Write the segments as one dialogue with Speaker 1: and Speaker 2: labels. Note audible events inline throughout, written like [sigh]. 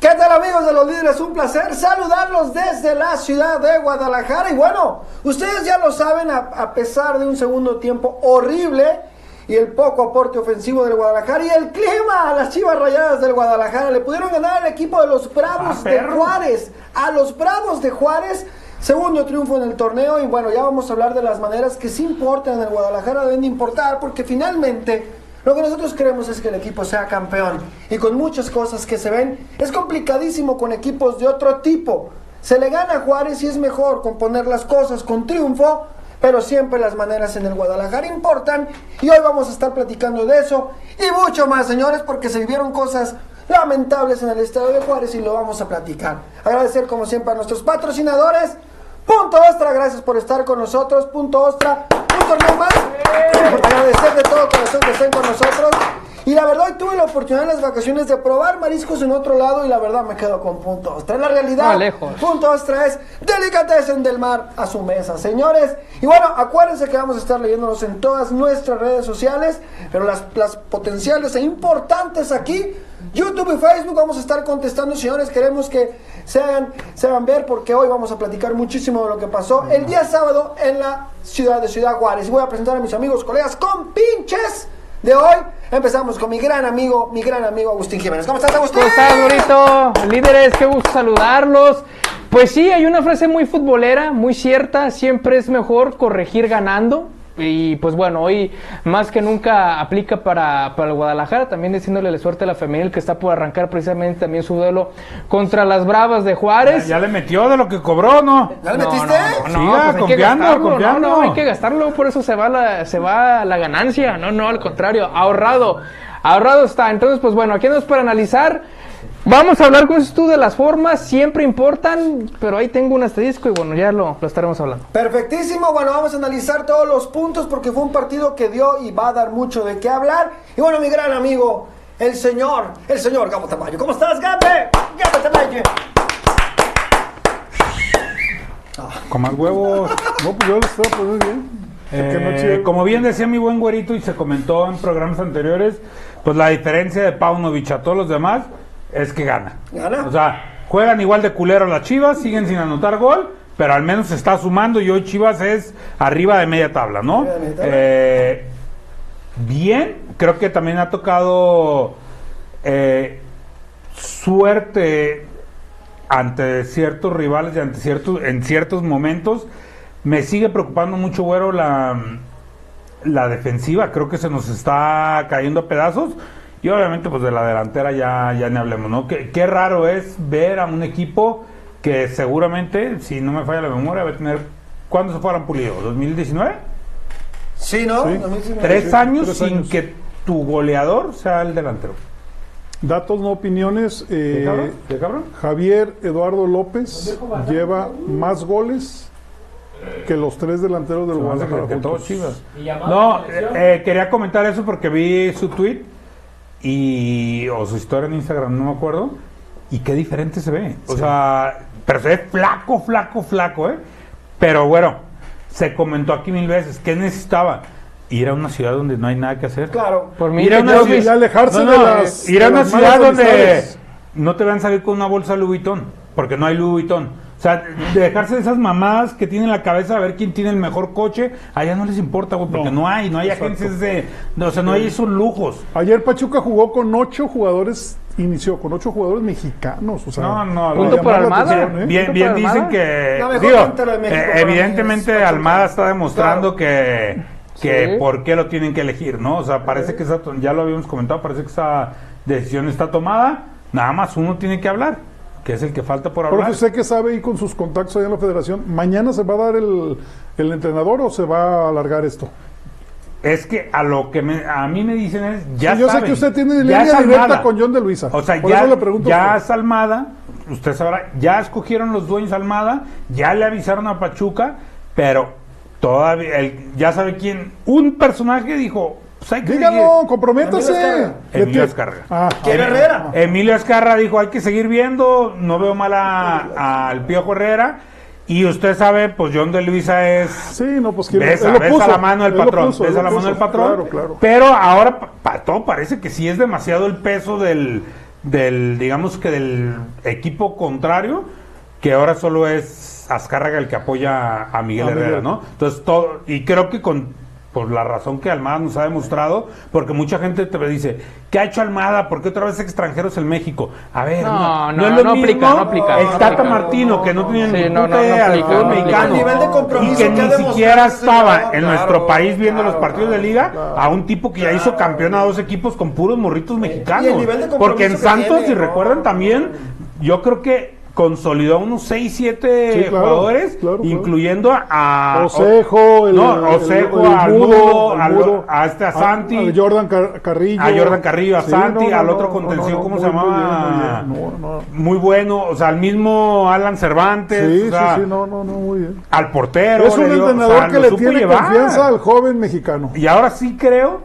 Speaker 1: ¿Qué tal amigos de los líderes? Un placer saludarlos desde la ciudad de Guadalajara. Y bueno, ustedes ya lo saben, a, a pesar de un segundo tiempo horrible y el poco aporte ofensivo del Guadalajara y el clima a las chivas rayadas del Guadalajara, le pudieron ganar al equipo de los Bravos
Speaker 2: Ah,
Speaker 1: de
Speaker 2: perro.
Speaker 1: Juárez. A los Bravos de Juárez. Segundo triunfo en el torneo y bueno, ya vamos a hablar de las maneras que sí importan en el Guadalajara, deben de importar porque finalmente lo que nosotros queremos es que el equipo sea campeón y con muchas cosas que se ven es complicadísimo con equipos de otro tipo. Se le gana a Juárez y es mejor componer las cosas con triunfo, pero siempre las maneras en el Guadalajara importan y hoy vamos a estar platicando de eso y mucho más, señores, porque se vivieron cosas lamentables en el estado de Juárez y lo vamos a platicar. Agradecer como siempre a nuestros patrocinadores. Punto Ostra, gracias por estar con nosotros. Punto Ostra, un torneo más. Agradecer de todo corazón que estén con nosotros. Y la verdad, hoy tuve la oportunidad en las vacaciones de probar mariscos en otro lado y la verdad me quedo con Punto Ostra. En la realidad,
Speaker 3: Ah, lejos.
Speaker 1: Punto Ostra es Delicatessen del Mar a su mesa, señores. Y bueno, acuérdense que vamos a estar leyéndonos en todas nuestras redes sociales, pero las, las potenciales e importantes aquí. YouTube y Facebook vamos a estar contestando, señores. Queremos que se hagan, se hagan ver porque hoy vamos a platicar muchísimo de lo que pasó el día sábado en la ciudad de Ciudad Juárez. Y voy a presentar a mis amigos, colegas, con pinches de hoy. Empezamos con mi gran amigo, mi gran amigo Agustín Jiménez. ¿Cómo estás, Agustín?
Speaker 3: ¿Cómo estás, Gorito? Líderes, qué gusto saludarlos. Pues sí, hay una frase muy futbolera, muy cierta, siempre es mejor corregir ganando. Y pues bueno, hoy más que nunca aplica para, para el Guadalajara, también diciéndole la suerte a la femenil que está por arrancar precisamente también su duelo contra las Bravas de
Speaker 2: Ya,
Speaker 3: Juárez.
Speaker 2: ya le metió de lo que cobró, ¿no?
Speaker 1: ¿Ya le
Speaker 3: No,
Speaker 1: metiste?
Speaker 3: no, no,
Speaker 2: Siga,
Speaker 3: pues hay que
Speaker 2: confiando,
Speaker 3: gastarlo,
Speaker 2: confiando.
Speaker 3: No, no, hay que gastarlo, por eso se va la, se va la ganancia. No, no, al contrario, ahorrado. Ahorrado está. Entonces, pues bueno, aquí nos para analizar. Vamos a hablar con tú de las formas, siempre importan, pero ahí tengo un asterisco y bueno, ya lo, lo estaremos hablando.
Speaker 1: Perfectísimo, bueno, vamos a analizar todos los puntos porque fue un partido que dio y va a dar mucho de qué hablar. Y bueno, mi gran amigo, el señor, el señor Gabo Tamayo. ¿Cómo estás, Gabe? Gabo Tamayo.
Speaker 2: Con más huevos.
Speaker 4: No, pues yo lo estaba pues muy bien. Qué
Speaker 2: Eh,
Speaker 4: noche.
Speaker 2: como bien decía mi buen güerito y se comentó en programas anteriores, pues la diferencia de Paunovic a todos los demás es que gana.
Speaker 1: Gana.
Speaker 2: O sea, juegan igual de culero las Chivas, siguen sin anotar gol, pero al menos se está sumando y hoy Chivas es arriba de media tabla, ¿no?
Speaker 1: Arriba de media tabla.
Speaker 2: Eh, bien, creo que también ha tocado eh, suerte ante ciertos rivales y ante ciertos, en ciertos momentos. Me sigue preocupando mucho, güero, la, la defensiva. Creo que se nos está cayendo a pedazos. Y obviamente, pues de la delantera ya, ya ni hablemos, ¿no? Qué, qué raro es ver a un equipo que seguramente, si no me falla la memoria, va a tener. ¿Cuándo se fueron pulido? ¿2019?
Speaker 1: Sí, ¿no?
Speaker 4: Sí.
Speaker 1: 2019.
Speaker 2: Tres
Speaker 4: sí,
Speaker 2: años
Speaker 4: tres
Speaker 2: sin
Speaker 4: años.
Speaker 2: que tu goleador sea el delantero.
Speaker 4: Datos, no opiniones. eh,
Speaker 2: ¿Qué cabrón? ¿Qué cabrón?
Speaker 4: Javier Eduardo López lleva más goles que los tres delanteros del
Speaker 2: Se me hace
Speaker 4: Guadalajara.
Speaker 2: que todos
Speaker 4: juntos.
Speaker 2: Chivas. No, eh, eh, quería comentar eso porque vi su tweet y, o su historia en Instagram, no me acuerdo. Y qué diferente se ve. O sea, pero se ve flaco, flaco, flaco, ¿eh? Pero bueno, se comentó aquí mil veces. ¿Qué necesitaba? Ir a una ciudad donde no hay nada que hacer.
Speaker 1: Claro.
Speaker 3: Por mí,
Speaker 2: Ir a
Speaker 3: que
Speaker 2: una
Speaker 3: yo-
Speaker 2: ciudad-
Speaker 4: y alejarse de las-
Speaker 2: Ir a
Speaker 4: de
Speaker 2: una
Speaker 4: las malas
Speaker 2: ciudad donde
Speaker 4: amistades.
Speaker 2: no te van a salir con una bolsa Louis Vuitton, porque no hay Louis Vuitton. O sea, de dejarse de esas mamadas que tienen en la cabeza a ver quién tiene el mejor coche, allá no les importa, güey, porque no,
Speaker 4: No,
Speaker 2: hay, no hay
Speaker 4: exacto.
Speaker 2: agencias de, de- O sea, no hay esos lujos.
Speaker 4: Ayer Pachuca jugó con ocho jugadores, inició con ocho jugadores mexicanos. O sea,
Speaker 2: No, no,
Speaker 4: para
Speaker 2: punto
Speaker 4: llamar
Speaker 3: por
Speaker 4: la
Speaker 3: Almada.
Speaker 4: atención, ¿eh?
Speaker 2: Pues Bien,
Speaker 3: ¿Punto
Speaker 2: bien
Speaker 3: Ah, para
Speaker 2: dicen
Speaker 3: Almada?
Speaker 2: que.
Speaker 1: La mejor
Speaker 2: digo,
Speaker 1: delantera de México
Speaker 2: eh,
Speaker 1: para mí es
Speaker 2: evidentemente
Speaker 1: Pachuca.
Speaker 2: Almada está
Speaker 1: Claro.
Speaker 2: demostrando que, que
Speaker 3: Sí.
Speaker 2: por qué lo tienen que elegir, ¿no? O sea, parece que esa, to- ya lo habíamos comentado, parece que esa decisión está tomada. Nada más uno tiene que hablar, que es el que falta por hablar.
Speaker 4: Profe, usted que sabe y con sus contactos allá en la federación, ¿mañana se va a dar el, el entrenador o se va a alargar esto?
Speaker 2: Es que a lo que me- a mí me dicen es, ya
Speaker 4: Sí, yo
Speaker 2: saben,
Speaker 4: sé que usted tiene
Speaker 2: ya es
Speaker 4: línea
Speaker 2: Almada.
Speaker 4: directa con John de Luisa.
Speaker 2: O sea,
Speaker 4: Por
Speaker 2: ya,
Speaker 4: eso le pregunto a
Speaker 2: ya
Speaker 4: usted.
Speaker 2: es Almada, usted sabrá, ya escogieron los dueños Almada, ya le avisaron a Pachuca, pero todavía, el- ya sabe quién, un personaje dijo, pues hay que
Speaker 4: Dígalo,
Speaker 1: Emilio
Speaker 4: comprométase.
Speaker 1: Azcárraga.
Speaker 4: Le
Speaker 2: Emilio
Speaker 4: tie-
Speaker 2: Azcárraga.
Speaker 4: Ah,
Speaker 1: ¿Quién Herrera?
Speaker 2: seguir. Emilio Escarra dijo, hay que seguir viendo, no veo mal a- al Piojo Herrera, y usted sabe, pues John de Luisa es...
Speaker 4: sí, no, pues quiere.
Speaker 2: Besa,
Speaker 4: él lo
Speaker 2: besa
Speaker 4: puso,
Speaker 2: la mano del
Speaker 4: él lo
Speaker 2: patrón,
Speaker 4: puso, él
Speaker 2: besa
Speaker 4: lo
Speaker 2: la mano
Speaker 4: puso,
Speaker 2: del patrón.
Speaker 4: Claro, claro.
Speaker 2: Pero ahora pa- pa- todo parece que sí es demasiado el peso del del, digamos que del equipo contrario, que ahora solo es Azcárraga el que apoya a Miguel
Speaker 4: A Miguel.
Speaker 2: Herrera, ¿no? Entonces todo, y creo que con por la razón que Almada nos ha demostrado, porque mucha gente te dice, ¿qué ha hecho Almada? ¿Por qué otra vez extranjeros en México? A ver,
Speaker 3: No,
Speaker 2: es
Speaker 3: no,
Speaker 2: lo
Speaker 3: no aplica,
Speaker 2: mismo
Speaker 3: no aplica,
Speaker 2: El
Speaker 1: no
Speaker 2: Tata
Speaker 1: aplica.
Speaker 2: Martino, que no tiene
Speaker 3: Sí,
Speaker 2: ni
Speaker 3: no, no,
Speaker 2: puta
Speaker 3: no
Speaker 2: idea del
Speaker 3: aplica,
Speaker 2: fútbol
Speaker 3: no aplica.
Speaker 2: mexicano.
Speaker 3: El nivel de
Speaker 1: compromiso
Speaker 2: y que,
Speaker 1: que ha
Speaker 2: ni
Speaker 1: demostrado
Speaker 2: siquiera
Speaker 1: ese
Speaker 2: estaba
Speaker 1: señor,
Speaker 2: en
Speaker 1: claro,
Speaker 2: nuestro país viendo
Speaker 1: claro,
Speaker 2: los partidos de liga a un tipo que ya hizo campeón a dos equipos con puros
Speaker 4: Eh,
Speaker 2: morritos mexicanos.
Speaker 1: nivel de compromiso
Speaker 2: Porque en
Speaker 1: que
Speaker 2: Santos,
Speaker 1: tiene,
Speaker 2: si
Speaker 1: no,
Speaker 2: recuerdan
Speaker 1: no,
Speaker 2: también, yo creo que consolidó unos 6, 7
Speaker 4: Sí, claro,
Speaker 2: jugadores,
Speaker 4: claro, claro.
Speaker 2: incluyendo a...
Speaker 4: Osejo, el,
Speaker 2: Ah, no, Osejo,
Speaker 4: el- el
Speaker 2: al
Speaker 4: Mudo,
Speaker 2: Mudo,
Speaker 4: al
Speaker 2: al-
Speaker 4: Mudo, Ah,
Speaker 2: a este, a Santi.
Speaker 4: al Jordan Car- Carrillo,
Speaker 2: a Jordan Carrillo, a
Speaker 4: Sí,
Speaker 2: Santi,
Speaker 4: no, no,
Speaker 2: al
Speaker 4: no,
Speaker 2: otro
Speaker 4: no,
Speaker 2: contención,
Speaker 4: no, no,
Speaker 2: ¿cómo
Speaker 4: muy
Speaker 2: se
Speaker 4: bien,
Speaker 2: llamaba?
Speaker 4: muy bien. No, no.
Speaker 2: Muy bueno, o sea, al mismo Alan Cervantes,
Speaker 4: Sí,
Speaker 2: o sea,
Speaker 4: sí, sí, no, no, no, muy bien.
Speaker 2: al portero.
Speaker 4: es un
Speaker 2: le dio- o sea,
Speaker 4: entrenador que
Speaker 2: lo
Speaker 4: le
Speaker 2: supo
Speaker 4: tiene
Speaker 2: llevar.
Speaker 4: confianza al joven mexicano.
Speaker 2: Y ahora sí creo,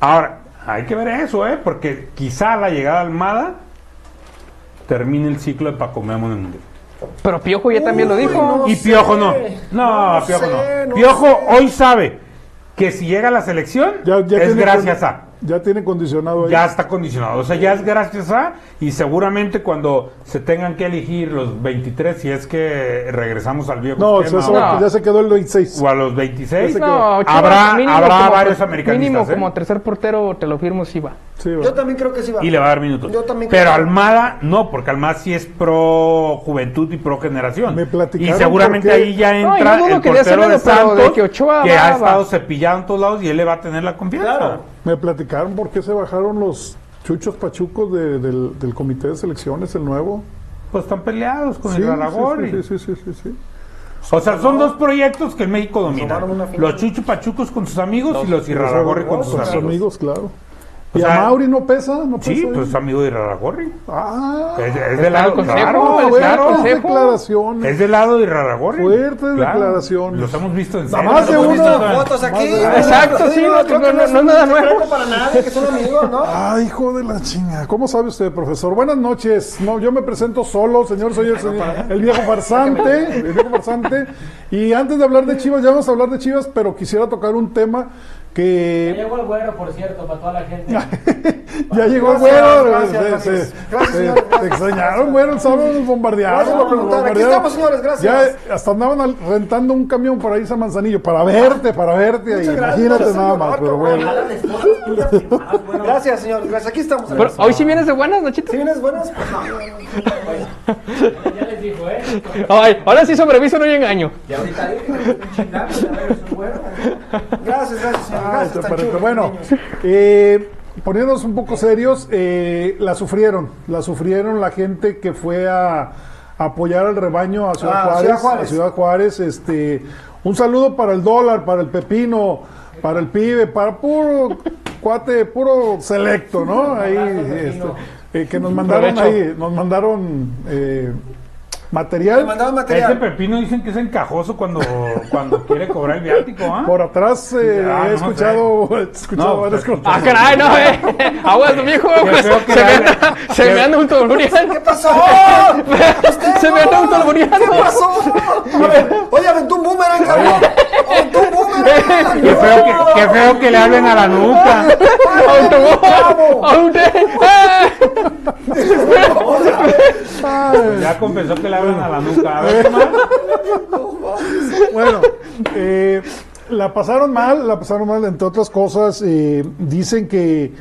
Speaker 2: ahora hay que ver eso, ¿eh? Porque quizá la llegada de Almada termine el ciclo de Paco Memo en el Mundial.
Speaker 3: Pero Piojo ya también lo
Speaker 1: Uy,
Speaker 3: dijo.
Speaker 1: no.
Speaker 2: y
Speaker 1: sé,
Speaker 2: Piojo no. No,
Speaker 1: no
Speaker 2: Piojo
Speaker 1: sé,
Speaker 2: no.
Speaker 1: no
Speaker 2: Piojo
Speaker 1: sé.
Speaker 2: hoy sabe que si llega a la selección
Speaker 4: Ya- ya
Speaker 2: es
Speaker 4: tiene
Speaker 2: gracias
Speaker 4: con-
Speaker 2: a.
Speaker 4: Ya tiene condicionado ahí.
Speaker 2: Ya está condicionado. O sea, ya es gracias a. Y seguramente cuando se tengan que elegir los 23, si es que regresamos al viejo
Speaker 4: no,
Speaker 2: esquema,
Speaker 4: César,
Speaker 2: o-
Speaker 3: No.
Speaker 4: ya se quedó el 26.
Speaker 2: o a los 26,
Speaker 4: Ese-
Speaker 3: No, Ochoa,
Speaker 2: habrá,
Speaker 3: mínimo
Speaker 2: habrá
Speaker 3: como-
Speaker 2: varios americanistas.
Speaker 3: Mínimo
Speaker 2: ¿eh?
Speaker 3: como tercer portero, te lo firmo, sí va.
Speaker 4: Sí, va.
Speaker 1: Yo también creo que sí va.
Speaker 2: Y le va a dar minutos.
Speaker 1: Yo también
Speaker 2: Pero
Speaker 1: creo.
Speaker 2: Almada no, porque Almada sí es pro juventud y pro generación.
Speaker 4: Me
Speaker 2: y
Speaker 4: platicaron
Speaker 2: seguramente
Speaker 4: por qué-
Speaker 2: ahí ya
Speaker 3: No, y
Speaker 2: entra
Speaker 3: no dudo
Speaker 2: el
Speaker 3: que de
Speaker 2: portero de
Speaker 3: Acevedo, pero
Speaker 2: Santos,
Speaker 3: de que Ochoa
Speaker 2: que
Speaker 3: va,
Speaker 2: ha
Speaker 3: va.
Speaker 2: estado cepillado en todos lados y él le va a tener la confianza.
Speaker 1: Claro.
Speaker 4: Me platicaron por qué se bajaron los chuchos pachucos de- del, del comité de selecciones, el nuevo.
Speaker 2: Pues están peleados con
Speaker 4: Sí,
Speaker 2: el Aragón. y-
Speaker 4: sí, sí, sí, sí, sí, sí.
Speaker 2: O sea, son dos proyectos que en México domina.
Speaker 1: tomaron una final.
Speaker 2: Los Chuchupachucos con sus amigos y los Iraragorri con sus
Speaker 4: Con
Speaker 2: amigos.
Speaker 4: claro.
Speaker 2: O
Speaker 4: y
Speaker 2: sea-
Speaker 4: a Mauri no pesa, no pesa.
Speaker 2: Sí,
Speaker 4: ahí.
Speaker 2: pues es amigo de Iraragorri.
Speaker 4: Ah,
Speaker 2: Es, es del lado,
Speaker 3: consejo,
Speaker 2: claro, pues,
Speaker 3: el
Speaker 4: fuertes
Speaker 3: claro,
Speaker 2: claro.
Speaker 3: consejo.
Speaker 4: declaraciones.
Speaker 2: Es del lado de Iraragorri.
Speaker 4: Fuertes declaraciones.
Speaker 2: Los hemos visto en
Speaker 4: Nada
Speaker 2: serio,
Speaker 4: más
Speaker 2: los
Speaker 4: de
Speaker 2: hemos
Speaker 4: uno.
Speaker 2: visto en-
Speaker 1: fotos aquí.
Speaker 3: Exacto, sí, no,
Speaker 1: creo
Speaker 3: no,
Speaker 1: que
Speaker 3: no, no es nada
Speaker 1: secreto
Speaker 3: nuevo.
Speaker 1: para nadie, que son amigos, ¿no?
Speaker 4: Ah, hijo de la chinga. ¿Cómo sabe usted, profesor? Buenas noches. No, yo me presento solo, señor. Soy el, señor- el viejo farsante. El viejo farsante. Y antes de hablar de Chivas, ya vamos a hablar de Chivas, pero quisiera tocar un tema que
Speaker 5: Llegó el güero, por cierto, para toda la gente.
Speaker 4: [laughs] ya llegó
Speaker 1: Gracias,
Speaker 4: el güero.
Speaker 1: gracias,
Speaker 4: se-
Speaker 1: gracias.
Speaker 4: se-
Speaker 1: Gracias,
Speaker 4: se-
Speaker 1: señores, gracias.
Speaker 4: se extrañaron, güero. El sábado nos bombardearon.
Speaker 1: Gracias por preguntar. Aquí
Speaker 4: bombardearon.
Speaker 1: estamos, señores, gracias.
Speaker 4: Ya eh, hasta andaban al- rentando un camión por ahí a Manzanillo para verte, para verte. ahí.
Speaker 1: Muchas gracias,
Speaker 4: Imagínate
Speaker 1: señor
Speaker 4: nada más,
Speaker 1: Marco.
Speaker 4: pero bueno.
Speaker 5: Ojalá las esposas tuyas firmadas, güero.
Speaker 1: Gracias, señores. Gracias. Aquí estamos.
Speaker 3: Pero hoy sí vienes de buenas, Nachito.
Speaker 1: Si vienes buenas, pues no.
Speaker 5: Ya les dijo, ¿eh?
Speaker 3: Ay, ahora sí sobreviso, no hay engaño.
Speaker 5: Y ahorita dijo, un chingado, ya ver, es un güero.
Speaker 1: Gracias, gracias, señor.
Speaker 4: Ah,
Speaker 1: Gracias,
Speaker 4: está
Speaker 1: tan
Speaker 4: perfecto.
Speaker 1: chulo,
Speaker 4: Bueno,
Speaker 1: niños.
Speaker 4: eh, poniéndonos un poco serios, eh, la sufrieron, la sufrieron la gente que fue a apoyar al rebaño a Ciudad
Speaker 1: Ah,
Speaker 4: Juárez.
Speaker 1: Ciudad Juárez.
Speaker 4: a Ciudad Juárez, este, un saludo para el dólar, para el pepino, para el pibe, para puro cuate, puro selecto, ¿no? Ahí, este, eh, que nos mandaron
Speaker 3: Provecho.
Speaker 4: ahí, nos mandaron eh,
Speaker 1: Te
Speaker 4: material.
Speaker 1: mandaban
Speaker 2: Ese
Speaker 1: material.
Speaker 2: pepino dicen que es encajoso cuando, [laughs] cuando quiere cobrar el viático, ¿ah?
Speaker 4: Por atrás eh,
Speaker 2: Ah,
Speaker 4: he
Speaker 2: no
Speaker 4: escuchado, he escuchado
Speaker 2: No,
Speaker 4: varias
Speaker 2: pero-
Speaker 3: Ah,
Speaker 4: cosas.
Speaker 3: caray, no, eh. Aguas, mijo.
Speaker 2: Yo creo que
Speaker 3: Se me
Speaker 2: ya-
Speaker 3: anda, se me anda un tolburiano.
Speaker 1: ¿Qué pasó?
Speaker 4: ¡Oh!
Speaker 3: [laughs] Se me anda un
Speaker 1: ¿Qué
Speaker 3: tolburiano.
Speaker 1: pasó? A ver, Oye, aventó un boomerang, cabrón. Aventó un
Speaker 4: [laughs]
Speaker 1: boomerang.
Speaker 2: Qué feo, que, qué feo que le hablen a la nuca.
Speaker 3: Autobús. A un tren.
Speaker 1: Pues,
Speaker 3: ¡Ah!
Speaker 4: Ay.
Speaker 2: Ya confesó que le hablan a la nuca. A ver,
Speaker 4: Bueno, eh, la pasaron mal, la pasaron mal, entre otras cosas. eh, dicen que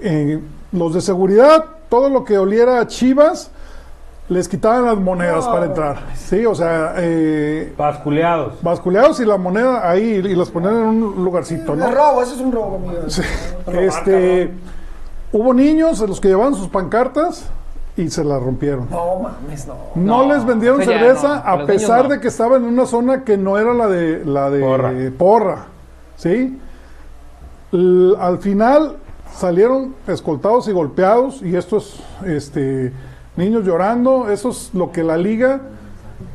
Speaker 4: eh, los de seguridad, todo lo que oliera a Chivas, les quitaban las monedas para entrar. Sí, o sea, eh,
Speaker 2: pasculeados.
Speaker 4: basculeados y la moneda ahí y las ponían en un lugarcito, ¿no?
Speaker 1: Es robo, eso es un robo, amigo.
Speaker 4: Este, hubo niños a los que llevaban sus pancartas y se las rompieron.
Speaker 1: No mames, no.
Speaker 4: No,
Speaker 3: No,
Speaker 4: les vendieron
Speaker 3: eso ya
Speaker 4: cerveza
Speaker 3: no, a
Speaker 4: a
Speaker 3: los
Speaker 4: pesar
Speaker 3: niños no.
Speaker 4: de que estaba en una zona que no era la de la de
Speaker 2: Porra.
Speaker 4: Porra, ¿sí? L- al final salieron escoltados y golpeados y estos este niños llorando, eso es lo que la liga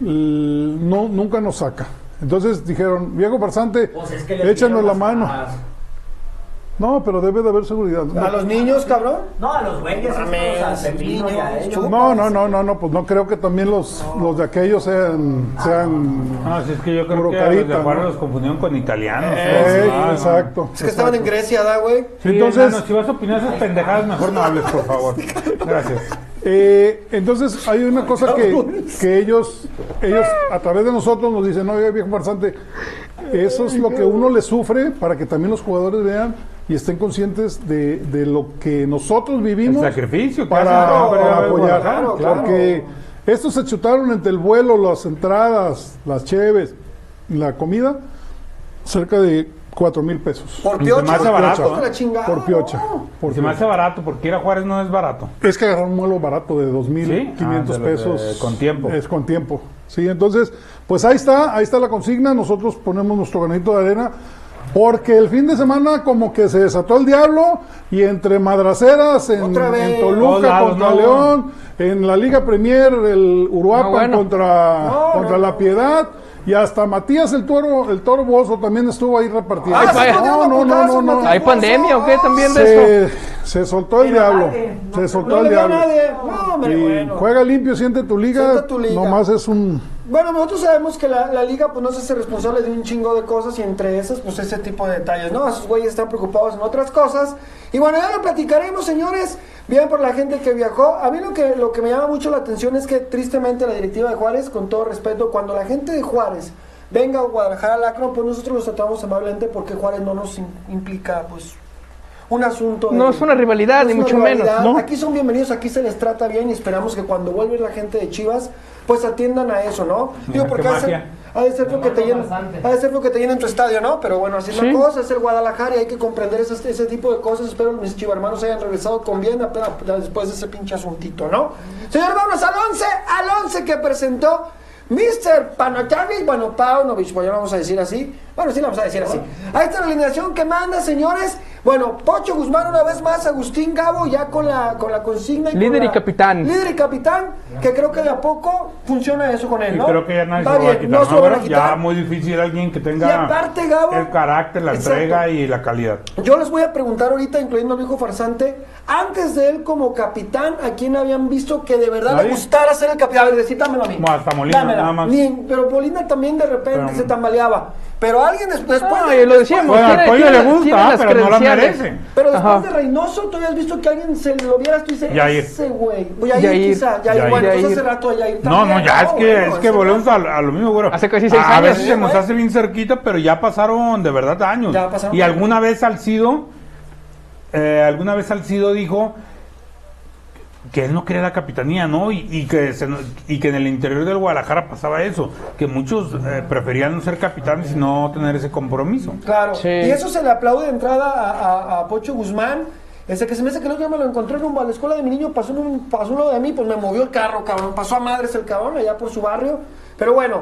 Speaker 4: l- no nunca nos saca. Entonces dijeron, viejo farsante,
Speaker 5: Pues es que le
Speaker 4: échanos
Speaker 5: pidieron
Speaker 4: la
Speaker 5: las
Speaker 4: mano.
Speaker 5: palabras.
Speaker 4: No, pero debe de haber seguridad.
Speaker 1: A los niños, cabrón.
Speaker 5: No, a los güeyes, estos,
Speaker 1: Mames,
Speaker 5: a Pepino y a
Speaker 1: niños,
Speaker 5: ellos.
Speaker 1: chupas.
Speaker 4: No, no, no, no, no, pues no creo que también los, los de aquellos sean,
Speaker 5: Ah,
Speaker 4: sean
Speaker 2: No, si es que yo creo que a los de
Speaker 4: Brocarita,
Speaker 2: Juárez
Speaker 4: ¿no?
Speaker 2: los confundieron con italianos.
Speaker 4: Eh,
Speaker 2: Ah, no.
Speaker 4: exacto.
Speaker 1: Es que estaban en Grecia, ¿da, güey?
Speaker 2: Sí,
Speaker 4: Entonces-
Speaker 2: enano, si vas a opinar esas pendejadas, mejor no hables, por favor. Gracias.
Speaker 4: Eh, entonces hay una cosa que, que ellos, ellos a través de nosotros nos dicen, no, oiga, viejo farsante, eso es lo que uno le sufre para que también los jugadores vean y estén conscientes de, de lo que nosotros
Speaker 2: El
Speaker 4: vivimos
Speaker 2: sacrificio que
Speaker 4: para,
Speaker 1: claro,
Speaker 2: hacen para
Speaker 4: para
Speaker 2: llegar a
Speaker 4: apoyar.
Speaker 2: Guadalajara, claro.
Speaker 4: Porque estos se chutaron entre el vuelo, las entradas, las cheves, la comida, cerca de 4 mil pesos.
Speaker 1: Por
Speaker 2: Se
Speaker 1: piocha.
Speaker 2: me hace
Speaker 1: por
Speaker 2: barato,
Speaker 1: piocha,
Speaker 2: ¿eh?
Speaker 1: la chingada,
Speaker 4: Por piocha.
Speaker 1: no.
Speaker 4: por
Speaker 2: Se me
Speaker 4: piocha.
Speaker 2: hace barato, porque ir a Juárez no es barato.
Speaker 4: Es que agarrar un vuelo barato de 2.500
Speaker 2: Sí, ah, de los de-
Speaker 4: pesos.
Speaker 2: con tiempo.
Speaker 4: Es con tiempo. Sí, entonces, pues ahí está, ahí está la consigna. Nosotros ponemos nuestro granito de arena. Porque el fin de semana como que se desató el diablo y entre madraceras en,
Speaker 1: Otra vez.
Speaker 4: en
Speaker 2: Todos
Speaker 4: Toluca
Speaker 2: lados,
Speaker 4: contra
Speaker 2: ¿no?
Speaker 4: León, en la Liga Premier el Uruapan
Speaker 3: No, bueno.
Speaker 4: contra,
Speaker 1: No, no,
Speaker 4: contra La Piedad y hasta Matías el Toro, el Toro Bozo también estuvo ahí repartiendo.
Speaker 1: Ah,
Speaker 3: se
Speaker 4: No,
Speaker 1: metieron
Speaker 4: no,
Speaker 1: a
Speaker 4: no, no,
Speaker 1: putazos,
Speaker 4: no.
Speaker 1: Matías.
Speaker 3: ¿Hay pandemia o qué también de esto?
Speaker 4: Se, se soltó el
Speaker 5: Pero
Speaker 4: diablo.
Speaker 5: nadie, no,
Speaker 4: se
Speaker 1: No
Speaker 4: soltó
Speaker 1: le
Speaker 4: el
Speaker 1: veo a
Speaker 4: diablo.
Speaker 1: nadie. No, hombre,
Speaker 4: Y
Speaker 1: bueno.
Speaker 4: Juega limpio, siente tu liga.
Speaker 1: Siente tu liga.
Speaker 4: Nomás es un.
Speaker 1: Bueno, nosotros sabemos que la, la liga pues no se hace responsable de un chingo de cosas y entre esas pues ese tipo de detalles, ¿no? Esos güeyes están preocupados en otras cosas. Y bueno, ya lo platicaremos, señores. Bien por la gente que viajó. A mí lo que, lo que me llama mucho la atención es que tristemente la directiva de Juárez, con todo respeto, cuando la gente de Juárez venga a Guadalajara al Acron, pues nosotros los tratamos amablemente porque Juárez no nos im- implica pues un asunto. de-
Speaker 3: No es una rivalidad,
Speaker 1: no es
Speaker 3: ni
Speaker 1: una
Speaker 3: mucho menos.
Speaker 1: rivalidad.
Speaker 4: ¿no?
Speaker 1: Aquí son bienvenidos, aquí se les trata bien y esperamos que cuando vuelva la gente de Chivas, pues atiendan a eso, ¿no? Digo,
Speaker 2: Qué
Speaker 1: porque hace-
Speaker 2: magia.
Speaker 1: ha de ser lo que te llena, ha de ser lo que te llena en tu estadio, ¿no? Pero bueno, así es
Speaker 3: Sí.
Speaker 1: la cosa, es el Guadalajara y hay que comprender esas- ese, tipo de cosas. Espero mis chivarmanos hayan regresado con bien apenas- después de ese pinche asuntito, ¿no? Señor, vámonos al 11, al 11 que presentó Mr. Panochanis, bueno, Paunovic, pues ya vamos a decir así. Bueno, sí, la vamos a decir así. Ahí está la alineación que manda, señores. Bueno, Pocho Guzmán una vez más, Agustín Gabo ya con la, con la consigna. con
Speaker 3: Líder y
Speaker 1: la-
Speaker 3: capitán.
Speaker 1: Líder y capitán, que creo que de a poco funciona eso con él,
Speaker 2: Y
Speaker 1: ¿no?
Speaker 2: creo que ya nadie
Speaker 1: Va
Speaker 2: se lo va a
Speaker 1: bien,
Speaker 2: quitar.
Speaker 1: no se lo van a
Speaker 2: Ahora
Speaker 1: quitar.
Speaker 2: Ya muy difícil alguien que tenga
Speaker 1: Y aparte, Gabo,
Speaker 2: el carácter, la
Speaker 1: exacto.
Speaker 2: entrega y la calidad.
Speaker 1: Yo les voy a preguntar ahorita, incluyendo al viejo farsante, antes de él como capitán, ¿a quién habían visto que de verdad
Speaker 2: Nadie.
Speaker 1: le gustara ser el capitán? A ver, decí, dámelo a mí.
Speaker 2: Como hasta Molina,
Speaker 1: Dámela.
Speaker 2: nada más.
Speaker 1: Ni- pero Molina también de repente
Speaker 2: Pero-
Speaker 1: se tambaleaba. Pero alguien des- después...
Speaker 3: No,
Speaker 1: de-
Speaker 3: Ah, y lo decíamos.
Speaker 2: Bueno, al
Speaker 3: tiene-
Speaker 2: pollo
Speaker 3: tiene-
Speaker 2: le gusta,
Speaker 3: tiene las
Speaker 2: pero no la
Speaker 3: credenciales.
Speaker 2: merece.
Speaker 1: Pero después
Speaker 3: Ajá.
Speaker 1: de Reynoso, tú habías visto que alguien se lo vieras, tú dices,
Speaker 2: Yair.
Speaker 1: ese güey. O Yair,
Speaker 3: Yair.
Speaker 1: quizá. Yair,
Speaker 2: Yair.
Speaker 1: bueno, entonces
Speaker 3: Yair.
Speaker 1: hace rato a Yair
Speaker 2: No,
Speaker 1: también.
Speaker 2: no, ya es que,
Speaker 1: bueno,
Speaker 2: es que
Speaker 1: ese-
Speaker 2: volvemos a, a lo mismo, güey.
Speaker 3: Hace casi seis
Speaker 2: a,
Speaker 3: años.
Speaker 2: veces se nos
Speaker 1: Sí, güey.
Speaker 2: hace bien cerquita, pero ya pasaron de verdad años.
Speaker 1: Ya pasaron.
Speaker 2: Y alguna vez Salcido, eh, alguna vez Salcido dijo que él no quería la capitanía, ¿no? Y, y que se no- y que en el interior del Guadalajara pasaba eso, que muchos eh, preferían no ser capitanes y no tener ese compromiso.
Speaker 1: Claro.
Speaker 3: Sí.
Speaker 1: Y eso se le aplaude de entrada a, a- a Pocho Guzmán. Ese que se me hace que el otro día me lo encontré rumbo a la escuela de mi niño, pasó, en un, pasó uno de mí, pues me movió el carro, cabrón. Pasó a madres el cabrón allá por su barrio. Pero bueno,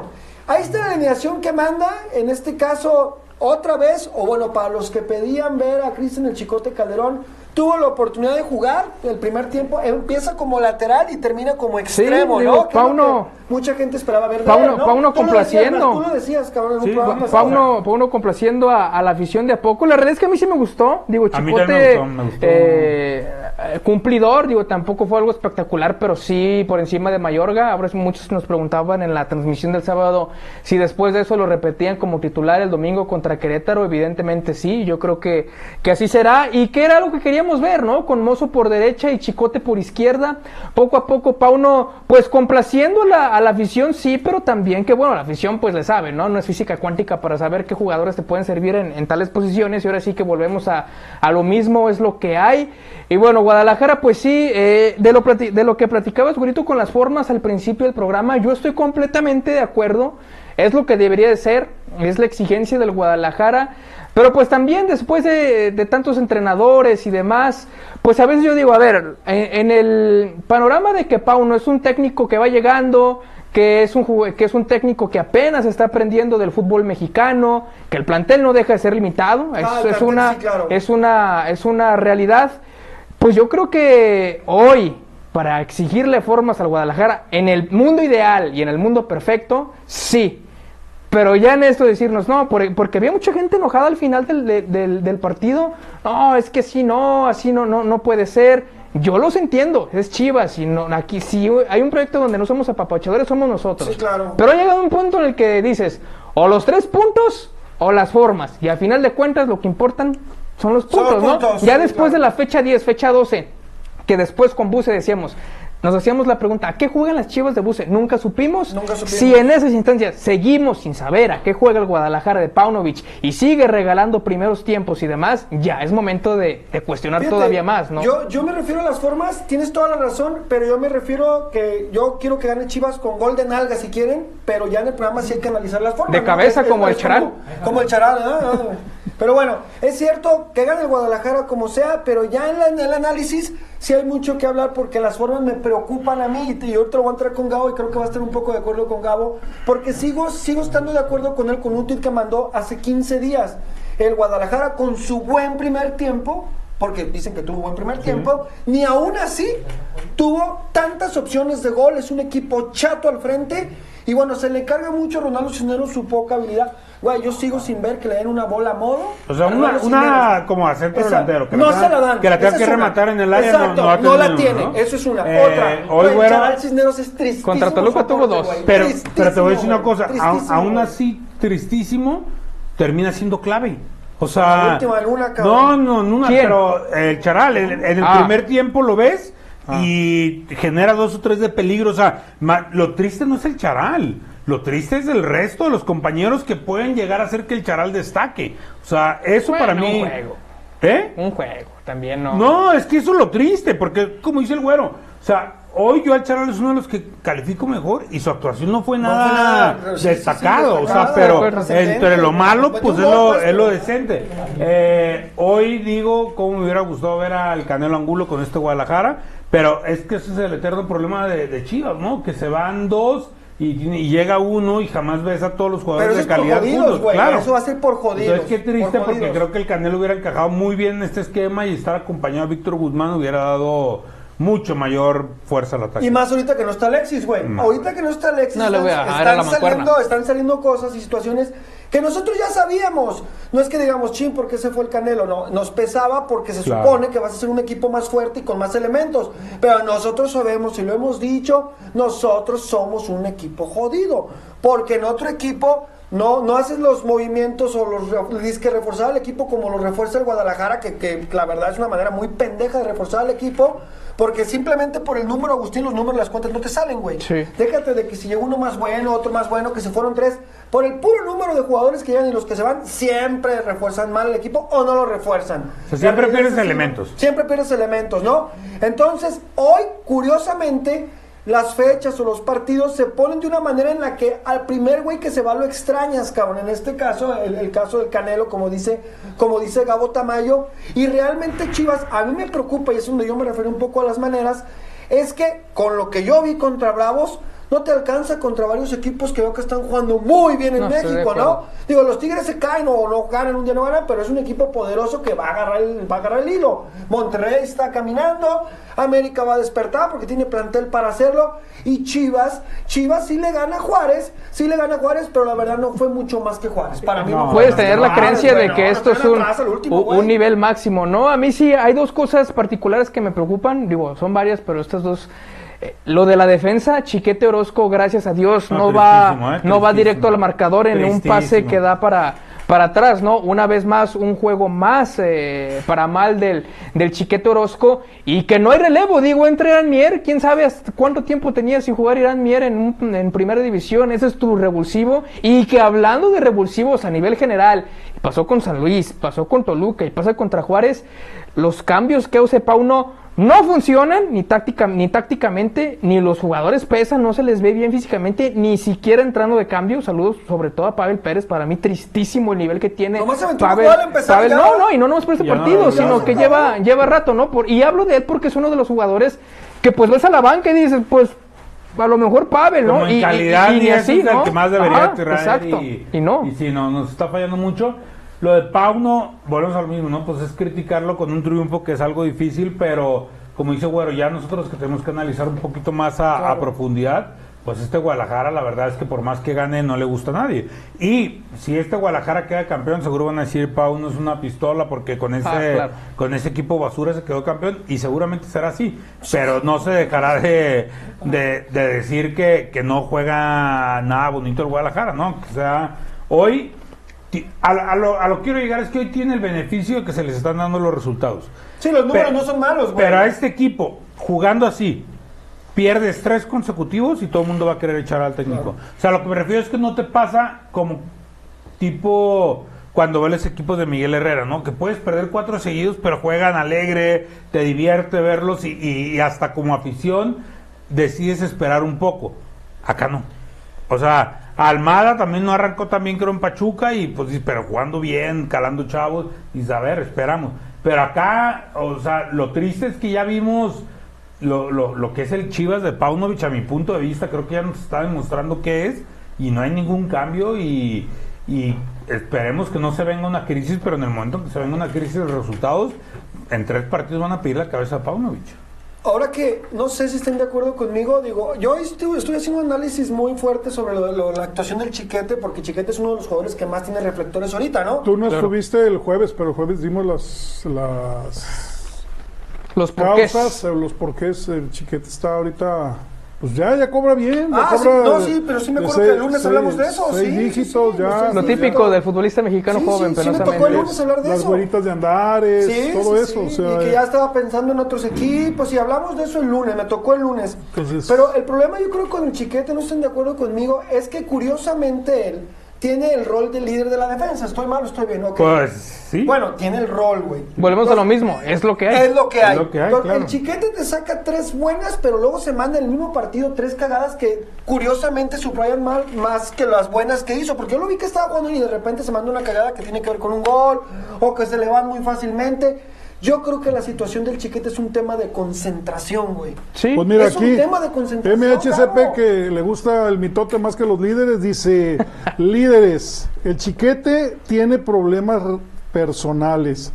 Speaker 1: ahí está la alineación que manda. En este caso, otra vez, o bueno, para los que pedían ver a Cristian el Chicote Calderón, tuvo la oportunidad de jugar el primer tiempo. Empieza como lateral y termina como extremo,
Speaker 3: digo,
Speaker 1: ¿no? Que es lo
Speaker 3: Pauno-
Speaker 1: que mucha gente esperaba ver. de
Speaker 3: Pauno-
Speaker 1: él, ¿no?
Speaker 3: Pauno
Speaker 1: Tú lo decías,
Speaker 3: complaciendo.
Speaker 1: Tú lo decías, cabrón, en un
Speaker 2: Sí,
Speaker 1: programa
Speaker 2: Pa-
Speaker 1: pasado.
Speaker 3: Pauno, Pauno complaciendo a, a la afición de a poco. La verdad es que a mí sí me gustó. Digo,
Speaker 2: A mí también
Speaker 3: Chicote,
Speaker 2: me gustó, me gustó.
Speaker 3: eh, eh, cumplidor, digo, tampoco fue algo espectacular, pero sí por encima de Mayorga. Ahora es- muchos nos preguntaban en la transmisión del sábado si después de eso lo repetían como titular el domingo contra Querétaro. Evidentemente sí, yo creo que, que así será. Y que era algo que queríamos ver, ¿no? Con Mozo por derecha y Chicote por izquierda. Poco a poco Pauno, pues complaciendo a la, a la afición, sí, pero también que, bueno, la afición pues le sabe, ¿no? No es física cuántica para saber qué jugadores te pueden servir en, en tales posiciones. Y ahora sí que volvemos a, a lo mismo, es lo que hay. Y bueno, Guadalajara, pues sí, eh, de, lo plati- de lo que platicabas, Gurito, con las formas al principio del programa, yo estoy completamente de acuerdo. Es lo que debería de ser, es la exigencia del Guadalajara. Pero pues también después de, de tantos entrenadores y demás, pues a veces yo digo, a ver, en, en el panorama de que Pauno es un técnico que va llegando, que es, un, jugu- que es un técnico que apenas está aprendiendo del fútbol mexicano, que el plantel no deja de ser limitado, es,
Speaker 1: Ah, el
Speaker 3: es
Speaker 1: plantel,
Speaker 3: una,
Speaker 1: sí, claro.
Speaker 3: es, una, es una realidad. Pues yo creo que hoy, para exigirle formas al Guadalajara, en el mundo ideal y en el mundo perfecto, sí. Pero ya en esto decirnos, no, por- e-", porque había mucha gente enojada al final del, de- del- del partido. No, es que sí, no, así no, no, no puede ser. Yo los entiendo, es Chivas. Y no, aquí si hay un proyecto donde no somos apapachadores, somos nosotros.
Speaker 1: Sí, claro.
Speaker 3: Pero ha llegado un punto en el que dices, o los tres puntos o las formas. Y al final de cuentas lo que importan son los
Speaker 1: Son los
Speaker 3: puntos, ¿no?
Speaker 1: puntos,
Speaker 3: ya
Speaker 1: sí,
Speaker 3: después
Speaker 1: claro.
Speaker 3: de la fecha 10, fecha 12, que después con Buse decíamos, nos hacíamos la pregunta, ¿a qué juegan las Chivas de Buse? Nunca supimos.
Speaker 1: Nunca supimos.
Speaker 3: Si en esas instancias seguimos sin saber a qué juega el Guadalajara de Paunovic y sigue regalando primeros tiempos y demás, ya es momento de, de cuestionar
Speaker 1: Fíjate,
Speaker 3: todavía más, ¿no?
Speaker 1: Yo, yo me refiero a las formas, tienes toda la razón, pero yo me refiero que yo quiero que gane Chivas con gol de nalga si quieren, pero ya en el programa sí hay que analizar las formas.
Speaker 3: De cabeza, como el Charal.
Speaker 1: Como, como el charal, ¿no? No, no. Pero bueno, es cierto que gane el Guadalajara como sea, pero ya en, la- en el análisis sí hay mucho que hablar porque las formas me preocupan a mí y ahorita lo voy a entrar con Gabo y creo que va a estar un poco de acuerdo con Gabo porque sigo, sigo estando de acuerdo con él con un tweet que mandó hace 15 días. El Guadalajara con su buen primer tiempo, porque dicen que tuvo buen primer tiempo, ni aún así tuvo tantas opciones de gol, es un equipo chato al frente y bueno, se le carga mucho a Ronaldo Cisneros su poca habilidad. Güey, yo sigo sin ver que le den una bola a modo.
Speaker 2: O sea,
Speaker 1: a
Speaker 2: una,
Speaker 1: Ronaldo
Speaker 2: una
Speaker 1: Cisneros.
Speaker 2: como a centro
Speaker 1: Exacto.
Speaker 2: delantero. Que
Speaker 1: no
Speaker 2: la,
Speaker 1: se la dan.
Speaker 2: Que la tenga
Speaker 1: Esa
Speaker 2: que
Speaker 1: es una.
Speaker 2: rematar en el área. no-
Speaker 1: Exacto,
Speaker 2: no, ha
Speaker 1: la
Speaker 2: tenido,
Speaker 1: tiene.
Speaker 2: ¿no?
Speaker 1: Eso es una.
Speaker 2: Eh,
Speaker 1: Otra.
Speaker 2: Hoy,
Speaker 1: Güey,
Speaker 2: güero.
Speaker 1: Charal Cisneros es tristísimo.
Speaker 3: Contra Toluca
Speaker 1: su
Speaker 3: tuvo
Speaker 1: aporte,
Speaker 3: dos.
Speaker 1: güey.
Speaker 2: Pero,
Speaker 1: Tristísimo,
Speaker 2: pero te voy a decir una
Speaker 1: güey.
Speaker 2: cosa. a-
Speaker 1: Tristísimo,
Speaker 2: aún
Speaker 1: güey.
Speaker 2: así, tristísimo, termina siendo clave. O sea.
Speaker 1: La última luna,
Speaker 2: no,
Speaker 1: cabrón.
Speaker 2: no, en una,
Speaker 3: ¿Quién?
Speaker 2: pero el charal, en, en el
Speaker 3: Ah.
Speaker 2: primer tiempo lo ves y genera dos o tres de peligro. O sea, ma- lo triste no es el charal. Lo triste es el resto de los compañeros que pueden llegar a hacer que el charal destaque. O sea, eso
Speaker 3: Bueno,
Speaker 2: para
Speaker 3: un
Speaker 2: mí.
Speaker 3: juego.
Speaker 2: ¿Eh?
Speaker 3: Un juego, también no.
Speaker 2: No, es que eso es lo triste, porque como dice el güero, o sea, hoy yo al Charal es uno de los que califico mejor y su actuación no fue
Speaker 1: fue
Speaker 2: nada
Speaker 1: nada, sí, sí, sí,
Speaker 2: destacado, o
Speaker 1: destacado,
Speaker 2: sea,
Speaker 3: de
Speaker 2: pero
Speaker 3: acuerdo.
Speaker 2: entre lo malo,
Speaker 1: Pues,
Speaker 2: pues
Speaker 1: tú
Speaker 2: es lo,
Speaker 1: votas,
Speaker 2: es lo
Speaker 1: pero-
Speaker 2: decente. Eh, hoy digo cómo me hubiera gustado ver al Canelo Angulo con este Guadalajara, pero es que ese es el eterno problema de, de Chivas, ¿no? Que se van dos. Y, y llega uno y jamás ves a todos los
Speaker 1: Pero eso
Speaker 2: jugadores de
Speaker 1: es por
Speaker 2: calidad
Speaker 1: jodidos,
Speaker 2: juntos,
Speaker 1: güey.
Speaker 2: claro.
Speaker 1: Eso va a ser por jodidos.
Speaker 2: Entonces, qué triste,
Speaker 1: por
Speaker 2: porque
Speaker 1: jodidos.
Speaker 2: creo que el Canelo hubiera encajado muy bien en este esquema y estar acompañado de Víctor Guzmán hubiera dado mucho mayor fuerza al ataque.
Speaker 1: Y más ahorita que no está Alexis, güey.
Speaker 2: No.
Speaker 1: Ahorita que no está Alexis,
Speaker 3: No le voy a
Speaker 1: están,
Speaker 3: agarrar
Speaker 1: están
Speaker 3: la mancuerna.
Speaker 1: saliendo, están saliendo cosas y situaciones que nosotros ya sabíamos. No es que digamos, chin, porque se fue el Canelo? No, nos pesaba porque se
Speaker 2: Claro.
Speaker 1: supone que vas a ser un equipo más fuerte y con más elementos. Pero nosotros sabemos y lo hemos dicho, nosotros somos un equipo jodido. Porque en otro equipo... No, no haces los movimientos o los re- dices que reforzar al equipo como lo refuerza el Guadalajara, que, que la verdad es una manera muy pendeja de reforzar al equipo, porque simplemente por el número, Agustín, los números, las cuentas no te salen, güey.
Speaker 3: Sí.
Speaker 1: Déjate de que si llegó uno más bueno, otro más bueno, que se fueron tres. Por el puro número de jugadores que llegan y los que se van, siempre refuerzan mal el equipo o no lo refuerzan.
Speaker 2: O sea, siempre
Speaker 1: La realidad
Speaker 2: pierdes
Speaker 1: es así,
Speaker 2: elementos.
Speaker 1: Siempre pierdes elementos, ¿no? Entonces, hoy, curiosamente, las fechas o los partidos se ponen de una manera en la que al primer güey que se va lo extrañas, cabrón. En este caso, el, el caso del Canelo, como dice, como dice Gabo Tamayo. Y realmente, Chivas, a mí me preocupa, y es donde yo me refiero un poco a las maneras, es que con lo que yo vi contra Bravos, no te alcanza contra varios equipos que veo que están jugando muy bien en
Speaker 3: No, estoy de
Speaker 1: México,
Speaker 3: acuerdo.
Speaker 1: ¿no? Digo, los Tigres se caen o no ganan, un día no ganan, pero es un equipo poderoso que va a agarrar el, va a agarrar el hilo. Monterrey está caminando, América va a despertar porque tiene plantel para hacerlo. Y Chivas, Chivas sí le gana a Juárez, sí le gana a Juárez, pero la verdad no fue mucho más que Juárez. Para mí no,
Speaker 2: No,
Speaker 1: fue
Speaker 3: Puedes
Speaker 1: mucho
Speaker 3: tener
Speaker 1: más,
Speaker 3: la creencia
Speaker 1: güey,
Speaker 3: de que
Speaker 1: no,
Speaker 3: esto
Speaker 1: no
Speaker 3: es un,
Speaker 1: atrás al último,
Speaker 3: u-
Speaker 1: güey.
Speaker 3: un nivel máximo, ¿no? A mí sí hay dos cosas particulares que me preocupan, digo, son varias, pero estas dos... eh, Lo de la defensa, Chiquete Orozco, gracias a Dios,
Speaker 2: No,
Speaker 3: no, va,
Speaker 2: tristísimo, eh,
Speaker 3: no va
Speaker 2: tristísimo.
Speaker 3: directo al marcador en un pase
Speaker 2: Tristísimo.
Speaker 3: que da para, para atrás, ¿no? Una vez más, un juego más eh, para mal del, del Chiquete Orozco y que no hay relevo, digo, entre Irán Mier, quién sabe hasta cuánto tiempo tenía sin jugar Irán Mier en, un- en primera división, ese es tu revulsivo y que hablando de revulsivos a nivel general, pasó con San Luis, pasó con Toluca y pasa contra Juárez, los cambios que hace Pauno no funcionan ni, táctica, ni tácticamente, ni los jugadores pesan, no se les ve bien físicamente, ni siquiera entrando de cambio. Saludos sobre todo a Pavel Pérez, para mí tristísimo el nivel que tiene.
Speaker 1: Nomás se aventó una jugada al empezar,
Speaker 3: Pavel-
Speaker 1: ya.
Speaker 3: no, no, y no nomás por este
Speaker 2: Ya,
Speaker 3: partido,
Speaker 2: ya,
Speaker 3: sino
Speaker 1: ya.
Speaker 3: que lleva, lleva rato, ¿no? Por, y hablo de él porque es uno de los jugadores que pues ves a la banca y dices, pues a lo mejor Pavel, ¿no?
Speaker 2: Como
Speaker 3: Y-
Speaker 2: en
Speaker 3: y-
Speaker 2: calidad,
Speaker 3: y,
Speaker 2: y,
Speaker 3: ni
Speaker 2: ese
Speaker 3: así,
Speaker 2: es el
Speaker 3: ¿no?
Speaker 2: que más debería
Speaker 3: Ajá,
Speaker 2: tirar.
Speaker 3: Exacto,
Speaker 2: Y,
Speaker 3: y no.
Speaker 2: Y sí, no, nos está fallando mucho. Lo de Pauno, volvemos al mismo, ¿no? Pues es criticarlo con un triunfo que es algo difícil, pero como dice Güero, ya nosotros que tenemos que analizar un poquito más a, a profundidad, pues este Guadalajara, la verdad es que por más que gane, no le gusta a nadie. Y si este Guadalajara queda campeón, seguro van a decir, Pau no es una pistola, porque con ese,
Speaker 3: Ah, claro.
Speaker 2: con ese equipo basura se quedó campeón, y seguramente será así. Pero no se dejará de, de- de decir que, que no juega nada bonito el Guadalajara, ¿no? O sea, hoy, ti- a, a lo, a lo que quiero llegar es que hoy tiene el beneficio de que se les están dando los resultados.
Speaker 1: Sí, los números
Speaker 2: Pero-
Speaker 1: no son malos, güey.
Speaker 2: Pero a este equipo, jugando así, pierdes tres consecutivos y todo el mundo va a querer echar al técnico. O sea, lo que me refiero es que no te pasa como tipo cuando ves los equipos de Miguel Herrera, ¿no? Que puedes perder cuatro seguidos, pero juegan alegre, te divierte verlos y, y- y hasta como afición decides esperar un poco. Acá no. O sea, Almada también no arrancó también creo en Pachuca y pues sí, pero jugando bien, calando chavos y a ver, esperamos. Pero acá, o sea, lo triste es que ya vimos lo, lo- lo que es el Chivas de Paunovic a mi punto de vista, creo que ya nos está demostrando qué es y no hay ningún cambio y, y esperemos que no se venga una crisis, pero en el momento que se venga una crisis de resultados, en tres partidos van a pedir la cabeza a Paunovic.
Speaker 1: Ahora que no sé si estén de acuerdo conmigo, digo, yo estuve, estuve haciendo un análisis muy fuerte sobre lo- lo- la actuación del Chiquete, porque Chiquete es uno de los jugadores que más tiene reflectores ahorita, ¿no?
Speaker 4: Tú no
Speaker 2: Claro.
Speaker 4: estuviste el jueves, pero el jueves dimos las, las
Speaker 3: Los porqués.
Speaker 4: causas, eh, los porqués. El chiquete está ahorita. Pues ya, ya cobra bien. ya
Speaker 1: Ah, sí,
Speaker 4: cobra
Speaker 1: no,
Speaker 4: de-
Speaker 1: sí, pero sí me
Speaker 4: de
Speaker 1: acuerdo que el lunes hablamos de eso,
Speaker 4: seis
Speaker 1: sí, sí,
Speaker 4: dígitos
Speaker 1: sí,
Speaker 4: ya.
Speaker 1: sí,
Speaker 3: Lo
Speaker 1: sí,
Speaker 3: típico del futbolista mexicano
Speaker 1: Sí, sí, sí,
Speaker 3: joven,
Speaker 1: me tocó el
Speaker 3: penosamente.
Speaker 1: lunes. Vamos a hablar de
Speaker 4: las
Speaker 1: eso.
Speaker 4: güeritas de andares,
Speaker 1: Sí,
Speaker 4: todo
Speaker 1: sí,
Speaker 4: eso.
Speaker 1: sí,
Speaker 4: o sea, eh.
Speaker 1: y que ya estaba pensando en otros equipos y hablamos de eso el lunes, me tocó el lunes.
Speaker 4: Entonces-
Speaker 1: Pero el problema yo creo con el chiquete, no estén de acuerdo conmigo, es que curiosamente él tiene el rol de líder de la defensa. Estoy mal o estoy bien, ok.
Speaker 2: Pues sí.
Speaker 1: bueno, tiene el rol, güey.
Speaker 3: Volvemos a lo mismo, es lo que hay.
Speaker 1: Pues, Es lo que hay.
Speaker 2: lo que hay,
Speaker 1: Porque
Speaker 2: claro.
Speaker 1: El chiquete te saca tres buenas, pero luego se manda en el mismo partido tres cagadas que curiosamente subrayan mal más que las buenas que hizo. Porque yo lo vi que estaba jugando y de repente se manda una cagada que tiene que ver con un gol o que se le van muy fácilmente. Yo creo que la situación del chiquete es un tema de concentración, güey.
Speaker 3: Sí.
Speaker 4: Pues mira
Speaker 1: Es un
Speaker 4: aquí,
Speaker 1: tema de concentración,
Speaker 4: MHCP
Speaker 1: claro.
Speaker 4: que le gusta el mitote más que los líderes, dice, líderes, el chiquete tiene problemas r- personales.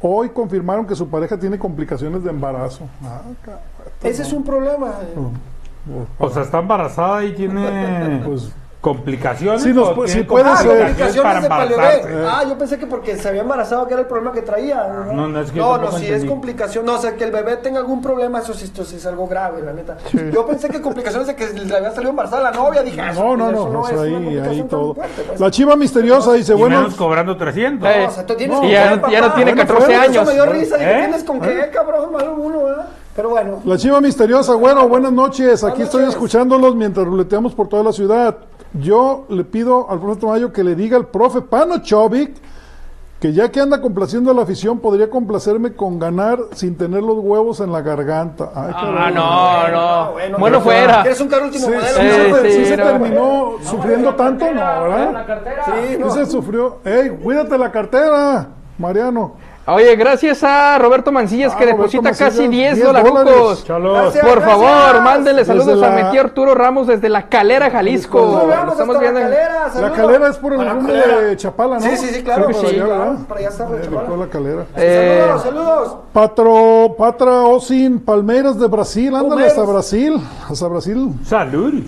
Speaker 4: Hoy confirmaron que su pareja tiene complicaciones de embarazo. Ah, ca-
Speaker 2: Pues
Speaker 1: Ese es un problema. eh.
Speaker 2: o sea, está embarazada y
Speaker 4: [laughs]
Speaker 2: tiene
Speaker 4: Pues,
Speaker 2: complicaciones.
Speaker 4: Sí, nos
Speaker 2: o
Speaker 4: pu-
Speaker 2: tiene
Speaker 4: sí puede
Speaker 1: Ah,
Speaker 4: ser.
Speaker 2: complicaciones para
Speaker 1: complicaciones de
Speaker 2: embarazarse.
Speaker 1: paleobé. Ah, yo pensé que porque se había embarazado que era el problema que traía.
Speaker 2: no, no, es que yo
Speaker 1: no,
Speaker 2: tampoco
Speaker 1: sí es
Speaker 2: entendí.
Speaker 1: complicación. No, o sea, que el bebé tenga algún problema, eso sí, esto sí es algo grave, la neta. Yo pensé que complicaciones de que le había salido embarazada la novia. Dije, ah,
Speaker 4: no, no,
Speaker 1: eso
Speaker 4: no, o sea,
Speaker 1: es una
Speaker 4: ahí,
Speaker 1: complicación
Speaker 4: ahí
Speaker 1: tan
Speaker 4: todo.
Speaker 1: fuerte, pues.
Speaker 4: La chiva misteriosa dice,
Speaker 2: Y
Speaker 4: bueno,
Speaker 2: menos cobrando 300.
Speaker 3: Eh,
Speaker 1: No, o sea, tú tienes
Speaker 3: y
Speaker 1: con
Speaker 3: ya
Speaker 1: qué,
Speaker 3: no- ya no
Speaker 1: papá.
Speaker 3: tiene
Speaker 1: Bueno,
Speaker 3: 14
Speaker 1: pues, Eso
Speaker 3: años.
Speaker 1: me dio risa, dije,
Speaker 2: ¿Eh?
Speaker 1: tienes con qué, cabrón, malo uno, ¿verdad? Pero bueno.
Speaker 4: La chiva misteriosa, bueno, buenas noches. Aquí
Speaker 1: Buenas
Speaker 4: estoy
Speaker 1: noches.
Speaker 4: escuchándolos mientras ruleteamos por toda la ciudad. Yo le pido al profe Tamayo que le diga al profe Pano Chovic que ya que anda complaciendo a la afición, podría complacerme con ganar sin tener los huevos en la garganta. Ay,
Speaker 3: Ah,
Speaker 4: cabrón.
Speaker 3: no, no.
Speaker 1: bueno,
Speaker 3: Bueno,
Speaker 1: no,
Speaker 3: fuera.
Speaker 1: Eres un carro último
Speaker 4: Sí,
Speaker 1: modelo.
Speaker 4: sí,
Speaker 1: ¿no?
Speaker 4: se-
Speaker 3: sí,
Speaker 4: sí se
Speaker 3: no.
Speaker 4: terminó sufriendo tanto, no, ¿verdad?
Speaker 1: Sí, no.
Speaker 4: Ese sufrió. ¡Ey, cuídate la cartera, Mariano!
Speaker 3: Oye, gracias a Roberto Mancillas
Speaker 4: Ah,
Speaker 3: que
Speaker 4: Roberto
Speaker 3: deposita casi
Speaker 4: Mancillas,
Speaker 3: 10
Speaker 4: 10
Speaker 3: dolarucos.
Speaker 2: Chalo.
Speaker 1: Gracias.
Speaker 3: Por favor,
Speaker 1: Gracias.
Speaker 3: mándele
Speaker 4: Desde
Speaker 3: saludos a
Speaker 4: la-
Speaker 3: mi tío Arturo Ramos desde la Calera, Jalisco.
Speaker 1: Nos
Speaker 3: Lo
Speaker 1: vemos
Speaker 3: estamos
Speaker 1: hasta
Speaker 3: viendo.
Speaker 1: la
Speaker 3: en-
Speaker 1: calera.
Speaker 4: La
Speaker 1: saludos.
Speaker 4: calera es por el
Speaker 1: Para
Speaker 4: rumbo
Speaker 1: Calera.
Speaker 4: de Chapala, ¿no?
Speaker 1: Sí, sí, sí, claro.
Speaker 4: Creo que
Speaker 3: sí,
Speaker 4: por allá,
Speaker 1: claro,
Speaker 4: ¿verdad?
Speaker 1: por allá está
Speaker 4: Eh,
Speaker 1: Chapala.
Speaker 4: recuerdo la calera.
Speaker 3: Eh,
Speaker 1: Saludos, saludos.
Speaker 4: Patro, Patra Osin, Palmeiras de Brasil, ándale
Speaker 1: Palmeiras.
Speaker 4: hasta Brasil, hasta Brasil.
Speaker 2: Saludos.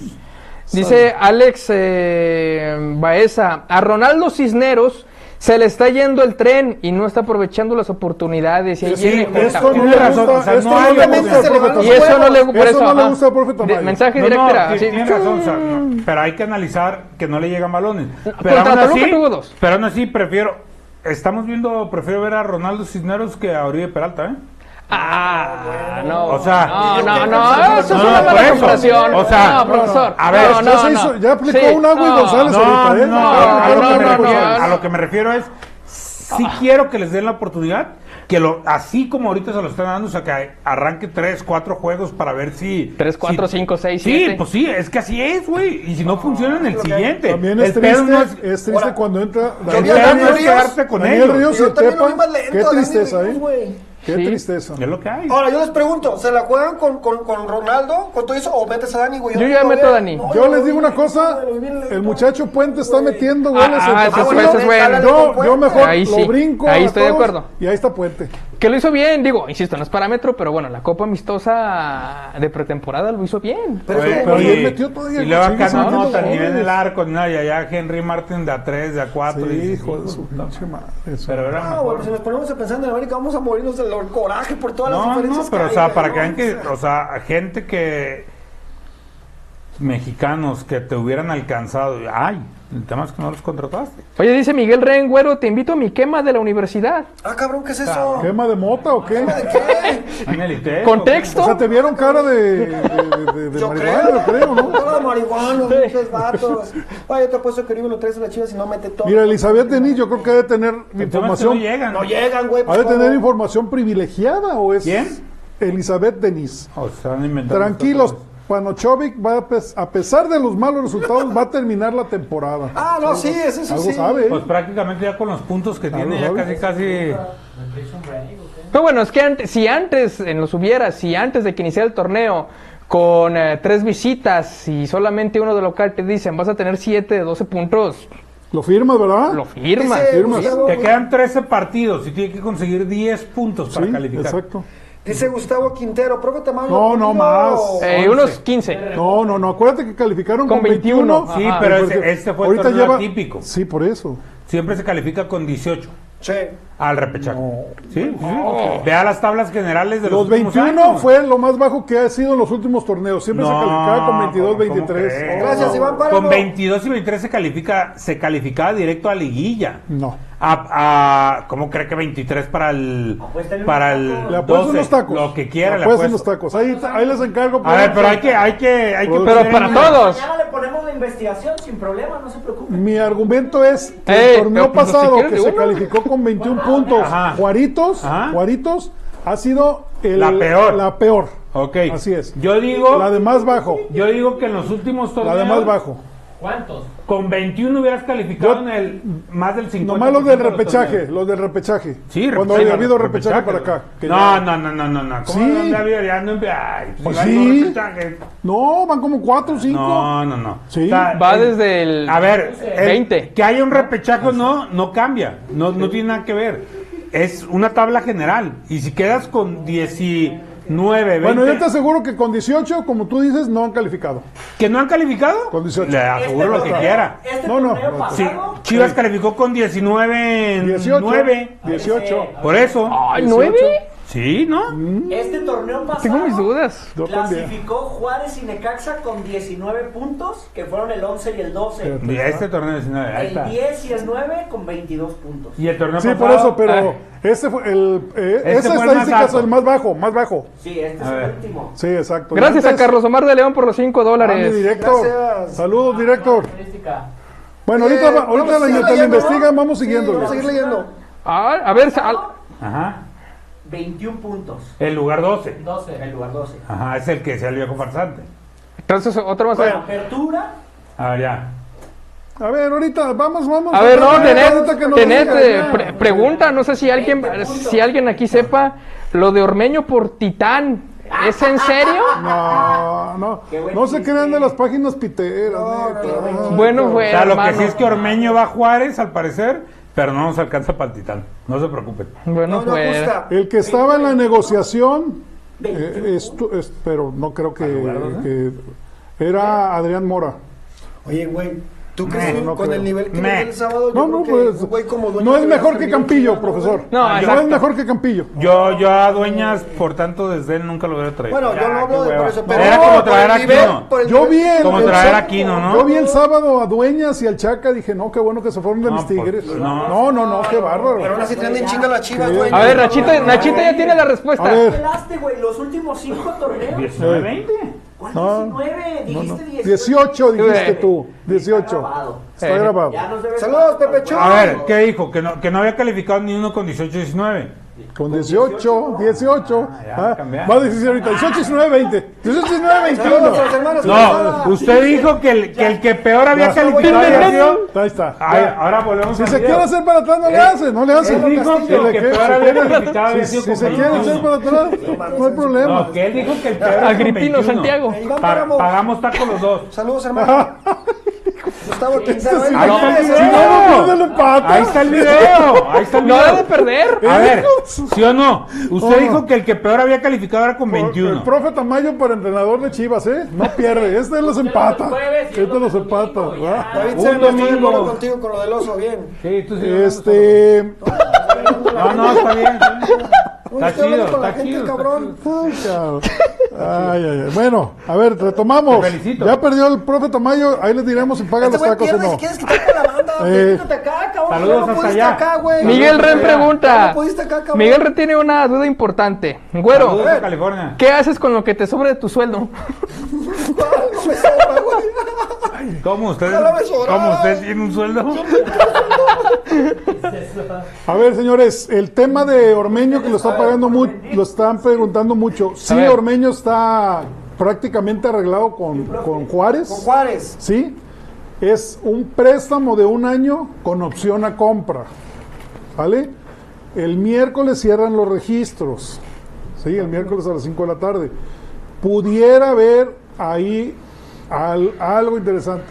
Speaker 3: Dice Alex eh, Baeza, a Ronaldo Cisneros se le está yendo el tren y no está aprovechando las oportunidades. Y, ahí
Speaker 2: Sí,
Speaker 3: viene Jota.
Speaker 2: esto
Speaker 4: Esto no
Speaker 2: Tiene
Speaker 4: le
Speaker 2: razón,
Speaker 4: gusta,
Speaker 2: o sea, no
Speaker 4: esto no
Speaker 2: hay
Speaker 4: le
Speaker 1: obviamente
Speaker 4: gusta
Speaker 1: se
Speaker 4: al
Speaker 1: le
Speaker 4: profe
Speaker 1: van los
Speaker 3: y
Speaker 4: Tamayo.
Speaker 1: huevos.
Speaker 3: eso no le por
Speaker 4: Eso
Speaker 3: eso,
Speaker 4: no le
Speaker 3: ajá.
Speaker 4: gusta al profe
Speaker 3: De-
Speaker 4: Tamayo.
Speaker 3: mensaje
Speaker 2: No,
Speaker 3: directo
Speaker 2: no,
Speaker 3: era
Speaker 2: ti-
Speaker 3: así,
Speaker 2: tiene razón, o sea, no, pero hay que analizar que no le llegan balones. Pero
Speaker 3: contra
Speaker 2: aún,
Speaker 3: Toluca
Speaker 2: así,
Speaker 3: tuvo dos.
Speaker 2: pero aún así prefiero, estamos viendo, prefiero ver a Ronaldo Cisneros que a Oribe Peralta, ¿eh?
Speaker 3: Ah, no.
Speaker 2: O sea-
Speaker 3: no,
Speaker 2: Yo
Speaker 3: no,
Speaker 1: creo
Speaker 3: no,
Speaker 1: que-
Speaker 3: eso es
Speaker 2: No,
Speaker 3: una
Speaker 2: no,
Speaker 3: mala
Speaker 2: por eso.
Speaker 3: comparación.
Speaker 2: O sea,
Speaker 3: no, profesor.
Speaker 2: a ver,
Speaker 3: no,
Speaker 4: ya
Speaker 3: no,
Speaker 4: se
Speaker 3: no.
Speaker 4: hizo- ya aplicó
Speaker 3: Sí,
Speaker 4: un Agüey
Speaker 3: no.
Speaker 4: González.
Speaker 2: No,
Speaker 4: ahorita, ¿eh?
Speaker 2: no,
Speaker 4: Ah,
Speaker 2: a lo que me
Speaker 3: no, Ah. no,
Speaker 2: refiero-
Speaker 3: no, no.
Speaker 2: a lo que me refiero es, sí quiero que les den la oportunidad, que lo, así como ahorita se lo están dando, o sea, que arranque tres, cuatro juegos para ver si...
Speaker 3: Tres, cuatro,
Speaker 2: si-
Speaker 3: cinco, seis,
Speaker 2: Sí,
Speaker 3: siete.
Speaker 2: pues sí, es que así es, güey. Y si no funciona en el siguiente.
Speaker 4: También es
Speaker 2: El pedo
Speaker 4: triste,
Speaker 2: no
Speaker 4: es triste
Speaker 1: Ahora,
Speaker 4: cuando entra
Speaker 1: yo vi
Speaker 2: el
Speaker 1: a
Speaker 2: pedo
Speaker 1: Daniel
Speaker 2: no es
Speaker 1: Ríos.
Speaker 2: quedarte con
Speaker 4: Daniel
Speaker 2: ellos.
Speaker 4: Ríos.
Speaker 1: Yo también lo vi más
Speaker 4: Qué
Speaker 1: lento. Dani
Speaker 4: tristeza,
Speaker 1: Ríos,
Speaker 4: ¿eh?
Speaker 1: güey.
Speaker 4: Qué
Speaker 3: Sí.
Speaker 4: tristeza.
Speaker 2: Es lo que hay.
Speaker 4: Oh,
Speaker 1: Ahora, yo les pregunto, ¿se la juegan con, con, con Ronaldo, con todo eso, o metes a Dani, güey?
Speaker 3: Yo ya
Speaker 1: lo
Speaker 3: meto a
Speaker 1: veo.
Speaker 3: Dani.
Speaker 1: No,
Speaker 4: Yo
Speaker 1: lo
Speaker 4: les
Speaker 1: vi
Speaker 4: digo una
Speaker 1: lento,
Speaker 4: cosa,
Speaker 1: lo vi lento.
Speaker 4: el muchacho Puente está metiendo goles.
Speaker 3: Ah,
Speaker 4: en
Speaker 3: ese es
Speaker 4: Copa
Speaker 1: bueno,
Speaker 3: ese es bueno.
Speaker 1: dale.
Speaker 4: Yo, yo mejor
Speaker 3: Ahí sí,
Speaker 4: lo brinco.
Speaker 3: ahí
Speaker 4: a
Speaker 3: estoy de
Speaker 4: todos,
Speaker 3: acuerdo.
Speaker 4: Y ahí está Puente.
Speaker 3: Que lo hizo bien, digo, insisto, no es parámetro, pero bueno, la Copa Amistosa de pretemporada lo hizo bien.
Speaker 1: Pero
Speaker 2: Oye,
Speaker 1: es que-
Speaker 4: pero
Speaker 2: y-
Speaker 4: ayer metió todavía
Speaker 2: y luego acá
Speaker 4: chingues,
Speaker 2: no
Speaker 3: metiendo
Speaker 2: nota ni
Speaker 4: goles.
Speaker 2: en el arco, ni nada, y allá Henry Martin de a 3, de a 4.
Speaker 4: Sí, hijo de su pinche madre. eso. Ah,
Speaker 2: Pero era
Speaker 1: No, güey,
Speaker 2: mejor.
Speaker 1: pues si nos ponemos a pensar en América, vamos a morirnos del coraje por todas las
Speaker 2: No,
Speaker 1: diferencias
Speaker 2: no, pero
Speaker 1: que
Speaker 2: o sea,
Speaker 1: hay,
Speaker 2: para que
Speaker 1: güey,
Speaker 2: vean
Speaker 1: ¿no?
Speaker 2: que, o sea, gente que mexicanos que te hubieran alcanzado, ay, el tema es que no los contrataste.
Speaker 3: Oye, dice Miguel Rengüero, te invito a mi quema de la universidad.
Speaker 1: Ah, cabrón, ¿qué es eso?
Speaker 2: Cabrón.
Speaker 4: ¿Quema de mota o qué?
Speaker 1: ¿De qué?
Speaker 2: Angelite,
Speaker 4: O sea,
Speaker 3: ¿Contexto?
Speaker 4: te vieron cara de, de, de, de- de
Speaker 1: Yo
Speaker 4: marihuana,
Speaker 1: creo,
Speaker 4: creo, ¿no?
Speaker 1: Todo marihuano, muchos vatos. Oye, yo te apuesto que Uribe lo traes a las chivas y no mete todo.
Speaker 4: Mira, Elizabeth Denis, yo creo que debe tener
Speaker 2: El tema es que no
Speaker 4: información.
Speaker 2: llegan.
Speaker 1: No llegan, güey.
Speaker 4: ¿Ha
Speaker 1: pues,
Speaker 4: de tener
Speaker 1: ¿cómo?
Speaker 4: información privilegiada o es.
Speaker 2: ¿Quién?
Speaker 4: Elizabeth Denis.
Speaker 2: O sea, han inventado
Speaker 4: Tranquilos,
Speaker 2: cosas.
Speaker 4: Panochovic va a, pes- a pesar de los malos resultados, va a terminar la temporada.
Speaker 1: Ah, no, sí, es eso
Speaker 4: Algo
Speaker 1: sí.
Speaker 4: sabe. ¿eh?
Speaker 2: Pues prácticamente ya con los puntos que tiene, ya
Speaker 4: Raúl.
Speaker 2: casi, casi.
Speaker 3: Pero bueno, es que antes, si antes eh, nos hubiera, si antes de que iniciara el torneo con eh, tres visitas y solamente uno de local te dicen vas a tener 7 de 12 puntos,
Speaker 4: Lo firmas, ¿verdad?
Speaker 3: lo firmas.
Speaker 1: Dice
Speaker 4: firmas.
Speaker 1: Gustavo-
Speaker 2: Te quedan 13 partidos y tiene que conseguir 10 puntos para
Speaker 4: Sí,
Speaker 2: calificar.
Speaker 4: exacto.
Speaker 1: Dice Gustavo Quintero, profe Tamayo.
Speaker 4: No, no más.
Speaker 3: Eh, unos 15.
Speaker 4: No, no, no, acuérdate que calificaron
Speaker 3: Con
Speaker 4: con, 21.
Speaker 3: 21.
Speaker 2: Sí,
Speaker 3: Ajá.
Speaker 2: pero
Speaker 4: Porque
Speaker 2: ese, este fue el
Speaker 4: ahorita
Speaker 2: torneo
Speaker 4: lleva-
Speaker 2: atípico.
Speaker 4: Sí, por eso.
Speaker 2: Siempre se califica con 18
Speaker 1: Che.
Speaker 2: al repechaje. Sí, sí. Vea las tablas generales de los,
Speaker 4: Los
Speaker 2: últimos
Speaker 4: 21
Speaker 2: años.
Speaker 4: fue lo más bajo que ha sido en los últimos torneos. Siempre se
Speaker 2: No,
Speaker 4: calificaba con 22,
Speaker 2: ¿cómo
Speaker 4: 23.
Speaker 2: crees?
Speaker 1: Gracias, Iván Páramo.
Speaker 2: Con 22 y 23 se califica, se calificaba directo a liguilla.
Speaker 4: No.
Speaker 2: A, a- ¿Cómo cree que 23 para el
Speaker 5: Apuéstale
Speaker 2: para
Speaker 5: unos
Speaker 2: el
Speaker 5: tacos.
Speaker 4: Le apuesto
Speaker 2: 12?
Speaker 4: unos tacos.
Speaker 2: Lo que quiera,
Speaker 4: le
Speaker 2: le
Speaker 4: apuesto
Speaker 2: apuesto.
Speaker 4: unos tacos. Ahí, ahí les encargo.
Speaker 2: A ver, pero hay que hay que hay que
Speaker 4: Pero
Speaker 2: poner
Speaker 3: para
Speaker 2: en-
Speaker 3: todos.
Speaker 5: Mañana le ponemos la investigación sin problema, no se preocupen.
Speaker 4: Mi argumento es que
Speaker 3: Ey,
Speaker 4: el torneo
Speaker 3: pero, pues, si
Speaker 4: pasado
Speaker 3: quieres
Speaker 4: que
Speaker 3: de
Speaker 4: se
Speaker 3: uno.
Speaker 4: calificó con 21 puntos,
Speaker 2: Ajá.
Speaker 4: Juaritos,
Speaker 2: Ajá.
Speaker 4: Juaritos ha sido el-
Speaker 2: La peor.
Speaker 4: La peor.
Speaker 2: Ok.
Speaker 4: Así es.
Speaker 2: Yo digo
Speaker 4: La de más bajo.
Speaker 2: yo digo que en los últimos
Speaker 4: La
Speaker 2: torneos
Speaker 4: de más bajo.
Speaker 6: ¿Cuántos?
Speaker 2: con 21 hubieras calificado
Speaker 4: Yo-
Speaker 2: en el más del 50.
Speaker 4: Nomás los del
Speaker 2: de los
Speaker 4: repechaje,
Speaker 2: torneos.
Speaker 4: los del repechaje.
Speaker 2: Sí,
Speaker 4: Cuando
Speaker 2: repechaje,
Speaker 4: había habido repechaje,
Speaker 2: repechaje,
Speaker 4: para acá. que
Speaker 2: No,
Speaker 4: ya-
Speaker 2: no, no, no, no, no. ¿Cómo
Speaker 4: Sí.
Speaker 2: dónde había? Ya no empe- ay,
Speaker 4: Pues
Speaker 2: ya no
Speaker 4: sí.
Speaker 2: repechaje.
Speaker 4: No, van como 4 o 5.
Speaker 2: No, no, no.
Speaker 4: Sí.
Speaker 3: Va
Speaker 2: en-
Speaker 3: desde el...
Speaker 2: A ver, el-
Speaker 3: 20.
Speaker 2: que haya un repechaje o no, no cambia. No, no tiene nada que ver. Es una tabla general. Y si quedas con 19, 20,
Speaker 4: Bueno, yo te aseguro que con 18, como tú dices, no han calificado.
Speaker 2: que no han calificado,
Speaker 4: Con 18.
Speaker 2: le aseguro lo que
Speaker 5: torneo-
Speaker 2: quiera.
Speaker 5: Este
Speaker 4: No, no,
Speaker 5: torneo
Speaker 4: no,
Speaker 2: Sí,
Speaker 5: pasado,
Speaker 2: Chivas calificó con 19 en
Speaker 4: 18.
Speaker 2: 9.
Speaker 4: Ah. 18.
Speaker 2: Por eso.
Speaker 3: Ay,
Speaker 4: 18.
Speaker 3: ¿nueve?
Speaker 2: Sí,
Speaker 4: Mm.
Speaker 2: ¿no?
Speaker 5: este torneo pasado.
Speaker 3: Tengo mis dudas.
Speaker 4: Yo también.
Speaker 5: Clasificó Juárez y Necaxa con 19 puntos, que fueron el 11 y el 12.
Speaker 4: Fíjate.
Speaker 2: Y Este torneo 19, ahí
Speaker 5: El
Speaker 2: está.
Speaker 5: 10 y el 9 con 22 puntos.
Speaker 2: Y el torneo
Speaker 4: Sí, por
Speaker 2: pasado-
Speaker 4: eso, pero
Speaker 3: Ah.
Speaker 4: ese fue el, eh,
Speaker 2: Ese
Speaker 4: esa
Speaker 2: fue el más
Speaker 4: estadística es
Speaker 2: alto.
Speaker 4: el más bajo, más bajo.
Speaker 5: Sí, este es
Speaker 2: A
Speaker 5: el
Speaker 2: ver.
Speaker 5: último.
Speaker 4: Sí, exacto.
Speaker 3: Gracias
Speaker 4: Y
Speaker 3: a
Speaker 4: Pues antes-
Speaker 3: Carlos Omar de León por los 5
Speaker 4: Ah, mi
Speaker 3: dólares.
Speaker 4: director.
Speaker 1: Gracias.
Speaker 4: Saludos, director.
Speaker 6: Estadística.
Speaker 4: Bueno, ahorita,
Speaker 1: Eh,
Speaker 4: va- ahorita
Speaker 1: vamos a seguir
Speaker 4: la, mientras la
Speaker 1: leyendo, ¿no?
Speaker 4: investigan, vamos
Speaker 1: Sí,
Speaker 4: siguiendo.
Speaker 1: Vamos a seguir leyendo.
Speaker 3: Ah, a ver, sal-
Speaker 2: Ajá.
Speaker 5: 21 puntos.
Speaker 2: El lugar 12.
Speaker 6: 12.
Speaker 5: El lugar 12.
Speaker 2: Ajá, es el que se alió con farsante.
Speaker 3: entonces otro más.
Speaker 5: Bueno, apertura.
Speaker 2: A ver, ya.
Speaker 4: A ver, ahorita, vamos, vamos.
Speaker 3: A ver, no,
Speaker 4: Ahorita
Speaker 3: Tenet,
Speaker 4: que nos
Speaker 3: Tenet,
Speaker 4: digan,
Speaker 3: eh,
Speaker 4: ya.
Speaker 3: pre- pregunta, no sé si alguien, si alguien aquí sepa lo de Ormeño por Titán. ¿Es en serio?
Speaker 4: No, no.
Speaker 5: Qué buen
Speaker 4: No se
Speaker 5: chiste.
Speaker 4: crean de las páginas piteras.
Speaker 1: No,
Speaker 4: neta.
Speaker 1: no, no, no.
Speaker 3: Bueno, fue,
Speaker 2: O sea, lo que
Speaker 3: hermano.
Speaker 2: sí es que Ormeño va a Juárez, al parecer, pero no nos alcanza para el Titán. No se preocupen.
Speaker 3: Bueno,
Speaker 1: No, no
Speaker 3: fue.
Speaker 1: gusta.
Speaker 4: El que estaba en la negociación, eh, estu- es- pero no creo que,
Speaker 1: ¿eh?
Speaker 4: que- era Adrián Mora.
Speaker 1: Oye, güey, ¿tú crees
Speaker 4: No,
Speaker 1: que
Speaker 4: no
Speaker 1: con
Speaker 4: creo.
Speaker 1: el nivel que
Speaker 2: Meh.
Speaker 1: dio el sábado? yo
Speaker 4: No,
Speaker 1: creo
Speaker 4: no,
Speaker 1: que,
Speaker 4: pues.
Speaker 1: güey, como dueño
Speaker 4: No es
Speaker 1: de
Speaker 4: mejor
Speaker 1: la
Speaker 4: que
Speaker 1: selección,
Speaker 4: Campillo,
Speaker 1: ¿no,
Speaker 4: profesor.
Speaker 1: güey?
Speaker 3: No,
Speaker 4: No es
Speaker 3: exacto.
Speaker 4: mejor que Campillo.
Speaker 2: Yo, yo a Dueñas, por tanto, desde él nunca lo hubiera traído.
Speaker 1: Bueno, yo
Speaker 2: Ya,
Speaker 1: no
Speaker 2: qué
Speaker 1: hablo de por
Speaker 2: hueva.
Speaker 1: eso, pero
Speaker 2: Era
Speaker 1: no,
Speaker 2: como
Speaker 1: por el
Speaker 2: traer a
Speaker 1: nivel-
Speaker 2: Aquino.
Speaker 1: por el
Speaker 4: Yo
Speaker 1: nivel-
Speaker 4: vi el,
Speaker 2: Como
Speaker 4: el
Speaker 2: traer a
Speaker 4: sábado-
Speaker 2: Aquino, ¿no?
Speaker 4: Yo vi el sábado a Dueñas y al Chaca, dije, no, qué bueno que se fueron de
Speaker 2: No,
Speaker 4: mis
Speaker 2: por-
Speaker 4: tigres.
Speaker 2: no.
Speaker 4: No, no, no, qué bárbaro.
Speaker 1: Pero ahora sí traen en chinga las chivas, güey.
Speaker 3: A ver, Nachita, Nachita ya tiene la respuesta.
Speaker 4: A ver.
Speaker 5: pelaste, güey? Los últimos 5 torneos.
Speaker 2: 19, 20.
Speaker 5: ¿Cuál
Speaker 4: No.
Speaker 5: 19?
Speaker 4: No,
Speaker 5: Dijiste
Speaker 4: no. 18
Speaker 5: 18.
Speaker 4: dijiste
Speaker 3: Sí.
Speaker 4: tú.
Speaker 5: Está
Speaker 4: 18.
Speaker 5: grabado.
Speaker 4: Está
Speaker 3: Sí.
Speaker 4: grabado.
Speaker 5: Ya nos debes-
Speaker 1: Saludos, Pepe Chu.
Speaker 2: A ver, ¿qué dijo? Que no, que no había calificado ni uno con 18 19.
Speaker 4: Con 18, 18.
Speaker 2: ya,
Speaker 4: ah,
Speaker 2: cambiaron.
Speaker 4: va a decir ahorita 18, 19, 20. 18, 19, 21.
Speaker 1: Saludos a los hermanos
Speaker 2: No,
Speaker 1: Quesada.
Speaker 2: usted dijo que el que, el que peor había
Speaker 4: No.
Speaker 2: calificado había sido-
Speaker 4: Ahí está.
Speaker 2: Ay, ahora volvemos
Speaker 4: Si
Speaker 2: al
Speaker 4: se
Speaker 2: video.
Speaker 4: quiere hacer para atrás, no le hace, no le hace.
Speaker 2: Él dijo que
Speaker 4: Si
Speaker 2: Eh, el
Speaker 4: le
Speaker 2: que
Speaker 4: quiere-
Speaker 2: peor había calificado había
Speaker 4: Si,
Speaker 2: sido
Speaker 4: si se
Speaker 2: con
Speaker 4: quiere
Speaker 2: 21.
Speaker 4: hacer para atrás, no hay problema.
Speaker 2: No, que él dijo que el peor era
Speaker 3: Agripino Santiago.
Speaker 1: Iván Páramo.
Speaker 2: pagamos tacos los dos.
Speaker 1: Saludos, hermano. Gustavo Quintero.
Speaker 4: sí,
Speaker 1: ahí
Speaker 2: Ahí
Speaker 1: lo
Speaker 2: está el
Speaker 1: ves, hermano.
Speaker 4: Si
Speaker 2: video.
Speaker 4: no, no pierde el empate.
Speaker 2: Ahí está el video. Ahí está el
Speaker 3: No
Speaker 2: video.
Speaker 3: debe perder.
Speaker 2: A ver, ¿sí o no? Usted
Speaker 4: Oh.
Speaker 2: dijo que el que peor había calificado era con
Speaker 4: El
Speaker 2: 21.
Speaker 4: profe Tamayo para entrenador de Chivas, ¿eh? No pierde. Este los empata. Este los empata. ¿verdad?
Speaker 1: David
Speaker 2: Un
Speaker 1: Semer, estoy de acuerdo
Speaker 2: domingo.
Speaker 1: contigo con lo del oso, bien.
Speaker 2: Sí, tú sí.
Speaker 4: Este.
Speaker 2: No, no,
Speaker 1: [laughs]
Speaker 2: está bien.
Speaker 1: Uno
Speaker 2: Está
Speaker 1: está hablando
Speaker 2: chido,
Speaker 1: con la
Speaker 2: está
Speaker 1: gente,
Speaker 2: chido.
Speaker 1: cabrón.
Speaker 4: Ay, cabrón. Ay, ay, ay. Bueno, a ver, retomamos.
Speaker 2: Te felicito.
Speaker 4: Ya perdió el profe Tamayo. Ahí les diremos si paga
Speaker 1: Este
Speaker 4: los
Speaker 1: güey
Speaker 4: tacos o
Speaker 1: pierde,
Speaker 4: no.
Speaker 1: si quieres quitarte la
Speaker 2: [laughs]
Speaker 1: banda,
Speaker 4: Eh.
Speaker 1: quítate acá, cabrón.
Speaker 2: Saludos
Speaker 1: no
Speaker 2: hasta
Speaker 1: pudiste
Speaker 2: allá.
Speaker 1: acá, güey.
Speaker 3: Miguel Ren
Speaker 1: No
Speaker 3: pregunta.
Speaker 1: pudiste acá, cabrón.
Speaker 3: Miguel Ren tiene una duda importante. Güero,
Speaker 2: Saludos
Speaker 1: eh,
Speaker 2: a California.
Speaker 3: ¿qué haces con lo que te sobre de tu sueldo? [laughs]
Speaker 1: No me sobra, güey.
Speaker 2: ¿Cómo usted,
Speaker 1: Ojalá me sobrara.
Speaker 2: ¿Cómo usted tiene un sueldo?
Speaker 4: A ver, señores, el tema de Ormeño que lo está pagando mucho, lo están preguntando mucho. Sí,
Speaker 3: ver.
Speaker 4: Ormeño está prácticamente arreglado con, con Juárez.
Speaker 1: Con Juárez.
Speaker 4: Sí, es un préstamo de un año con opción a compra. ¿Vale? El miércoles cierran los registros. Sí, el miércoles a las 5 de la tarde. Pudiera haber ahí al- algo interesante.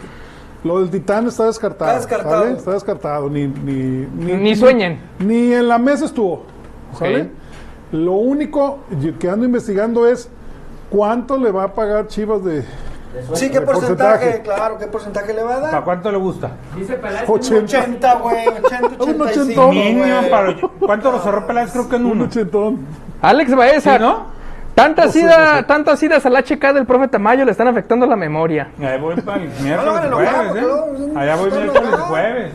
Speaker 4: Lo del titán está descartado.
Speaker 1: Está descartado.
Speaker 4: ¿sale? Está descartado. Ni, ni,
Speaker 3: Ni sueñen.
Speaker 4: Ni en la mesa estuvo. ¿sale?
Speaker 3: Ok.
Speaker 4: Lo único yo- que ando investigando es cuánto le va a pagar Chivas de
Speaker 1: Sí, ¿qué
Speaker 4: de
Speaker 1: porcentaje?
Speaker 4: porcentaje.
Speaker 1: Claro, ¿qué porcentaje le va a
Speaker 2: ¿Para
Speaker 1: dar?
Speaker 2: cuánto le gusta?
Speaker 5: Dice Peláez.
Speaker 4: 80.
Speaker 1: 80, güey. [laughs] 80,
Speaker 4: Un
Speaker 1: 85.
Speaker 4: ochentón.
Speaker 2: Mínimo
Speaker 1: güey.
Speaker 2: para... ¿Cuánto lo cerró Peláez? Creo que en
Speaker 4: Un
Speaker 2: uno.
Speaker 4: ochentón.
Speaker 3: Alex Baeza,
Speaker 2: ¿Sí, no?
Speaker 3: Tantas
Speaker 4: Ojo,
Speaker 3: idas,
Speaker 4: ojo.
Speaker 3: tantas idas al HK del profe Tamayo le están afectando la memoria.
Speaker 2: Ahí voy para el
Speaker 1: No lo van
Speaker 2: miércoles
Speaker 1: a
Speaker 2: y
Speaker 1: lograr,
Speaker 2: jueves,
Speaker 1: porque
Speaker 2: ¿eh?
Speaker 1: luego-
Speaker 2: Allá voy
Speaker 1: no lo
Speaker 2: miércoles y
Speaker 1: logran.
Speaker 2: jueves.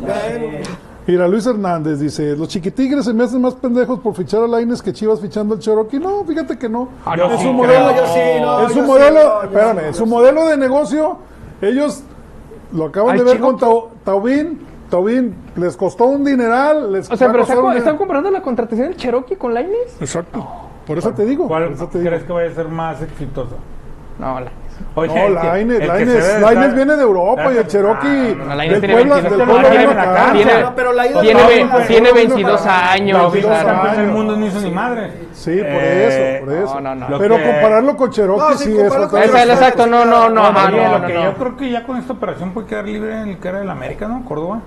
Speaker 1: Bueno,
Speaker 4: Mira, Luis Hernández dice, los chiquitigres se me hacen más pendejos por fichar a Laines que Chivas fichando al Cherokee. No, fíjate que no.
Speaker 2: Ah, no,
Speaker 4: es
Speaker 2: sí,
Speaker 4: un
Speaker 2: creo.
Speaker 4: modelo,
Speaker 1: No, yo sí, no,
Speaker 4: es
Speaker 1: yo
Speaker 4: un
Speaker 1: sí,
Speaker 4: modelo,
Speaker 1: no, yo
Speaker 4: espérame,
Speaker 1: sí, yo
Speaker 4: es un
Speaker 1: sí.
Speaker 4: modelo de negocio. Ellos lo acaban
Speaker 3: Ay,
Speaker 4: de ver
Speaker 3: chico.
Speaker 4: con Tau- Taubín. Taubín les costó un dineral, les
Speaker 3: O sea,
Speaker 4: va a
Speaker 3: pero está
Speaker 4: costar
Speaker 3: co-
Speaker 4: un
Speaker 3: están
Speaker 4: dineral.
Speaker 3: comparando la contratación del Cherokee con Lainez.
Speaker 4: Exacto. Por eso te digo.
Speaker 2: ¿Cuál
Speaker 4: por eso te digo.
Speaker 2: crees que vaya a ser más exitoso?
Speaker 3: No, Lainez.
Speaker 2: Oye,
Speaker 4: No,
Speaker 2: el que-
Speaker 4: Lainez,
Speaker 2: el que
Speaker 4: Lainez,
Speaker 2: se debe de
Speaker 4: Lainez
Speaker 2: estar-
Speaker 4: viene de Europa y el
Speaker 2: Ah,
Speaker 4: Cherokee
Speaker 2: no,
Speaker 3: No, Lainez
Speaker 4: del
Speaker 3: tiene
Speaker 4: Puebla,
Speaker 3: 22
Speaker 4: del
Speaker 2: años.
Speaker 4: Puebla
Speaker 2: Tiene
Speaker 4: viene acá.
Speaker 2: acá.
Speaker 3: Tiene-
Speaker 1: Pero- pero la ida
Speaker 3: tiene
Speaker 1: no,
Speaker 3: ve-
Speaker 1: güey.
Speaker 3: tiene
Speaker 1: No,
Speaker 3: 22
Speaker 1: no, no.
Speaker 3: años.
Speaker 2: Taubín
Speaker 3: o sea,
Speaker 2: campeón
Speaker 4: años.
Speaker 2: del mundo no hizo ni madre.
Speaker 4: Sí, por
Speaker 2: Eh,
Speaker 4: eso, por eso.
Speaker 3: no, no, no.
Speaker 4: Pero
Speaker 2: Lo que-
Speaker 4: compararlo con Cherokee
Speaker 1: No, sí,
Speaker 4: sí, es
Speaker 1: compararlo con
Speaker 4: otra
Speaker 1: Cherokee.
Speaker 3: Esa es la- exacto, no, no, no,
Speaker 1: Oye,
Speaker 3: ajá,
Speaker 2: Oye,
Speaker 3: no,
Speaker 2: lo
Speaker 3: no,
Speaker 2: ah, que
Speaker 3: no.
Speaker 2: yo creo que ya con esta operación puede quedar libre en el que era del América, ¿no? Córdoba.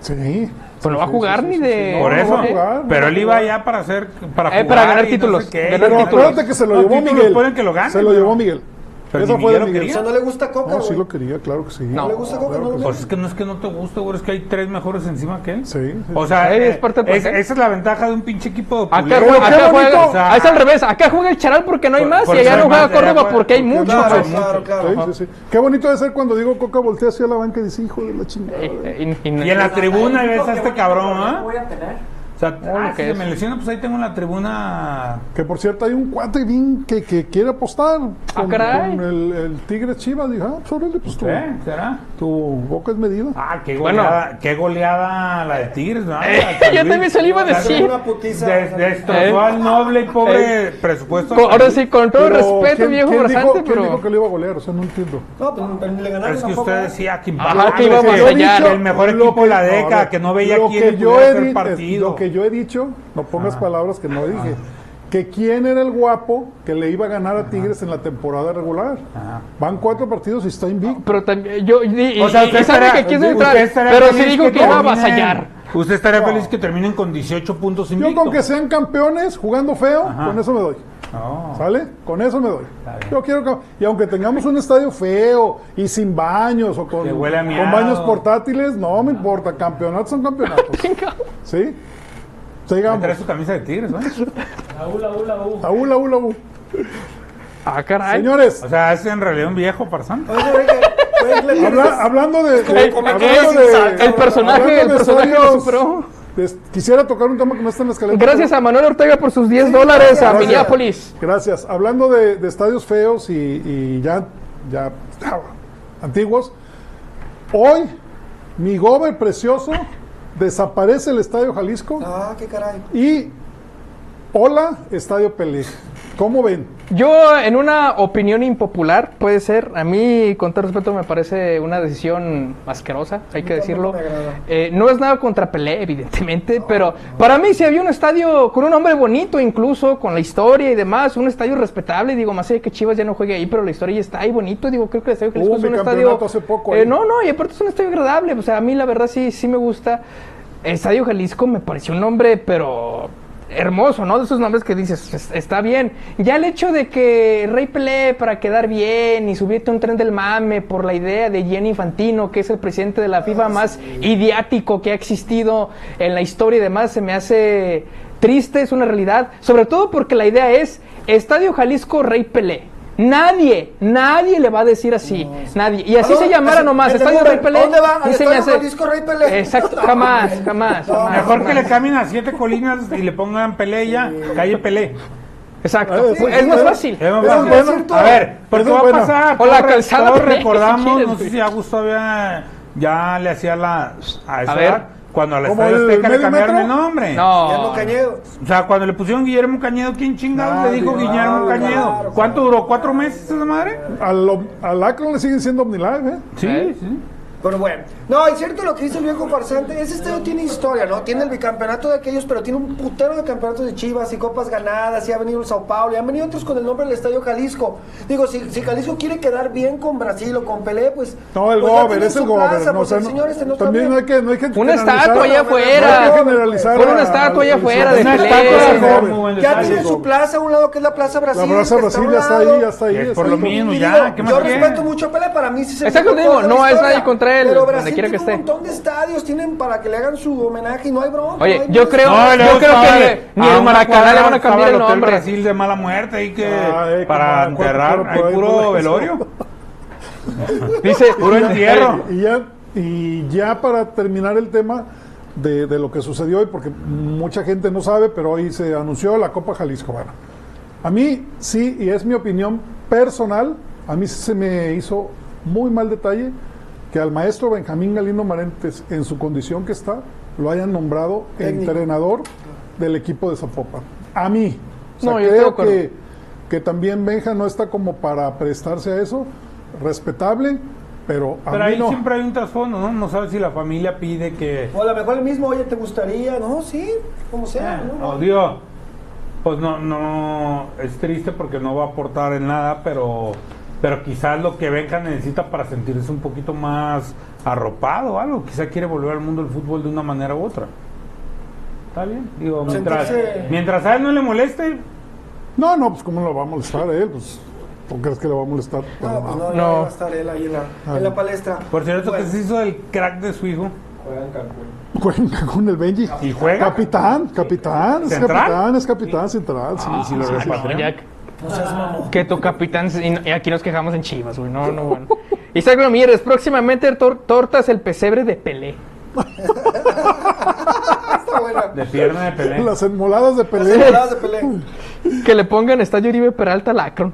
Speaker 4: Sí.
Speaker 3: Pues no va a jugar ni de.
Speaker 2: Por
Speaker 4: no
Speaker 2: eso.
Speaker 4: va a jugar, no
Speaker 2: pero
Speaker 4: va a
Speaker 2: él iba ya para hacer. Para,
Speaker 3: Eh,
Speaker 2: jugar
Speaker 3: para ganar
Speaker 2: y
Speaker 3: títulos,
Speaker 2: No sé qué,
Speaker 3: ganar
Speaker 4: Pero
Speaker 2: Y-
Speaker 4: acuérdate que se lo
Speaker 2: No,
Speaker 4: llevó
Speaker 2: títulos
Speaker 4: Miguel.
Speaker 2: pueden que lo gane,
Speaker 4: se lo
Speaker 2: pero-
Speaker 4: llevó Miguel.
Speaker 2: Pero
Speaker 4: Esa
Speaker 2: ni
Speaker 4: fue de
Speaker 2: Miguel lo
Speaker 4: Miguel.
Speaker 1: O sea, no le gusta Coca,
Speaker 4: No,
Speaker 1: güey.
Speaker 4: sí lo quería, claro que sí.
Speaker 1: No
Speaker 3: No.
Speaker 1: le gusta Coca, no lo
Speaker 2: Pues es
Speaker 1: gusta.
Speaker 2: que no es que no te guste, güey, es que hay tres mejores encima que él.
Speaker 4: Sí, sí,
Speaker 2: O sea,
Speaker 3: Sí, es
Speaker 2: eh,
Speaker 3: parte del
Speaker 2: es-
Speaker 3: proceso.
Speaker 2: esa es la ventaja de un pinche equipo. de
Speaker 3: Acá
Speaker 2: culero.
Speaker 4: Pero
Speaker 3: juega,
Speaker 4: qué
Speaker 3: acá juega-
Speaker 4: bonito.
Speaker 3: o sea, ah, es al revés. Acá juega el charal porque no hay
Speaker 2: Por-
Speaker 3: más
Speaker 2: por
Speaker 3: y allá
Speaker 2: eso
Speaker 3: no
Speaker 2: hay
Speaker 3: juega
Speaker 2: más, allá
Speaker 3: Córdoba
Speaker 2: juega-
Speaker 3: porque hay
Speaker 2: porque
Speaker 3: mucho.
Speaker 2: no,
Speaker 1: Claro,
Speaker 2: mucho.
Speaker 1: claro,
Speaker 4: Sí,
Speaker 1: claro.
Speaker 4: sí, sí. Qué bonito de ser cuando digo Coca voltea hacia la banca y dice, hijo de la chingada.
Speaker 3: Eh, y- y-
Speaker 2: Ah, Y en la tribuna ves a este cabrón,
Speaker 5: ¿ah?
Speaker 2: ¿ah?
Speaker 5: Voy a tener.
Speaker 2: O sea, ah,
Speaker 3: lo
Speaker 2: si
Speaker 3: que
Speaker 2: se
Speaker 3: es.
Speaker 2: me lesiona, pues ahí tengo en la tribuna.
Speaker 4: Que por cierto hay un cuate bien que, que quiere apostar con,
Speaker 3: Ah, caray.
Speaker 4: con el, el Tigre Chivas. Dije, ah, pues órale, pues tu,
Speaker 2: ¿Eh? ¿Será?
Speaker 4: tu boca es medida.
Speaker 2: Ah, qué
Speaker 3: Bueno.
Speaker 2: goleada, qué goleada la de Tigres,
Speaker 3: [laughs]
Speaker 2: ¿no?
Speaker 3: Eh, yo también se lo iba a
Speaker 1: Fue
Speaker 3: decir.
Speaker 1: Una putiza.
Speaker 2: Des- destrozó
Speaker 3: Eh.
Speaker 2: al noble y pobre presupuesto.
Speaker 3: Con- ahora sí, con todo
Speaker 4: Pero,
Speaker 3: respeto,
Speaker 4: ¿quién-
Speaker 3: viejo
Speaker 4: quién dijo-
Speaker 3: brazante,
Speaker 4: ¿quién dijo
Speaker 3: pero.
Speaker 4: que lo iba a golear? O sea, no entiendo.
Speaker 1: No, pues pero ni le ganaron
Speaker 2: Es que
Speaker 1: tampoco,
Speaker 2: usted
Speaker 1: ¿eh?
Speaker 2: decía Ah, que
Speaker 3: Ajá,
Speaker 2: impactante,
Speaker 3: que íbamos
Speaker 2: que-
Speaker 3: allá.
Speaker 2: que el mejor
Speaker 4: lo
Speaker 2: equipo
Speaker 4: que-
Speaker 2: de la
Speaker 4: no, a
Speaker 2: década,
Speaker 4: ver,
Speaker 2: que no veía
Speaker 4: lo
Speaker 2: quién
Speaker 4: que
Speaker 2: le
Speaker 4: yo
Speaker 2: pudiera
Speaker 4: he
Speaker 2: hacer
Speaker 4: di-
Speaker 2: partido. Ah.
Speaker 4: Lo que yo he dicho, no pongas palabras que no dije, que quién era el guapo que le iba a ganar a Tigres en la temporada regular. Van cuatro partidos y está invicto.
Speaker 3: Pero también. Yo, y,
Speaker 2: O sea,
Speaker 3: y-
Speaker 2: usted
Speaker 3: y sabe
Speaker 2: estaría-
Speaker 3: que quiso
Speaker 2: usted
Speaker 3: entrar.
Speaker 2: estaría
Speaker 3: Pero sí
Speaker 2: feliz
Speaker 3: dijo que iba a
Speaker 2: terminen-
Speaker 3: avasallar.
Speaker 2: Usted estaría feliz que terminen con 18 puntos
Speaker 4: Yo
Speaker 2: invictos.
Speaker 4: con que sean campeones jugando feo,
Speaker 2: Ajá.
Speaker 4: con eso me doy.
Speaker 2: No.
Speaker 4: ¿Sale? Con eso me doy.
Speaker 2: bien.
Speaker 4: Yo quiero que- y aunque tengamos un estadio feo y sin baños o con,
Speaker 2: Que huele a
Speaker 4: con
Speaker 2: miado.
Speaker 4: baños portátiles, no me importa. Campeonatos son campeonatos.
Speaker 2: [laughs]
Speaker 4: ¿Sí? Sigamos.
Speaker 2: Trae su camisa de Tigres, ¿no?
Speaker 5: Aú, aú, aú.
Speaker 4: A ula, ula, u.
Speaker 3: Ah, caray.
Speaker 4: Señores,
Speaker 2: O sea, es en realidad un viejo farsante.
Speaker 1: Oye, güey, que- güey, le-
Speaker 4: habla- hablando de. de-
Speaker 3: El,
Speaker 1: como
Speaker 4: hablando
Speaker 1: que es
Speaker 4: de-
Speaker 1: insalto,
Speaker 3: el personaje, el
Speaker 4: hablando de
Speaker 3: personaje lo
Speaker 4: estadios,
Speaker 3: superó.
Speaker 4: des- Quisiera tocar un tema que no está en la escaleta.
Speaker 3: Gracias a Manuel Ortega por sus 10 dólares a
Speaker 4: gracias.
Speaker 3: Minneapolis.
Speaker 4: Gracias. Hablando de, de estadios feos y, y ya, ya antiguos, hoy mi gober precioso desaparece el Estadio Jalisco
Speaker 1: Ah, qué caray.
Speaker 4: y hola Estadio Pelé. ¿Cómo ven?
Speaker 3: Yo, en una opinión impopular, puede ser, a mí, con todo respeto, me parece una decisión asquerosa, hay que
Speaker 1: A mí
Speaker 3: decirlo.
Speaker 1: tampoco me agrada.
Speaker 3: Eh, no es nada contra Pelé, evidentemente, pero para mí si había un estadio con un nombre bonito, incluso con la historia y demás, un estadio respetable, digo, más allá de que Chivas ya no juegue ahí, pero la historia ya está ahí bonito, digo, creo que el Estadio Jalisco
Speaker 4: Hubo
Speaker 3: es un
Speaker 4: bicampeonato
Speaker 3: estadio...
Speaker 4: hace poco
Speaker 3: Eh,
Speaker 4: ahí.
Speaker 3: no, no, y aparte es un estadio agradable, o sea, a mí la verdad sí, sí me gusta. Estadio Jalisco me pareció un nombre, pero hermoso, ¿no? De esos nombres que dices, "Es- está bien. Ya el hecho de que Rey Pelé para quedar bien y subirte a un tren del mame por la idea de Jenny Infantino, que es el presidente de la FIFA más idiático que ha existido en la historia y demás, se me hace triste, es una realidad, sobre todo porque la idea es Estadio Jalisco Rey Pelé. Nadie, nadie le va a decir así, nadie. Y así
Speaker 1: ¿A
Speaker 3: se
Speaker 1: dónde?
Speaker 3: llamara
Speaker 1: Así,
Speaker 3: nomás,
Speaker 1: que te
Speaker 3: Estadio Rey
Speaker 1: digan,
Speaker 3: Pelé.
Speaker 1: ¿dónde va? Al
Speaker 3: y se me
Speaker 1: Estadio Jalisco Rey Pelé.
Speaker 3: Exacto, jamás, jamás, jamás,
Speaker 2: Mejor que
Speaker 3: jamás.
Speaker 2: le cambien a siete colinas y le pongan Pelé ya, calle Pelé.
Speaker 3: Exacto,
Speaker 4: Sí,
Speaker 3: es más
Speaker 4: sí,
Speaker 3: fácil.
Speaker 2: Es
Speaker 1: Eso
Speaker 2: más
Speaker 1: es
Speaker 2: fácil.
Speaker 1: bueno, cierto.
Speaker 2: a ver, porque
Speaker 4: Eso es
Speaker 2: va a
Speaker 4: bueno.
Speaker 2: pasar.
Speaker 3: O la
Speaker 2: todos re-
Speaker 3: calzada
Speaker 2: todos
Speaker 3: Pelé, si
Speaker 2: recordamos,
Speaker 3: quieres,
Speaker 2: no sé
Speaker 3: güey.
Speaker 2: si Augusto había, ya le hacía la. A esa
Speaker 3: A ver.
Speaker 2: edad, cuando a la
Speaker 4: ¿Como
Speaker 2: Estadio
Speaker 4: el
Speaker 2: Azteca le
Speaker 4: medio
Speaker 2: cambiaron
Speaker 4: metro?
Speaker 2: el nombre.
Speaker 3: No.
Speaker 1: Ya no Cañedo.
Speaker 2: O sea, cuando le pusieron Guillermo Cañedo, ¿quién chingados
Speaker 4: Nadie,
Speaker 2: le dijo Guillermo
Speaker 4: claro,
Speaker 2: Cañedo?
Speaker 1: claro,
Speaker 2: ¿Cuánto duró? ¿Cuatro meses esa madre?
Speaker 4: Al, al Akron le siguen siendo OmniLive, ¿eh?
Speaker 2: Sí,
Speaker 3: ¿Eh?
Speaker 2: sí.
Speaker 1: Pero bueno, no, es cierto lo que dice el viejo farsante. Ese estadio tiene historia, ¿no? Tiene el bicampeonato de aquellos, pero tiene un putero de campeonatos de Chivas y copas ganadas. Y ha venido el Sao Paulo, y han venido otros con el nombre del Estadio Jalisco. Digo, si, si Jalisco quiere quedar bien con Brasil o con Pelé, pues.
Speaker 4: No, el
Speaker 1: pues ya
Speaker 4: Gober,
Speaker 1: tienen
Speaker 4: es el
Speaker 1: su
Speaker 4: Gober.
Speaker 1: plaza,
Speaker 4: no,
Speaker 1: pues
Speaker 4: o sea,
Speaker 1: el
Speaker 4: no-
Speaker 1: señor este no está
Speaker 4: también
Speaker 1: bien.
Speaker 4: no hay que, no hay que
Speaker 3: Una
Speaker 4: generalizar.
Speaker 3: estatua allá
Speaker 4: No
Speaker 3: afuera.
Speaker 4: hay que generalizar.
Speaker 3: Pon
Speaker 4: a-
Speaker 3: una estatua allá
Speaker 4: al-
Speaker 3: afuera
Speaker 4: al-
Speaker 3: de
Speaker 2: Una
Speaker 3: Pelé.
Speaker 2: estatua de
Speaker 4: Gober.
Speaker 2: Gober.
Speaker 1: Eh, Ya
Speaker 2: Estadio
Speaker 1: tiene su
Speaker 2: Gober.
Speaker 1: plaza, un lado que es la Plaza Brasil.
Speaker 4: La Plaza
Speaker 1: que está a
Speaker 4: Brasil
Speaker 1: un
Speaker 4: ya está
Speaker 1: lado.
Speaker 4: ahí, ya está ahí.
Speaker 2: Es por
Speaker 4: está
Speaker 2: lo
Speaker 4: ahí.
Speaker 2: mismo.
Speaker 1: Y
Speaker 2: Pues ya,
Speaker 1: digo,
Speaker 2: ¿qué más
Speaker 1: Pues yo
Speaker 2: quieres?
Speaker 1: respeto mucho a Pele, para mí sí se
Speaker 3: Exacto,
Speaker 1: me
Speaker 3: digo,
Speaker 1: acuerda la
Speaker 3: no es
Speaker 1: historia.
Speaker 3: nadie contra él,
Speaker 1: Pero
Speaker 3: donde
Speaker 1: Brasil
Speaker 3: quiera que
Speaker 1: tiene un
Speaker 3: esté.
Speaker 1: montón de estadios, tienen para que le hagan su homenaje y no hay bronca. no
Speaker 3: Oye,
Speaker 1: hay
Speaker 3: yo
Speaker 1: bronca.
Speaker 3: creo,
Speaker 2: No, y luego
Speaker 3: yo creo
Speaker 2: estaba
Speaker 3: que ni
Speaker 2: a
Speaker 3: el
Speaker 2: una
Speaker 3: Maracaná le
Speaker 2: cuadra
Speaker 3: van a
Speaker 2: estaba
Speaker 3: cambiar el
Speaker 2: Hotel
Speaker 3: nombre.
Speaker 2: Brasil de mala muerte ahí que
Speaker 4: Ah, eh,
Speaker 2: para
Speaker 4: como cuatro,
Speaker 2: enterrar
Speaker 4: pero
Speaker 2: hay
Speaker 4: por ahí
Speaker 2: puro
Speaker 4: por ahí.
Speaker 2: velorio,
Speaker 3: [laughs] Dice, [laughs]
Speaker 2: puro entierro.
Speaker 4: Y ya, y ya para terminar el tema de, de lo que sucedió hoy, porque mucha gente no sabe, pero hoy se anunció la Copa Jalisco. Bueno, a mí sí, y es mi opinión personal, a mí se me hizo muy mal detalle que al maestro Benjamín Galindo Marentes, en su condición que está, lo hayan nombrado
Speaker 1: Técnico.
Speaker 4: entrenador del equipo de Zapopan. A mí. O sea,
Speaker 3: No, yo estoy de
Speaker 4: creo
Speaker 3: acuerdo.
Speaker 4: que, que también Benja no está como para prestarse a eso. Respetable, pero a
Speaker 2: Pero
Speaker 4: mí
Speaker 2: ahí
Speaker 4: no.
Speaker 2: siempre hay un trasfondo, ¿no? No sabes si la familia pide que.
Speaker 1: O a lo mejor el mismo, oye, ¿te gustaría? No, sí, como sea. ¿no?
Speaker 2: Oh, Dios. Pues no, no. Es triste porque no va a aportar en nada, pero. Pero quizás lo que Benja necesita para sentirse un poquito más arropado o algo. Quizás quiere volver al mundo del fútbol de una manera u otra. Está bien. Digo, mientras,
Speaker 1: Sentirse-
Speaker 2: mientras a él no le moleste,
Speaker 4: No, no, pues cómo lo va a molestar a él, pues ¿tú crees que le va a molestar?
Speaker 1: No, pues no,
Speaker 3: No.
Speaker 1: no. va a estar él ahí en la, en la palestra.
Speaker 2: Ah. Por cierto,
Speaker 1: Bueno,
Speaker 2: que se hizo el crack de su hijo.
Speaker 4: Juega [laughs] con el Benji.
Speaker 2: ¿Y juega?
Speaker 4: Capitán, capitán, es
Speaker 2: ¿Central?
Speaker 4: capitán, es capitán central, sí, sí, lo
Speaker 3: Ah,
Speaker 4: respeto.
Speaker 3: no, ya que- Que tu capitán, se- y no- y aquí nos quejamos en chivas, güey. No, no, bueno. Isaac Ramírez, próximamente tor- tortas el pesebre de Pelé.
Speaker 1: Está buena.
Speaker 2: De pierna de Pelé.
Speaker 4: Las enmoladas de pelea.
Speaker 1: Temporadas ah, de Pelé.
Speaker 3: Que le pongan Estadio Oribe Peralta Lacron.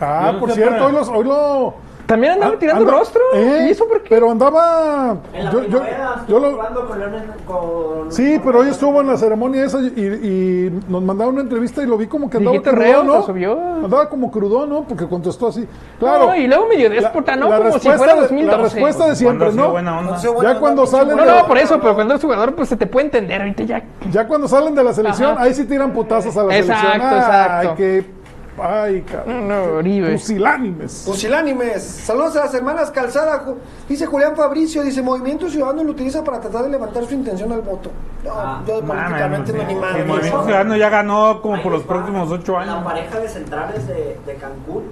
Speaker 4: Ah,
Speaker 2: Yo no
Speaker 4: por
Speaker 2: sé,
Speaker 4: cierto,
Speaker 2: pero-
Speaker 4: hoy, los, hoy lo...
Speaker 3: También andaban tirando
Speaker 4: Ah, anda-
Speaker 3: rostro.
Speaker 4: Eh,
Speaker 3: ¿Y eso por qué?
Speaker 4: Pero andaba...
Speaker 5: En la
Speaker 4: Yo, yo,
Speaker 5: primavera
Speaker 4: yo
Speaker 5: estuvo
Speaker 4: lo,
Speaker 5: jugando con Leones- con-
Speaker 4: sí, pero hoy estuvo en la ceremonia esa y, y nos mandaron una entrevista y lo vi como que andaba
Speaker 3: Dijiste
Speaker 4: crudo,
Speaker 3: reo,
Speaker 4: ¿no?
Speaker 3: lo subió.
Speaker 4: Andaba como crudo, ¿no? Porque contestó así. Claro.
Speaker 3: No, y luego medio déspota, ¿no? Como si
Speaker 4: respuesta
Speaker 3: fuera
Speaker 4: de-
Speaker 3: 2012.
Speaker 4: La respuesta de
Speaker 2: Cuando
Speaker 4: siempre,
Speaker 2: hacía
Speaker 4: ¿no?
Speaker 2: buena onda.
Speaker 1: No sé, bueno,
Speaker 4: Ya cuando
Speaker 1: pinche
Speaker 4: salen
Speaker 3: No,
Speaker 4: de-
Speaker 3: no, por eso, pero cuando eres jugador, pues se te puede entender. Ahorita ya.
Speaker 4: Ya cuando salen de la selección,
Speaker 3: Ajá.
Speaker 4: ahí sí tiran putazos a la
Speaker 3: Exacto,
Speaker 4: selección.
Speaker 3: exacto. Mm,
Speaker 4: Ay, que. Ay,
Speaker 3: No,
Speaker 4: cabrón.
Speaker 3: No, Oribe.
Speaker 4: Pues, Pusilánimes.
Speaker 1: Pusilánimes. Saludos a las hermanas Calzada. Ju- Dice Julián Fabricio, dice, Movimiento Ciudadano lo utiliza para tratar de levantar su intención al voto. No,
Speaker 2: Ah,
Speaker 1: yo políticamente no ni
Speaker 2: el
Speaker 1: madre.
Speaker 2: Movimiento Ciudadano ya ganó como
Speaker 5: Ahí
Speaker 2: por los
Speaker 5: va.
Speaker 2: próximos ocho
Speaker 5: La
Speaker 2: años.
Speaker 5: pareja de centrales de, de Cancún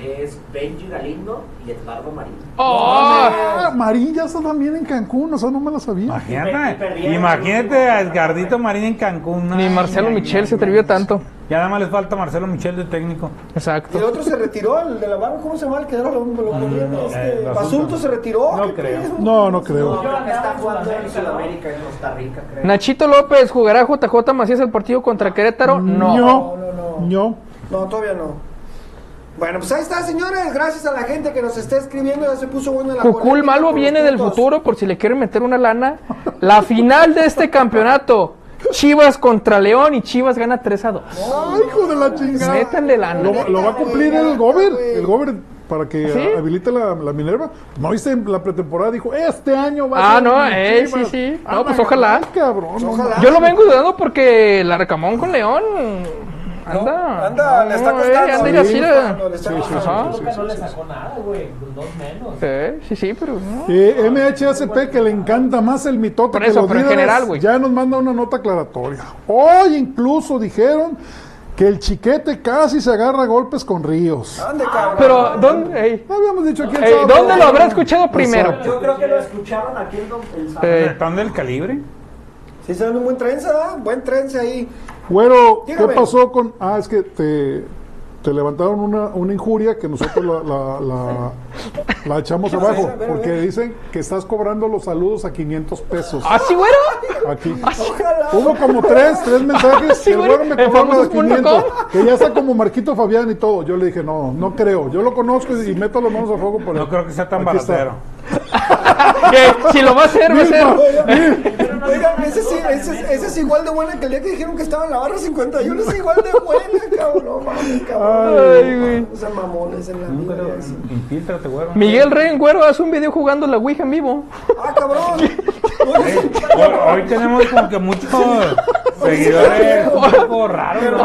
Speaker 5: es Benji Galindo y Eduardo Marín.
Speaker 3: ¡Oh!
Speaker 4: Ah, Marín ya está también en Cancún, o sea, no me la sabía.
Speaker 5: Y per- y
Speaker 2: Imagínate,
Speaker 5: perdieron.
Speaker 2: imagínate a Edgardito Marín en Cancún.
Speaker 3: Ni
Speaker 2: Ay,
Speaker 3: Marcelo
Speaker 2: ay,
Speaker 3: Michel
Speaker 2: ay,
Speaker 3: se
Speaker 2: ay.
Speaker 3: atrevió tanto.
Speaker 2: Ya nada más les falta Marcelo Michel de técnico.
Speaker 1: Y el
Speaker 3: Exacto.
Speaker 1: otro se retiró, el de la barba, ¿cómo se llama? El que era lo,
Speaker 2: Ah,
Speaker 1: lo corriente, este,
Speaker 2: el asunto.
Speaker 1: Basulto se retiró.
Speaker 2: No
Speaker 1: ¿qué
Speaker 2: creo.
Speaker 1: pedo?
Speaker 4: No, no creo.
Speaker 5: No, está jugando en Sudamérica, en Costa Rica, creo.
Speaker 3: Nachito López, ¿jugará JJ Macías el partido contra Querétaro? No.
Speaker 1: no, no.
Speaker 4: No.
Speaker 1: No, todavía no. Bueno, pues ahí está, señores. Gracias a la gente que nos está escribiendo. Ya se puso bueno la
Speaker 3: Cucul
Speaker 1: polémica
Speaker 3: Malo
Speaker 1: con los
Speaker 3: viene del
Speaker 1: puntos.
Speaker 3: futuro por si le quieren meter una lana. La final de este campeonato. Chivas contra León y Chivas gana 3 a 2.
Speaker 4: ¡Ay, hijo de la chingada!
Speaker 3: Métanle lana.
Speaker 4: Lo, lo va a cumplir el Gober, el Gober para que
Speaker 3: ¿Sí?
Speaker 4: a- habilite la, la Minerva. ¿No viste en la pretemporada? Dijo, este año va
Speaker 3: Ah,
Speaker 4: a ser
Speaker 3: no,
Speaker 4: mi
Speaker 3: eh, sí,
Speaker 4: Chivas".
Speaker 3: sí. No,
Speaker 4: Ah,
Speaker 3: pues,
Speaker 4: la
Speaker 3: ojalá.
Speaker 4: gran Cabrón,
Speaker 1: Ojalá.
Speaker 3: Yo lo vengo dudando porque la recamón con León. Anda.
Speaker 1: Anda, le está
Speaker 3: no, eh,
Speaker 1: costando.
Speaker 3: anda y
Speaker 1: le
Speaker 3: así,
Speaker 1: está
Speaker 3: eh.
Speaker 1: costando, le está
Speaker 4: Sí, sí,
Speaker 1: costando.
Speaker 3: Ajá.
Speaker 5: Creo que no le sacó nada, güey. Dos menos.
Speaker 3: Eh, Sí, sí, pero. no.
Speaker 4: Eh, MHSP que le encanta más el mitote
Speaker 3: Por
Speaker 4: que
Speaker 3: eso,
Speaker 4: los
Speaker 3: pero en
Speaker 4: líderes,
Speaker 3: general, güey.
Speaker 4: ya nos manda una nota aclaratoria. Hoy incluso dijeron que el chiquete casi se agarra a golpes con Ríos.
Speaker 1: Ande, cabrón.
Speaker 3: Pero, ¿dónde? ey,
Speaker 4: No habíamos dicho aquí el
Speaker 3: ey,
Speaker 4: sábado.
Speaker 3: Ah. Eh, ¿dónde lo habrá escuchado primero?
Speaker 5: Yo creo que lo escucharon aquí en Don Pensado.
Speaker 3: Eh,
Speaker 2: ¿Están del calibre?
Speaker 1: Sí, se dan un buen trenza, ¿eh? buen trenza ahí.
Speaker 4: Güero, ¿qué
Speaker 1: Dígame.
Speaker 4: pasó con...? Ah, es que te, te levantaron una, una injuria que nosotros la, la- la- la echamos abajo.
Speaker 1: a ver, a
Speaker 4: Porque
Speaker 1: ver.
Speaker 4: dicen que estás cobrando los saludos a 500 pesos.
Speaker 3: ¿Ah, sí, güero?
Speaker 4: Aquí.
Speaker 1: Ojalá.
Speaker 4: Hubo como tres, tres mensajes.
Speaker 3: Sí,
Speaker 4: el
Speaker 3: güey,
Speaker 4: güero me
Speaker 3: en
Speaker 4: cobró los
Speaker 3: famosos.com.
Speaker 4: 500. Que ya está como Marquito Fabián y todo. Yo le dije, no, no creo. Yo lo conozco y, y meto las manos al fuego por él.
Speaker 2: No creo que sea tan
Speaker 4: Aquí está.
Speaker 2: baratero.
Speaker 3: Que si lo va a hacer, va a ser.
Speaker 1: Oigan, ese, sí, ese, es- ese es igual de buena que el día que dijeron que estaba en la barra 51. Es igual de buena, cabrón. No mames, cabrón.
Speaker 3: Ay, güey.
Speaker 1: No sean mamones en la vida. ya sí.
Speaker 2: Infíltrate, güero.
Speaker 3: Miguel Rey en Güero hace un video jugando la Ouija en vivo.
Speaker 1: Ah, cabrón.
Speaker 2: Eh, hoy- Hoy tenemos como que muchos seguidores un poco raros. ¿no?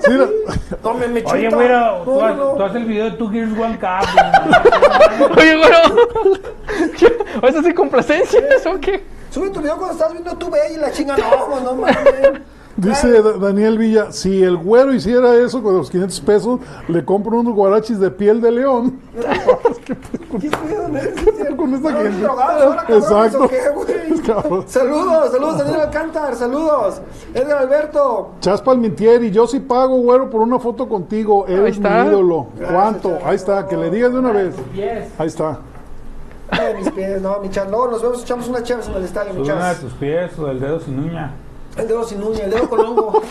Speaker 4: Sí, la-
Speaker 1: No me me
Speaker 2: Oye,
Speaker 1: chuta.
Speaker 2: güero, tú,
Speaker 1: No,
Speaker 2: has-
Speaker 1: no,
Speaker 2: tú
Speaker 1: no.
Speaker 2: haces el video de Two Girls One Cup.
Speaker 3: Oye, Güero. [laughs] ¿O ¿Eso sí complacencias o qué?
Speaker 1: Sube tu video cuando estás viendo tu bella y la chinga. No, pues, no mames.
Speaker 4: dice Da- Daniel Villa, si el güero hiciera eso con los 500 pesos, le compro unos guarachis de piel de león.
Speaker 1: ¿Qué pedo, no? ¿Es en serio?
Speaker 4: [laughs] Con esta
Speaker 1: ¿No,
Speaker 4: gente.
Speaker 1: drogados ahora, cabrones,
Speaker 4: Exacto.
Speaker 1: o qué, güey?
Speaker 4: Cabrón.
Speaker 1: Saludos, saludos, Daniel Alcántar, saludos. Edgar Alberto.
Speaker 4: Chaspa Mintieri, yo sí pago, güero, por una foto contigo. Eres mi
Speaker 3: está.
Speaker 4: ídolo. ¿Cuánto? Ahí está, que le digas de una vez. Ahí está.
Speaker 1: Ay, mis pies, no, mi chan. Luego nos vemos, echamos una chévere en el estadio, mi
Speaker 2: Sube una de
Speaker 1: chas.
Speaker 2: tus pies o del dedo sin uña.
Speaker 1: El dedo sin uña, el dedo con hongo.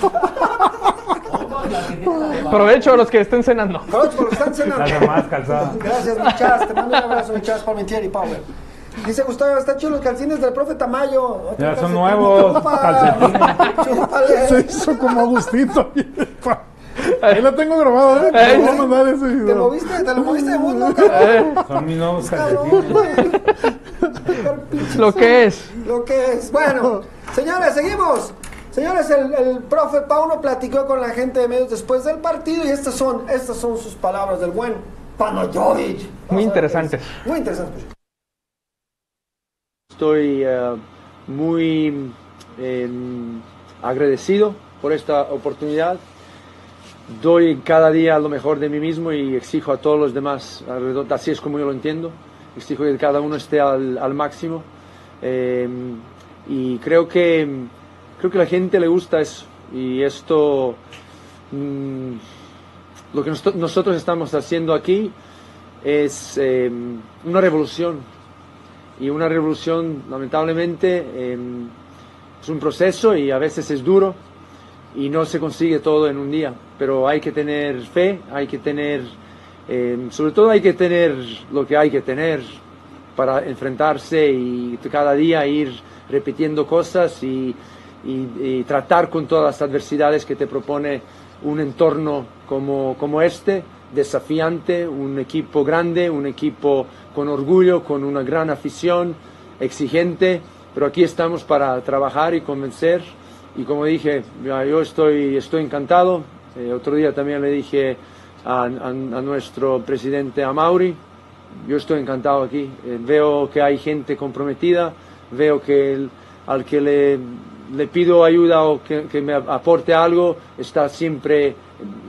Speaker 3: Provecho a los que estén cenando.
Speaker 1: Saludos por los que están cenando.
Speaker 2: Las demás calzadas.
Speaker 1: Gracias, mi chas. Te mando un abrazo, mi chas, Palmentieri, Power. Dice Gustavo, están chidos los calcines del profe Tamayo. Otro
Speaker 2: Ya
Speaker 1: calcetín,
Speaker 2: son nuevos,
Speaker 1: chupa.
Speaker 2: calcetines.
Speaker 1: Chúpale.
Speaker 4: Se hizo
Speaker 1: [laughs]
Speaker 4: como Agustito. Ahí la tengo grabada, ¿eh? Te voy a mandar ese video.
Speaker 1: Te moviste, te lo moviste de mundo, cabrón.
Speaker 2: Son mis nuevos calcetines.
Speaker 1: Cabrón.
Speaker 3: Lo que es.
Speaker 1: Lo que es. Bueno, señores, seguimos. Señores, el, el profe Pauno platicó con la gente de medios después del partido y estas son, estas son sus palabras del buen Panojovic. Vamos a ver qué
Speaker 3: interesantes.
Speaker 1: dice. Muy interesantes.
Speaker 6: Estoy eh, muy eh, agradecido por esta oportunidad. Doy cada día lo mejor de mí mismo y exijo a todos los demás alrededor, así es como yo lo entiendo. Exijo que cada uno esté al, al máximo. Eh, y creo que, creo que a la gente le gusta eso. Y esto, mm, lo que nosto- nosotros estamos haciendo aquí es eh, una revolución y una revolución lamentablemente eh, es un proceso y a veces es duro y no se consigue todo en un día, pero hay que tener fe, hay que tener, eh, sobre todo hay que tener lo que hay que tener para enfrentarse y cada día ir repitiendo cosas y, y- y tratar con todas las adversidades que te propone un entorno como, como este, desafiante, un equipo grande, un equipo con orgullo, con una gran afición, exigente, pero aquí estamos para trabajar y convencer. Y como dije, ya, yo estoy, estoy encantado. Eh, otro día también le dije a, a- a nuestro presidente Amauri, yo estoy encantado aquí. Eh, veo que hay gente comprometida, veo que el- al que le, le pido ayuda o que, que me aporte algo, está siempre,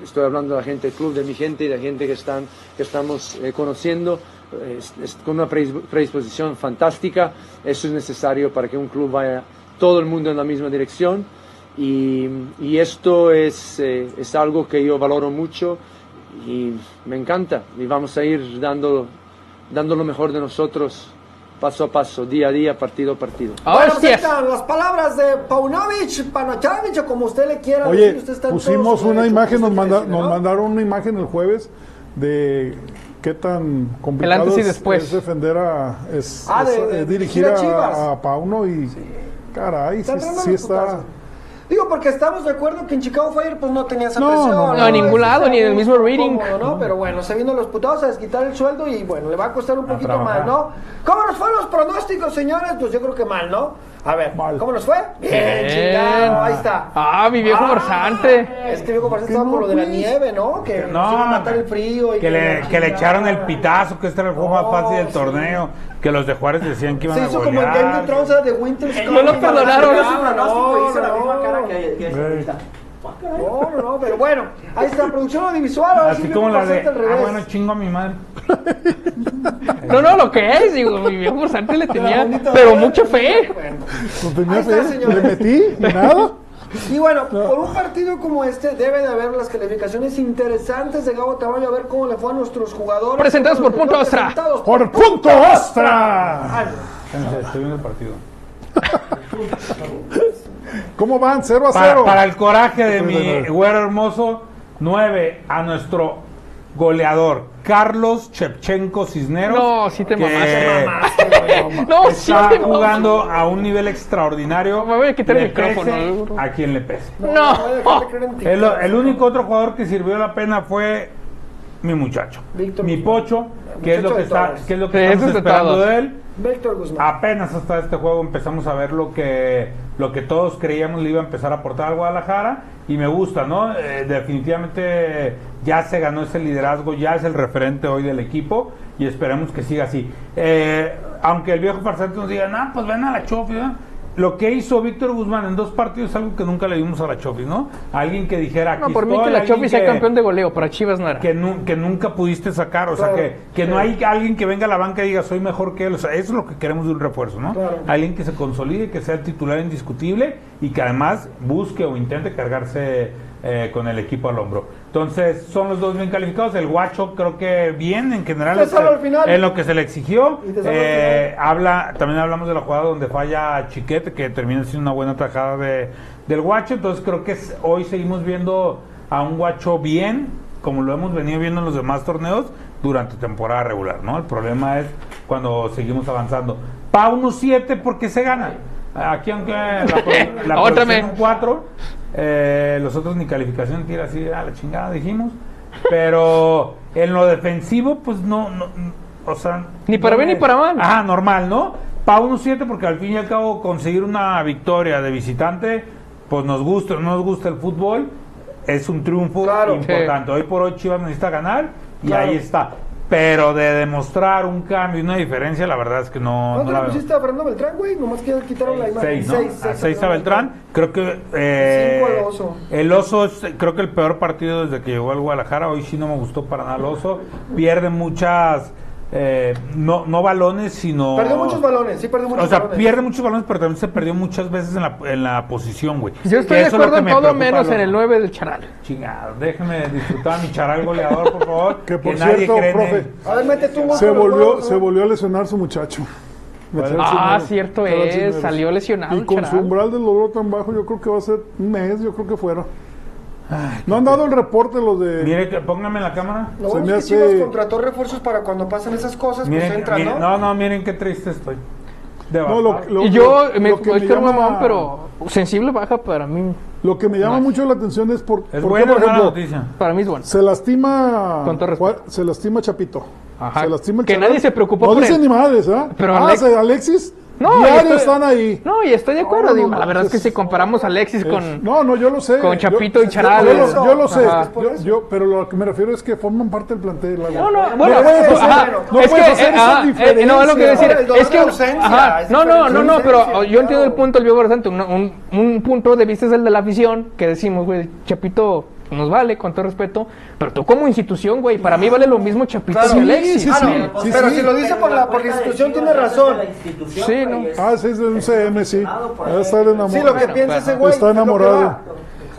Speaker 6: estoy hablando de la gente del club, de mi gente y de la gente que, están, que estamos eh, conociendo, eh, es- es con una predis- predisposición fantástica. Eso es necesario para que un club vaya todo el mundo en la misma dirección. Y, y esto es, eh, es algo que yo valoro mucho y me encanta y vamos a ir dando, dando lo mejor de nosotros paso a paso, día a día, partido a partido.
Speaker 1: Bueno, pues ahí
Speaker 3: ¡Hostias!
Speaker 1: están las palabras de Paunovic, Panochavich o como usted le quiera
Speaker 4: Oye,
Speaker 1: decir. Usted está en todo
Speaker 4: pusimos
Speaker 1: su
Speaker 4: una
Speaker 1: derecho,
Speaker 4: imagen, nos,
Speaker 1: usted
Speaker 4: manda-
Speaker 1: decide,
Speaker 4: nos
Speaker 1: ¿no?
Speaker 4: mandaron una imagen el jueves de qué tan complicado
Speaker 3: antes y
Speaker 4: es-
Speaker 3: después.
Speaker 4: es defender a es,
Speaker 1: Ah,
Speaker 4: es,
Speaker 1: de-
Speaker 4: eh,
Speaker 1: de dirigir
Speaker 4: dirigir
Speaker 1: a
Speaker 4: a,
Speaker 1: Chivas.
Speaker 4: a Pauno y caray, sí,
Speaker 1: Está entrando
Speaker 4: sí
Speaker 1: los
Speaker 4: está
Speaker 1: putazos. Digo, porque estamos de acuerdo que en Chicago Fire pues no tenía esa
Speaker 4: No,
Speaker 1: presión.
Speaker 4: no, no.
Speaker 3: No, en ningún
Speaker 1: Eso
Speaker 3: lado,
Speaker 1: está
Speaker 3: ni en el
Speaker 1: muy
Speaker 3: mismo reading.
Speaker 1: cómodo, ¿no? Pero bueno, se vino a los putados a desquitar el sueldo y bueno, le va a costar un poquito
Speaker 2: trabajar.
Speaker 1: más, ¿no? ¿Cómo nos fueron los pronósticos, señores? Pues yo creo que mal, ¿no? A ver,
Speaker 4: Mal.
Speaker 1: ¿cómo nos fue? Bien,
Speaker 3: Bien.
Speaker 1: chingado, ahí está.
Speaker 3: ¡Ah, mi viejo
Speaker 1: Ah,
Speaker 3: farsante!
Speaker 1: Es que luego parece que
Speaker 4: Que
Speaker 1: estaba por
Speaker 4: no,
Speaker 1: lo de la
Speaker 4: pues.
Speaker 1: nieve, ¿no? Que
Speaker 2: No,
Speaker 1: nos iba a matar el frío. Y
Speaker 2: que, le,
Speaker 1: la
Speaker 2: que le
Speaker 1: chingada.
Speaker 2: echaron el pitazo, que este era el juego
Speaker 1: Oh,
Speaker 2: más fácil del
Speaker 1: sí.
Speaker 2: torneo, que los de Juárez decían que iban
Speaker 1: Se
Speaker 2: a
Speaker 1: hizo como el Game
Speaker 2: golear.
Speaker 1: of Thrones ¿eh? de Winter Scott.
Speaker 3: No lo perdonaron.
Speaker 5: Ah, no,
Speaker 1: No,
Speaker 5: hizo la misma
Speaker 1: no.
Speaker 5: cara que, que esta
Speaker 2: Güey.
Speaker 5: ahorita. Ah, caray.
Speaker 1: No, no, no, pero bueno, ahí está, producción audiovisual. ahora sí
Speaker 2: Así
Speaker 1: que
Speaker 2: como
Speaker 1: no
Speaker 2: la
Speaker 1: pasa
Speaker 2: de,
Speaker 1: al
Speaker 2: ah,
Speaker 1: revés.
Speaker 2: bueno, chingo a mi madre.
Speaker 3: No, no, lo que es, digo, mi viejo farsante le tenía,
Speaker 1: bonita
Speaker 3: pero
Speaker 1: fe,
Speaker 3: mucha
Speaker 1: bonita
Speaker 3: fe.
Speaker 1: Bueno.
Speaker 4: pues tenía
Speaker 1: Ahí está,
Speaker 4: fe,
Speaker 1: señores.
Speaker 4: le metí y nada.
Speaker 1: Y bueno, por un partido como este deben haber las calificaciones interesantes de Gabo Tamayo, a ver cómo le fue a nuestros jugadores.
Speaker 3: Presentados por Punto Extra.
Speaker 1: Presentados
Speaker 4: Por
Speaker 1: por-
Speaker 4: punto extra.
Speaker 1: Ah,
Speaker 2: Estoy viendo el partido.
Speaker 4: ¿Cómo van? 0 a
Speaker 2: Para,
Speaker 4: 0.
Speaker 2: para el coraje de
Speaker 4: Tres de
Speaker 2: mi
Speaker 4: nueve.
Speaker 2: güero hermoso, 9 a nuestro goleador, Carlos Chepchenko Cisneros.
Speaker 3: No, sí te
Speaker 2: que
Speaker 1: Eh.
Speaker 3: mamaste, No, sí,
Speaker 2: Está
Speaker 3: no.
Speaker 2: jugando a un nivel extraordinario.
Speaker 3: Me voy a quitar el
Speaker 2: le
Speaker 3: micrófono,
Speaker 2: pese
Speaker 3: seguro.
Speaker 2: A quien le pese.
Speaker 1: no,
Speaker 3: No.
Speaker 1: no voy a dejar de creer en ti.
Speaker 2: El, el único otro jugador que sirvió la pena fue mi muchacho,
Speaker 1: Víctor
Speaker 2: mi
Speaker 1: Guzmán.
Speaker 2: pocho,
Speaker 1: El
Speaker 2: que es lo
Speaker 1: muchacho
Speaker 2: que
Speaker 1: de
Speaker 2: está,
Speaker 1: todos.
Speaker 2: que es lo que
Speaker 3: Sí,
Speaker 2: estamos
Speaker 3: ese es de
Speaker 2: esperando
Speaker 3: todos.
Speaker 2: de él.
Speaker 1: Víctor Guzmán.
Speaker 2: Apenas hasta este juego empezamos a ver lo que lo que todos creíamos le iba a empezar a aportar al Guadalajara y me gusta, ¿no? Eh, definitivamente ya se ganó ese liderazgo, ya es el referente hoy del equipo y esperemos que siga así. Eh, aunque el viejo farsante nos diga, nah, pues ven a la Chofis, ¿no?". lo que hizo Víctor Guzmán en dos partidos es algo que nunca le vimos a la Chofis, ¿no? Alguien que dijera
Speaker 3: No,
Speaker 2: "Aquí
Speaker 3: por mí que
Speaker 2: estoy",
Speaker 3: la
Speaker 2: alguien
Speaker 3: Chofi sea
Speaker 2: que-
Speaker 3: campeón de goleo, para Chivas no era.
Speaker 2: que, nu- que nunca pudiste sacar, o sea,
Speaker 1: Claro,
Speaker 2: que, que no hay alguien que venga a la banca y diga soy mejor que él, o sea, eso es lo que queremos de un refuerzo, ¿no?
Speaker 1: Claro.
Speaker 2: Alguien que se consolide, que sea el titular indiscutible y que además busque o intente cargarse eh, con el equipo al hombro. Entonces, son los dos bien calificados, el guacho creo que bien en general
Speaker 1: Te
Speaker 2: en lo
Speaker 1: salva
Speaker 2: que-
Speaker 1: al final.
Speaker 2: en lo que se le exigió,
Speaker 1: Y te salva al
Speaker 2: Eh,
Speaker 1: final.
Speaker 2: habla, también hablamos de la jugada donde falla Chiquete, que termina siendo una buena tajada de, del guacho. Entonces creo que es- hoy seguimos viendo a un guacho bien, como lo hemos venido viendo en los demás torneos durante temporada regular, ¿no? El problema es cuando seguimos avanzando. Pauno 7 porque se gana. Aquí aunque la,
Speaker 3: [laughs]
Speaker 2: pro- la
Speaker 3: Ahótame.
Speaker 2: producción un 4, eh, los otros ni calificación tira así a la chingada, dijimos. Pero en lo defensivo, pues no, no o sea,
Speaker 3: Ni para
Speaker 2: no
Speaker 3: bien
Speaker 2: me-
Speaker 3: ni para mal.
Speaker 2: Ajá, Ah, normal, ¿no? Pa' 1-7 porque al fin y al cabo conseguir una victoria de visitante, pues nos gusta, o no nos gusta el fútbol, es un triunfo
Speaker 1: Claro.
Speaker 2: importante. Hoy por hoy Chivas necesita ganar y
Speaker 1: Claro.
Speaker 2: ahí está. Pero de demostrar un cambio y una diferencia, la verdad es que no... no
Speaker 1: ¿Cuánto
Speaker 2: la
Speaker 1: le
Speaker 2: veo.
Speaker 1: pusiste a Fernando Beltrán, güey? Nomás que quitaron la imagen.
Speaker 2: Seis, ¿no? A seis a Beltrán. Creo que.
Speaker 1: Cinco
Speaker 2: Eh,
Speaker 1: al Oso.
Speaker 2: El Oso es, eh, creo que el peor partido desde que llegó al Guadalajara. Hoy sí no me gustó para nada el Oso. Pierde muchas. eh, no, no balones, sino.
Speaker 1: Perdió muchos balones, sí, perdió muchos
Speaker 2: O sea,
Speaker 1: balones.
Speaker 2: pierde muchos balones, pero también se perdió muchas veces en la, en la posición, güey.
Speaker 3: Yo estoy
Speaker 2: Que
Speaker 3: de
Speaker 2: eso es lo
Speaker 3: acuerdo
Speaker 2: que
Speaker 3: en
Speaker 2: me
Speaker 3: todo
Speaker 2: preocupa,
Speaker 3: menos
Speaker 2: loco.
Speaker 3: en el 9 del charal.
Speaker 2: Chingado, déjeme disfrutar a mi charal goleador, por favor.
Speaker 4: [laughs] Que por
Speaker 2: nadie
Speaker 4: cierto,
Speaker 2: cree en
Speaker 4: profe,
Speaker 2: él.
Speaker 1: A ver, mete tú.
Speaker 4: Se volvió, se volvió a lesionar su muchacho. Beltrán
Speaker 3: Ah,
Speaker 4: Cisneros.
Speaker 3: cierto
Speaker 4: Beltrán
Speaker 3: es,
Speaker 4: Cisneros.
Speaker 3: salió lesionado
Speaker 4: Y
Speaker 3: el
Speaker 4: con su
Speaker 3: charal.
Speaker 4: umbral del logro tan bajo, yo creo que va a ser un mes, yo creo que fuera. no han dado el reporte los de...
Speaker 2: Mire, que- póngame la cámara.
Speaker 1: Lo
Speaker 4: se
Speaker 1: bueno
Speaker 4: me
Speaker 1: es que Chivas
Speaker 4: hace-
Speaker 1: contrató refuerzos para cuando pasan esas cosas, pues
Speaker 2: Miren,
Speaker 1: entran,
Speaker 2: miren-
Speaker 1: ¿no?
Speaker 2: ¿no? no, miren qué triste estoy. De
Speaker 4: No, lo-
Speaker 2: bajar.
Speaker 4: lo-
Speaker 3: Y yo,
Speaker 4: lo-
Speaker 3: me,
Speaker 4: lo que
Speaker 3: es
Speaker 4: me
Speaker 3: que es
Speaker 4: llama-
Speaker 3: mamón, pero sensible baja para mí.
Speaker 4: Lo que me llama mucho la atención es por,
Speaker 2: Es
Speaker 4: por qué,
Speaker 2: buena o
Speaker 4: por
Speaker 2: mala
Speaker 4: ejemplo,
Speaker 2: noticia.
Speaker 3: Para mí es bueno.
Speaker 4: se lastima
Speaker 3: Con todo respeto.
Speaker 4: Juan- se lastima Chapito.
Speaker 3: Ajá.
Speaker 4: Se lastima el
Speaker 3: Que
Speaker 4: Charal.
Speaker 3: nadie se preocupó
Speaker 4: No
Speaker 3: por
Speaker 4: dicen
Speaker 3: él.
Speaker 4: ni madres, ¿ah?
Speaker 3: Pero
Speaker 4: ah,
Speaker 3: Alex-
Speaker 4: se- Alexis,
Speaker 3: No,
Speaker 4: diario
Speaker 3: yo estoy-
Speaker 4: están ahí.
Speaker 3: No, y estoy de acuerdo,
Speaker 4: no,
Speaker 3: digo,
Speaker 4: no,
Speaker 3: la verdad es que
Speaker 4: es-
Speaker 3: si comparamos a Alexis con...
Speaker 4: No, no, yo lo sé.
Speaker 3: con
Speaker 4: Yo-
Speaker 3: Chapito y
Speaker 4: yo-
Speaker 3: Charal.
Speaker 4: Yo, lo- yo lo sé,
Speaker 3: Ajá.
Speaker 4: yo, yo- pero lo que me refiero es que forman parte del plantel.
Speaker 3: No,
Speaker 4: la verdad.
Speaker 3: no, bueno,
Speaker 4: no puedes
Speaker 3: pues,
Speaker 4: hacer-
Speaker 3: ajá,
Speaker 4: no
Speaker 3: es que,
Speaker 4: puedes hacer
Speaker 3: eh,
Speaker 4: esa
Speaker 3: ah, eh, no, es lo que iba a
Speaker 1: diferencia.
Speaker 3: decir,
Speaker 1: El
Speaker 3: es que,
Speaker 1: dolor de ausencia,
Speaker 3: ajá,
Speaker 1: es
Speaker 3: no, no, no, no,
Speaker 1: diferencia,
Speaker 3: pero
Speaker 1: claro.
Speaker 3: yo entiendo el punto del viejo bastante, un, un, un punto de vista es el de la afición, que decimos, güey, Chapito nos vale, con todo respeto, pero tú como institución, güey, para mí vale lo mismo Chapito
Speaker 1: Claro.
Speaker 3: que Alexis.
Speaker 4: Sí,
Speaker 1: Ah,
Speaker 4: sí,
Speaker 1: no,
Speaker 4: sí,
Speaker 1: pero
Speaker 4: sí.
Speaker 1: si lo dice
Speaker 5: Pero
Speaker 1: por la, por
Speaker 5: cuenta
Speaker 1: la
Speaker 5: de
Speaker 1: institución,
Speaker 5: Chivas
Speaker 1: tiene
Speaker 5: es de
Speaker 1: razón.
Speaker 5: la institución,
Speaker 3: Sí,
Speaker 5: güey,
Speaker 3: ¿no?
Speaker 5: es-
Speaker 4: Ah, sí, es de un CM, sí.
Speaker 5: Aficionado por
Speaker 4: Va a
Speaker 5: ahí.
Speaker 4: estar enamorado.
Speaker 1: Sí, lo que
Speaker 3: Bueno,
Speaker 1: piensa
Speaker 3: pero-
Speaker 1: ese güey.
Speaker 4: Está
Speaker 1: es lo que
Speaker 4: enamorado.
Speaker 1: va.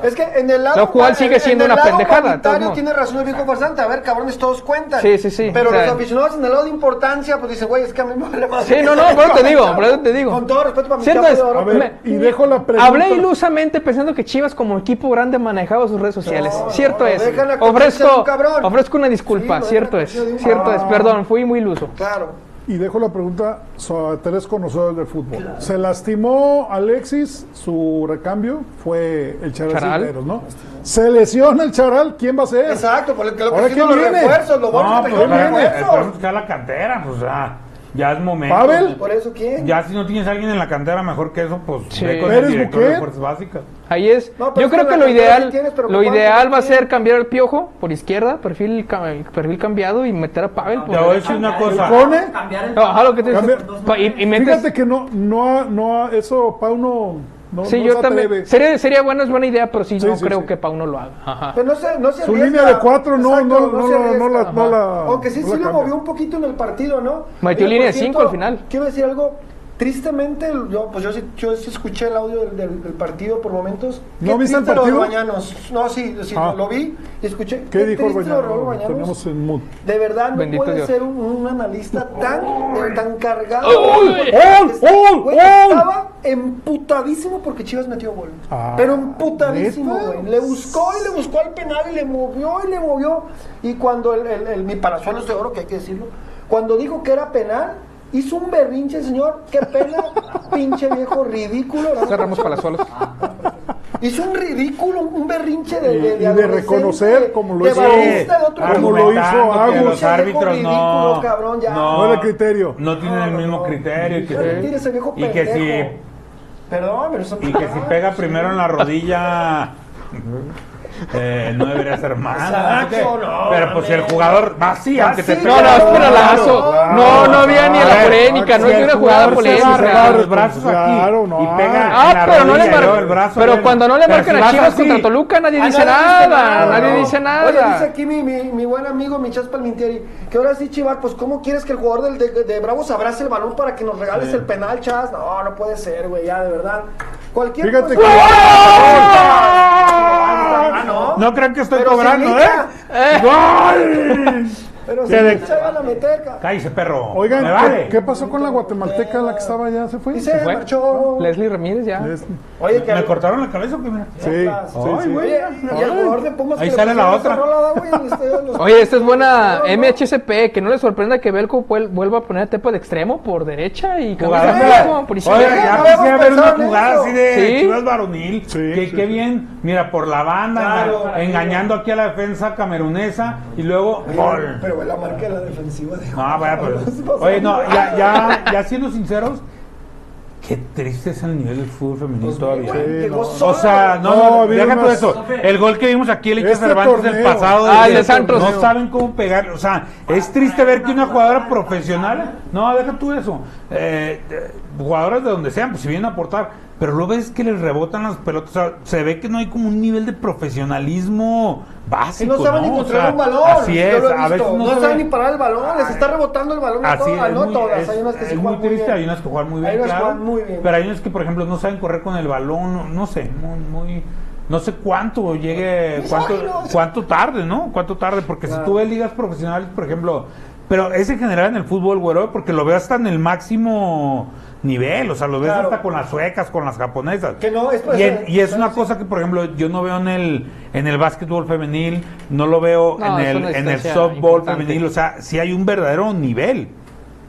Speaker 1: Es que en el lado.
Speaker 3: Lo cual sigue
Speaker 1: en el
Speaker 3: siendo una
Speaker 1: lado
Speaker 3: pendejada, de todos
Speaker 1: humanitario
Speaker 3: modos.
Speaker 1: tiene razón el viejo farsante. A ver, cabrones, todos cuentan.
Speaker 3: Sí, sí, sí,
Speaker 1: Pero
Speaker 3: o sea-
Speaker 1: los aficionados en el lado de importancia, pues dicen, güey, es que a mí me vale más.
Speaker 3: Sí, no, no, por eso te digo, por eso te digo.
Speaker 1: Con todo respeto para mi
Speaker 3: Cierto
Speaker 1: chavo
Speaker 3: es-
Speaker 1: de oro.
Speaker 4: A ver,
Speaker 3: Me-
Speaker 4: y dejo la pregunta.
Speaker 3: Hablé ilusamente pensando que Chivas como equipo grande manejaba sus redes sociales.
Speaker 1: No,
Speaker 3: cierto
Speaker 1: no,
Speaker 3: es.
Speaker 1: deja la conciencia de
Speaker 3: Ofrezco,
Speaker 1: un cabrón.
Speaker 3: ofrezco una disculpa.
Speaker 1: Sí, lo
Speaker 3: cierto
Speaker 1: deja
Speaker 3: es.
Speaker 1: la conciencia de un
Speaker 3: Cierto
Speaker 1: cabrón.
Speaker 3: es. Perdón, fui muy iluso.
Speaker 1: Claro.
Speaker 4: Y dejo la pregunta sobre tres conocedores del fútbol. Se lastimó Alexis, su recambio fue el Charal,
Speaker 3: Charal.
Speaker 4: Cisneros, ¿no? Se lesiona el Charal, ¿quién va a ser?
Speaker 1: Exacto, por lo que
Speaker 4: Ahora,
Speaker 1: lo que
Speaker 4: ¿quién
Speaker 1: son los
Speaker 4: viene?
Speaker 1: refuerzos, lo bueno es
Speaker 2: No,
Speaker 1: que
Speaker 2: pues
Speaker 1: te quedan
Speaker 2: esperemos- esperemos
Speaker 1: refuerzos.
Speaker 2: que sea la cantera, pues ya, ya es momento.
Speaker 4: Pavel.
Speaker 1: Por eso, ¿quién?
Speaker 2: Ya si no tienes a alguien en la cantera mejor que eso, pues
Speaker 3: Sí.
Speaker 2: ve con
Speaker 4: ¿Pérez
Speaker 2: el director
Speaker 4: Buquet?
Speaker 2: de fuerzas básicas.
Speaker 3: Ahí es.
Speaker 1: No, pero
Speaker 3: Yo
Speaker 1: es
Speaker 3: creo
Speaker 1: que
Speaker 3: que
Speaker 1: la
Speaker 3: lo
Speaker 1: cantidad
Speaker 3: ideal,
Speaker 1: que tienes, pero
Speaker 3: lo
Speaker 1: ¿cuánto
Speaker 3: ideal va a
Speaker 1: tienes?
Speaker 3: ser cambiar el piojo por izquierda, perfil, ca- el perfil cambiado y meter a Pavel por
Speaker 2: Te voy a
Speaker 3: derecha.
Speaker 2: decir una cosa.
Speaker 4: ¿Cone?
Speaker 5: Cambiar el
Speaker 3: No, ajá, lo que te digo.
Speaker 4: Cambia-
Speaker 3: Pa- y, y metes-
Speaker 4: Fíjate que no, no, ha- no, ha- eso Pau no, no,
Speaker 3: Sí,
Speaker 4: no
Speaker 3: yo
Speaker 4: se
Speaker 3: también.
Speaker 4: atreve.
Speaker 3: Sería, sería bueno, es buena idea, pero sí,
Speaker 4: Sí,
Speaker 3: no
Speaker 4: sí,
Speaker 3: creo
Speaker 4: sí.
Speaker 3: que Pauno lo haga. [laughs] Ajá.
Speaker 1: Pero no se, no se
Speaker 4: Su
Speaker 1: arriesga.
Speaker 4: línea de cuatro no,
Speaker 1: Exacto,
Speaker 4: no, no,
Speaker 1: se
Speaker 4: no, no
Speaker 1: arriesga.
Speaker 4: la, no la-
Speaker 1: Aunque sí,
Speaker 4: no
Speaker 1: sí
Speaker 4: la
Speaker 1: lo
Speaker 4: cambia.
Speaker 1: movió un poquito en el partido, ¿no?
Speaker 3: Metió
Speaker 1: Oye,
Speaker 3: línea
Speaker 1: por
Speaker 3: de cinco
Speaker 1: cierto,
Speaker 3: al final.
Speaker 1: Quiero decir algo. Tristemente, yo, pues yo, sí- yo sí escuché el audio del, del- del partido por momentos.
Speaker 4: ¿No
Speaker 1: Qué
Speaker 4: viste el
Speaker 1: triste lo de
Speaker 4: partido?
Speaker 1: Bañanos. No, sí, sí,
Speaker 4: Ah.
Speaker 1: lo vi y escuché.
Speaker 4: ¿Qué dijo el
Speaker 1: triste lo de Raúl
Speaker 4: Bañano?
Speaker 1: Bañanos.
Speaker 4: Tenemos en mood.
Speaker 1: De verdad, no
Speaker 3: Bendito
Speaker 1: puede
Speaker 3: Dios.
Speaker 1: ser un, un analista tan, tan cargado.
Speaker 3: ¡Uy!
Speaker 1: Porque
Speaker 4: ¡Gol! ¡Gol!
Speaker 1: güey,
Speaker 4: ¡Gol!
Speaker 1: Estaba emputadísimo porque Chivas metió gol.
Speaker 4: Ah,
Speaker 1: Pero emputadísimo,
Speaker 4: ¿neta?
Speaker 1: güey. Le buscó y le buscó al penal y le movió y le movió. Y cuando el, el- el- mi palazuelos de oro, que hay que decirlo, cuando dijo que era penal, hizo un berrinche el señor. Qué
Speaker 4: [laughs]
Speaker 1: pena, pinche viejo ridículo. ¿verdad?
Speaker 3: Cerramos Palazuelos.
Speaker 1: Hizo un ridículo, un berrinche de, de,
Speaker 4: Y de
Speaker 1: adolescente,
Speaker 4: reconocer como lo
Speaker 1: de
Speaker 4: hizo-
Speaker 1: barista de otro
Speaker 4: como Pues lo
Speaker 1: equipo.
Speaker 4: hizo
Speaker 2: Argumentando que
Speaker 4: Agus.
Speaker 2: Los árbitros no.
Speaker 1: Ridículo, cabrón, ya.
Speaker 4: No era criterio.
Speaker 2: No tienen
Speaker 1: No,
Speaker 2: el
Speaker 1: no,
Speaker 2: mismo
Speaker 1: no.
Speaker 2: criterio. Y que,
Speaker 1: Ay,
Speaker 2: si-
Speaker 1: mira ese viejo
Speaker 2: y que
Speaker 1: pendejo.
Speaker 2: si,
Speaker 1: Perdón, pero eso
Speaker 2: y que si pega primero en la rodilla. eh, no debería ser más. ¿verdad?
Speaker 1: Exacto, no,
Speaker 2: Pero pues si el jugador va así, aunque te
Speaker 1: sí,
Speaker 2: pegue.
Speaker 3: No, no, es
Speaker 1: Claro,
Speaker 3: pura lazo.
Speaker 1: claro,
Speaker 3: No, no había ni
Speaker 2: A
Speaker 3: la
Speaker 2: ver,
Speaker 3: polémica, no
Speaker 4: si
Speaker 3: es ni
Speaker 4: el
Speaker 3: una jugada
Speaker 4: jugador se
Speaker 3: polémica.
Speaker 4: barra
Speaker 2: los brazos aquí
Speaker 4: Claro, no.
Speaker 2: y pega en
Speaker 3: Ah,
Speaker 2: la
Speaker 3: pero no le
Speaker 2: rodilla, y luego
Speaker 3: marcan.
Speaker 2: el brazo
Speaker 3: pero
Speaker 2: viene.
Speaker 3: cuando no le
Speaker 2: Pero
Speaker 3: marcan
Speaker 2: si
Speaker 3: a
Speaker 2: vas
Speaker 3: Chivas
Speaker 2: así,
Speaker 3: contra Toluca, nadie
Speaker 1: Ah,
Speaker 3: dice
Speaker 1: nadie
Speaker 3: nada. nadie
Speaker 1: no.
Speaker 3: dice
Speaker 1: Oye,
Speaker 3: nada.
Speaker 1: dice aquí mi, mi, mi buen amigo, mi chas Palmintieri, que ahora sí, Chivar, pues ¿cómo quieres que el jugador del, de, de Bravos abrace el balón para que nos regales el penal, Chas? No, no puede ser, güey, ya, de verdad. Cualquier
Speaker 4: Fíjate
Speaker 1: cosa-
Speaker 4: que-
Speaker 1: Ah, no.
Speaker 2: No creo que estoy
Speaker 1: Pero
Speaker 2: cobrando,
Speaker 1: se
Speaker 2: ¿eh?
Speaker 1: liga.
Speaker 2: ¡Gol!
Speaker 1: Pero
Speaker 2: Se
Speaker 1: se
Speaker 2: de-
Speaker 1: se van a meter, ca-
Speaker 2: Cállese, perro.
Speaker 4: Oigan,
Speaker 2: Me
Speaker 4: ¿qué-
Speaker 2: vale.
Speaker 4: ¿qué, pasó con la guatemalteca la que estaba allá? ¿Se fue?
Speaker 1: Y se
Speaker 3: fue?
Speaker 1: marchó.
Speaker 3: Leslie Ramírez ya.
Speaker 4: Es-
Speaker 1: Oye,
Speaker 2: ¿Me cortaron la cabeza o qué? Mira.
Speaker 4: Sí, sí,
Speaker 2: Ay, güey.
Speaker 4: sí.
Speaker 1: Oye, y el jugador de Pumas
Speaker 2: Ahí
Speaker 1: que pues, le
Speaker 2: sale la
Speaker 1: pusieron esa
Speaker 2: otra.
Speaker 1: rola, güey, en el estadio de los-
Speaker 3: Oye, esta es buena
Speaker 1: No, no.
Speaker 3: MHCP, que no le sorprenda que Belco vuel- vuelva a poner a Tepa de extremo por derecha y
Speaker 2: Jugador.
Speaker 3: camisa de Belco por
Speaker 2: Oye,
Speaker 1: Sí,
Speaker 2: ya
Speaker 1: no
Speaker 3: izquierda.
Speaker 1: habíamos
Speaker 2: quisiera ver una
Speaker 1: pensado en
Speaker 2: jugada
Speaker 1: eso.
Speaker 2: así de
Speaker 3: Sí.
Speaker 2: Chivas varonil.
Speaker 4: Sí,
Speaker 2: que,
Speaker 4: sí,
Speaker 2: que
Speaker 4: sí.
Speaker 2: bien. Mira, por la banda,
Speaker 1: Claro,
Speaker 2: enga-
Speaker 1: maravilla.
Speaker 2: engañando aquí a la defensa camerunesa y luego gol.
Speaker 1: Pero güey, la marca de la defensiva de
Speaker 2: No, Ah, vaya, pero-
Speaker 1: [laughs] Nos
Speaker 2: Oye, no,
Speaker 1: pasamos.
Speaker 2: ya, ya, ya siendo sinceros, qué triste es el nivel del fútbol femenino todavía.
Speaker 1: Güey,
Speaker 4: Sí,
Speaker 1: llegó
Speaker 4: no.
Speaker 1: solo,
Speaker 2: O sea, no,
Speaker 4: No,
Speaker 2: no,
Speaker 4: había
Speaker 2: deja
Speaker 4: unas-
Speaker 2: todo eso. El gol que vimos aquí, el Eche
Speaker 4: Este
Speaker 2: Cervantes del
Speaker 4: torneo.
Speaker 2: pasado.
Speaker 3: Ah,
Speaker 2: de
Speaker 3: el de Santos.
Speaker 2: No saben cómo pegar. O sea, es triste ver que una jugadora profesional. No, deja tú eso. Eh, eh, jugadoras de donde sean, pues si vienen a aportar. Pero lo ves que les rebotan las pelotas. O sea, se ve que no hay como un nivel de profesionalismo
Speaker 1: Si
Speaker 2: básico.
Speaker 1: no saben ni
Speaker 2: O
Speaker 1: controlar
Speaker 2: sea,
Speaker 1: un balón.
Speaker 2: Así
Speaker 1: yo
Speaker 2: es.
Speaker 1: lo he
Speaker 2: a veces
Speaker 1: visto.
Speaker 2: no
Speaker 1: no
Speaker 2: se
Speaker 1: saben
Speaker 2: ve-
Speaker 1: ni parar el balón. Les
Speaker 2: Ay.
Speaker 1: está rebotando el balón. a
Speaker 2: Así
Speaker 1: todas,
Speaker 2: es,
Speaker 1: no
Speaker 2: muy,
Speaker 1: todas.
Speaker 2: es-
Speaker 1: hay unas que sí
Speaker 2: es muy
Speaker 1: juegan muy
Speaker 2: triste,
Speaker 1: bien.
Speaker 2: hay unas que juegan muy bien,
Speaker 1: Hay unas que
Speaker 2: claro,
Speaker 1: juegan muy bien.
Speaker 2: pero hay unas que, por ejemplo, no saben correr con el balón, no, no sé, muy, muy- no sé cuánto
Speaker 1: Pues,
Speaker 2: llegue, cuánto,
Speaker 1: Misóginos.
Speaker 2: cuánto tarde, ¿no? Cuánto tarde, porque si tú ves ligas profesionales, por ejemplo, pero es en general en el fútbol, güero, porque lo veo hasta en el máximo nivel, o sea, lo ves
Speaker 1: Claro.
Speaker 2: hasta con las suecas, con las japonesas.
Speaker 1: Que no, es-
Speaker 2: y, en- y es una cosa que, por ejemplo, yo no veo en el en el básquetbol femenil, no lo veo
Speaker 3: No, es
Speaker 2: en el
Speaker 3: una
Speaker 2: en el
Speaker 3: distancia
Speaker 2: softball
Speaker 3: importante.
Speaker 2: femenil, o sea, si hay un verdadero nivel.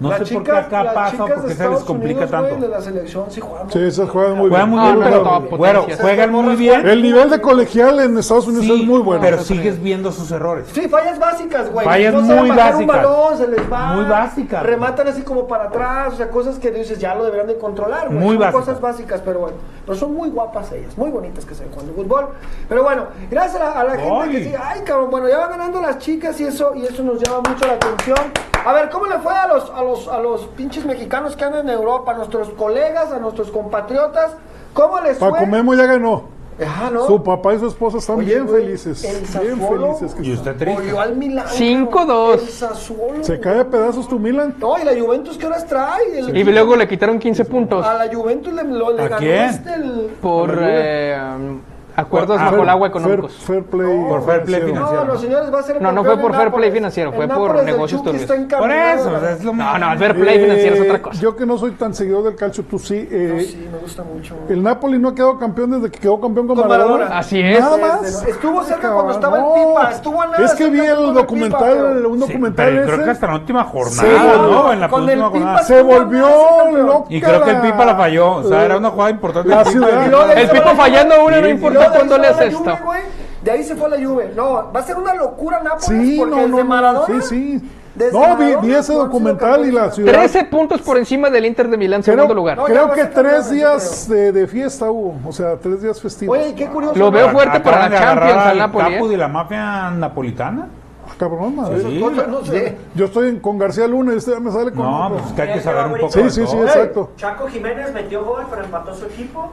Speaker 2: No
Speaker 1: Las
Speaker 2: sé
Speaker 1: chicas-
Speaker 2: por qué acá
Speaker 1: las
Speaker 2: pasa o
Speaker 1: chicas de
Speaker 2: por qué se les
Speaker 1: Estados
Speaker 2: complica
Speaker 1: Unidos, güey,
Speaker 2: tanto.
Speaker 1: de la selección sí juegan muy
Speaker 4: Sí,
Speaker 1: bien.
Speaker 4: esas juegan muy
Speaker 2: Juegan
Speaker 4: bien.
Speaker 2: muy
Speaker 3: Ah,
Speaker 2: bien,
Speaker 3: pero
Speaker 2: güero.
Speaker 3: no,
Speaker 2: Güero,
Speaker 3: potencias.
Speaker 2: juegan muy bien.
Speaker 4: El nivel de colegial en Estados Unidos
Speaker 2: sí,
Speaker 4: es muy bueno.
Speaker 2: Pero sigues viendo sus errores.
Speaker 1: Sí, fallas básicas, güey.
Speaker 2: Fallas
Speaker 1: no saben
Speaker 2: muy
Speaker 1: bajar un
Speaker 2: básicas.
Speaker 1: balón, se les va.
Speaker 2: Muy básicas.
Speaker 1: Rematan así como para atrás, o sea, cosas que dices, ya lo deberían de controlar, güey.
Speaker 2: Muy
Speaker 1: Son
Speaker 2: básicas.
Speaker 1: cosas básicas, pero bueno. Pero son muy guapas ellas, muy bonitas que se ven cuando fútbol. Pero bueno, gracias a la, a la gente
Speaker 2: Ay.
Speaker 1: que sí, ay, cabrón, bueno, ya van ganando las chicas y eso y eso nos llama mucho la atención. A ver, ¿cómo le fue a los a los a los pinches mexicanos que andan en Europa, a nuestros colegas, a nuestros compatriotas? ¿Cómo les
Speaker 4: Paco
Speaker 1: fue?
Speaker 4: Memo ya ganó.
Speaker 1: Ajá, ¿no?
Speaker 4: Su papá y su esposa están
Speaker 1: Oye,
Speaker 4: bien
Speaker 1: güey,
Speaker 4: felices.
Speaker 1: el
Speaker 4: Bien
Speaker 1: Sassuolo
Speaker 4: felices. que
Speaker 2: Y
Speaker 4: están.
Speaker 2: usted triste.
Speaker 1: Volvió al Milán.
Speaker 3: 5-2.
Speaker 1: El Sassuolo,
Speaker 4: Se
Speaker 1: güey.
Speaker 4: cae a pedazos tu Milan.
Speaker 1: No, y la Juventus, ¿qué horas trae? El-
Speaker 3: Y luego le quitaron 15 puntos
Speaker 1: A la Juventus le, lo- le
Speaker 2: ¿A
Speaker 1: ganó
Speaker 2: quién?
Speaker 1: este el-
Speaker 3: por
Speaker 4: A la Juve.
Speaker 3: eh, um, Acuerdos
Speaker 2: Ah,
Speaker 3: bajo
Speaker 2: fair-
Speaker 3: el agua
Speaker 4: Fair,
Speaker 3: económicos.
Speaker 4: fair play.
Speaker 1: No,
Speaker 2: Por fair play
Speaker 4: financiero.
Speaker 2: financiero.
Speaker 1: No, los señores va a ser el
Speaker 3: No, no
Speaker 1: campeón
Speaker 3: fue por
Speaker 1: el
Speaker 3: fair
Speaker 1: Nápoles.
Speaker 3: play financiero,
Speaker 1: El
Speaker 3: fue por
Speaker 1: Nápoles del
Speaker 3: negocios
Speaker 1: Chucky
Speaker 3: turbios.
Speaker 1: está
Speaker 2: Por
Speaker 1: encaminado
Speaker 2: eso,
Speaker 1: a
Speaker 2: o sea,
Speaker 1: la-
Speaker 2: es lo mismo.
Speaker 3: No, no, el fair play financiero es
Speaker 4: Eh,
Speaker 3: otra cosa.
Speaker 4: Yo que no soy tan seguidor del calcio, tú sí. eh,
Speaker 1: Sí, me gusta mucho. Este,
Speaker 4: El Napoli no ha quedado campeón desde que quedó campeón con,
Speaker 1: Con
Speaker 4: Maradona.
Speaker 1: Maradona.
Speaker 3: Así es.
Speaker 4: Nada
Speaker 1: Desde
Speaker 4: más.
Speaker 1: lo- estuvo cerca
Speaker 4: Cabrón,
Speaker 1: cuando estaba el
Speaker 4: no.
Speaker 1: Pipa, estuvo a nada
Speaker 4: Es que
Speaker 1: cerca
Speaker 4: vi
Speaker 1: cuando
Speaker 4: el
Speaker 1: estaba el
Speaker 4: documental,
Speaker 1: Pipa, pero-
Speaker 4: un
Speaker 2: Sí,
Speaker 4: documental
Speaker 2: pero yo creo
Speaker 4: ese,
Speaker 2: que hasta la última jornada,
Speaker 4: Se volvió-
Speaker 2: Ah, ¿no? En la
Speaker 1: con
Speaker 2: penúltima
Speaker 1: el Pipa
Speaker 2: jornada.
Speaker 4: se
Speaker 1: Estuvo a
Speaker 4: volvió
Speaker 1: nada,
Speaker 4: loca.
Speaker 2: Y creo que el
Speaker 4: la-
Speaker 2: Pipa la falló. O sea, era una jugada importante.
Speaker 4: La
Speaker 2: del Pipa.
Speaker 4: ciudad-
Speaker 1: Y luego de ahí
Speaker 3: El
Speaker 1: se
Speaker 3: Pipa
Speaker 1: fue a la
Speaker 3: fallando
Speaker 1: Juve,
Speaker 3: una,
Speaker 1: y
Speaker 3: no
Speaker 1: luego
Speaker 3: importa
Speaker 1: de ahí
Speaker 3: cuándo
Speaker 1: se fue
Speaker 3: le
Speaker 1: a la
Speaker 3: haces
Speaker 1: Juve,
Speaker 3: esto.
Speaker 1: güey. De ahí se fue a la Juve. No, va a ser una locura Nápoles
Speaker 4: Sí,
Speaker 1: porque
Speaker 4: no,
Speaker 1: desde
Speaker 4: no, no,
Speaker 1: Maradona.
Speaker 4: sí, sí.
Speaker 1: desde
Speaker 4: No, vi,
Speaker 1: Maradona
Speaker 4: vi
Speaker 1: no han
Speaker 4: ese
Speaker 1: sido
Speaker 4: documental y la
Speaker 1: campeones.
Speaker 4: ciudad.
Speaker 3: 13 puntos por encima del Inter de Milán,
Speaker 4: Creo,
Speaker 3: segundo lugar.
Speaker 1: No, ya
Speaker 4: creo
Speaker 1: va a
Speaker 4: que
Speaker 1: ser campeón,
Speaker 4: tres
Speaker 1: yo
Speaker 4: días de, de fiesta hubo, o sea, tres días festivos.
Speaker 1: Oye, y qué curioso.
Speaker 3: Lo
Speaker 1: ¿no?
Speaker 3: veo fuerte
Speaker 2: Acaban
Speaker 3: para la
Speaker 2: de agarrar
Speaker 3: Champions al
Speaker 2: al
Speaker 3: Napoli,
Speaker 2: capo
Speaker 3: ¿eh?
Speaker 2: de la mafia napolitana.
Speaker 4: Ah, Cabrón, madre.
Speaker 2: Sí.
Speaker 1: Otra, no sé.
Speaker 4: Yo estoy en- con García Luna y este ya me sale con.
Speaker 2: No,
Speaker 4: otro.
Speaker 2: pues que hay
Speaker 5: Ya
Speaker 2: que saber un
Speaker 5: lleva
Speaker 2: poco
Speaker 4: Sí,
Speaker 2: de
Speaker 4: sí, sí,
Speaker 2: todo.
Speaker 4: exacto.
Speaker 5: Chaco Jiménez metió gol, pero empató su equipo.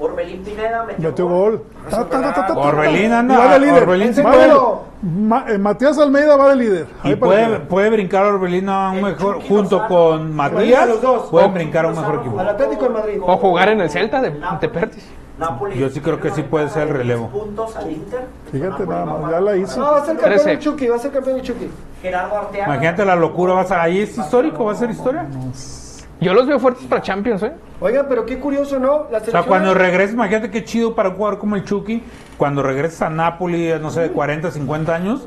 Speaker 5: Orbelín Pineda metió,
Speaker 4: Metió gol. Ta, ta, ta, ta, ta, ta.
Speaker 2: Orbelín anda,
Speaker 4: Y va de líder.
Speaker 2: Orbelín
Speaker 1: se
Speaker 4: Va de-
Speaker 1: quedó.
Speaker 4: Ma- eh, Matías Almeida va de líder.
Speaker 2: Y
Speaker 4: Ahí para
Speaker 2: puede,
Speaker 4: arriba.
Speaker 2: puede brincar Orbelín a un
Speaker 5: El
Speaker 2: mejor,
Speaker 5: Chucky
Speaker 2: junto
Speaker 5: Lozano.
Speaker 2: con
Speaker 1: Cualquiera
Speaker 2: Matías,
Speaker 1: de los dos.
Speaker 2: pueden
Speaker 3: O-
Speaker 2: brincar a un mejor equipo.
Speaker 1: Al Atlético de Madrid.
Speaker 3: O jugar en el Celta de- de Pertis.
Speaker 2: Yo sí creo que sí puede ser el relevo.
Speaker 5: Puntos al Inter.
Speaker 4: Fíjate
Speaker 5: Napoli
Speaker 4: nada
Speaker 5: va
Speaker 4: más,
Speaker 5: para-
Speaker 4: ya la hizo.
Speaker 1: Ah, No, va a ser campeón
Speaker 3: 13.
Speaker 1: el Chucky, va a ser campeón el Chucky.
Speaker 5: Gerardo Arteaga.
Speaker 2: Imagínate la locura, vas a, ahí es histórico, va a ser historia.
Speaker 3: Yo los veo fuertes para Champions, ¿eh?
Speaker 1: Oigan, pero qué curioso, ¿no? La
Speaker 2: O sea,
Speaker 1: selección-
Speaker 2: cuando regreses, imagínate qué chido para un jugador como el Chucky, cuando regreses a Napoli, no sé, de 40, 50 años,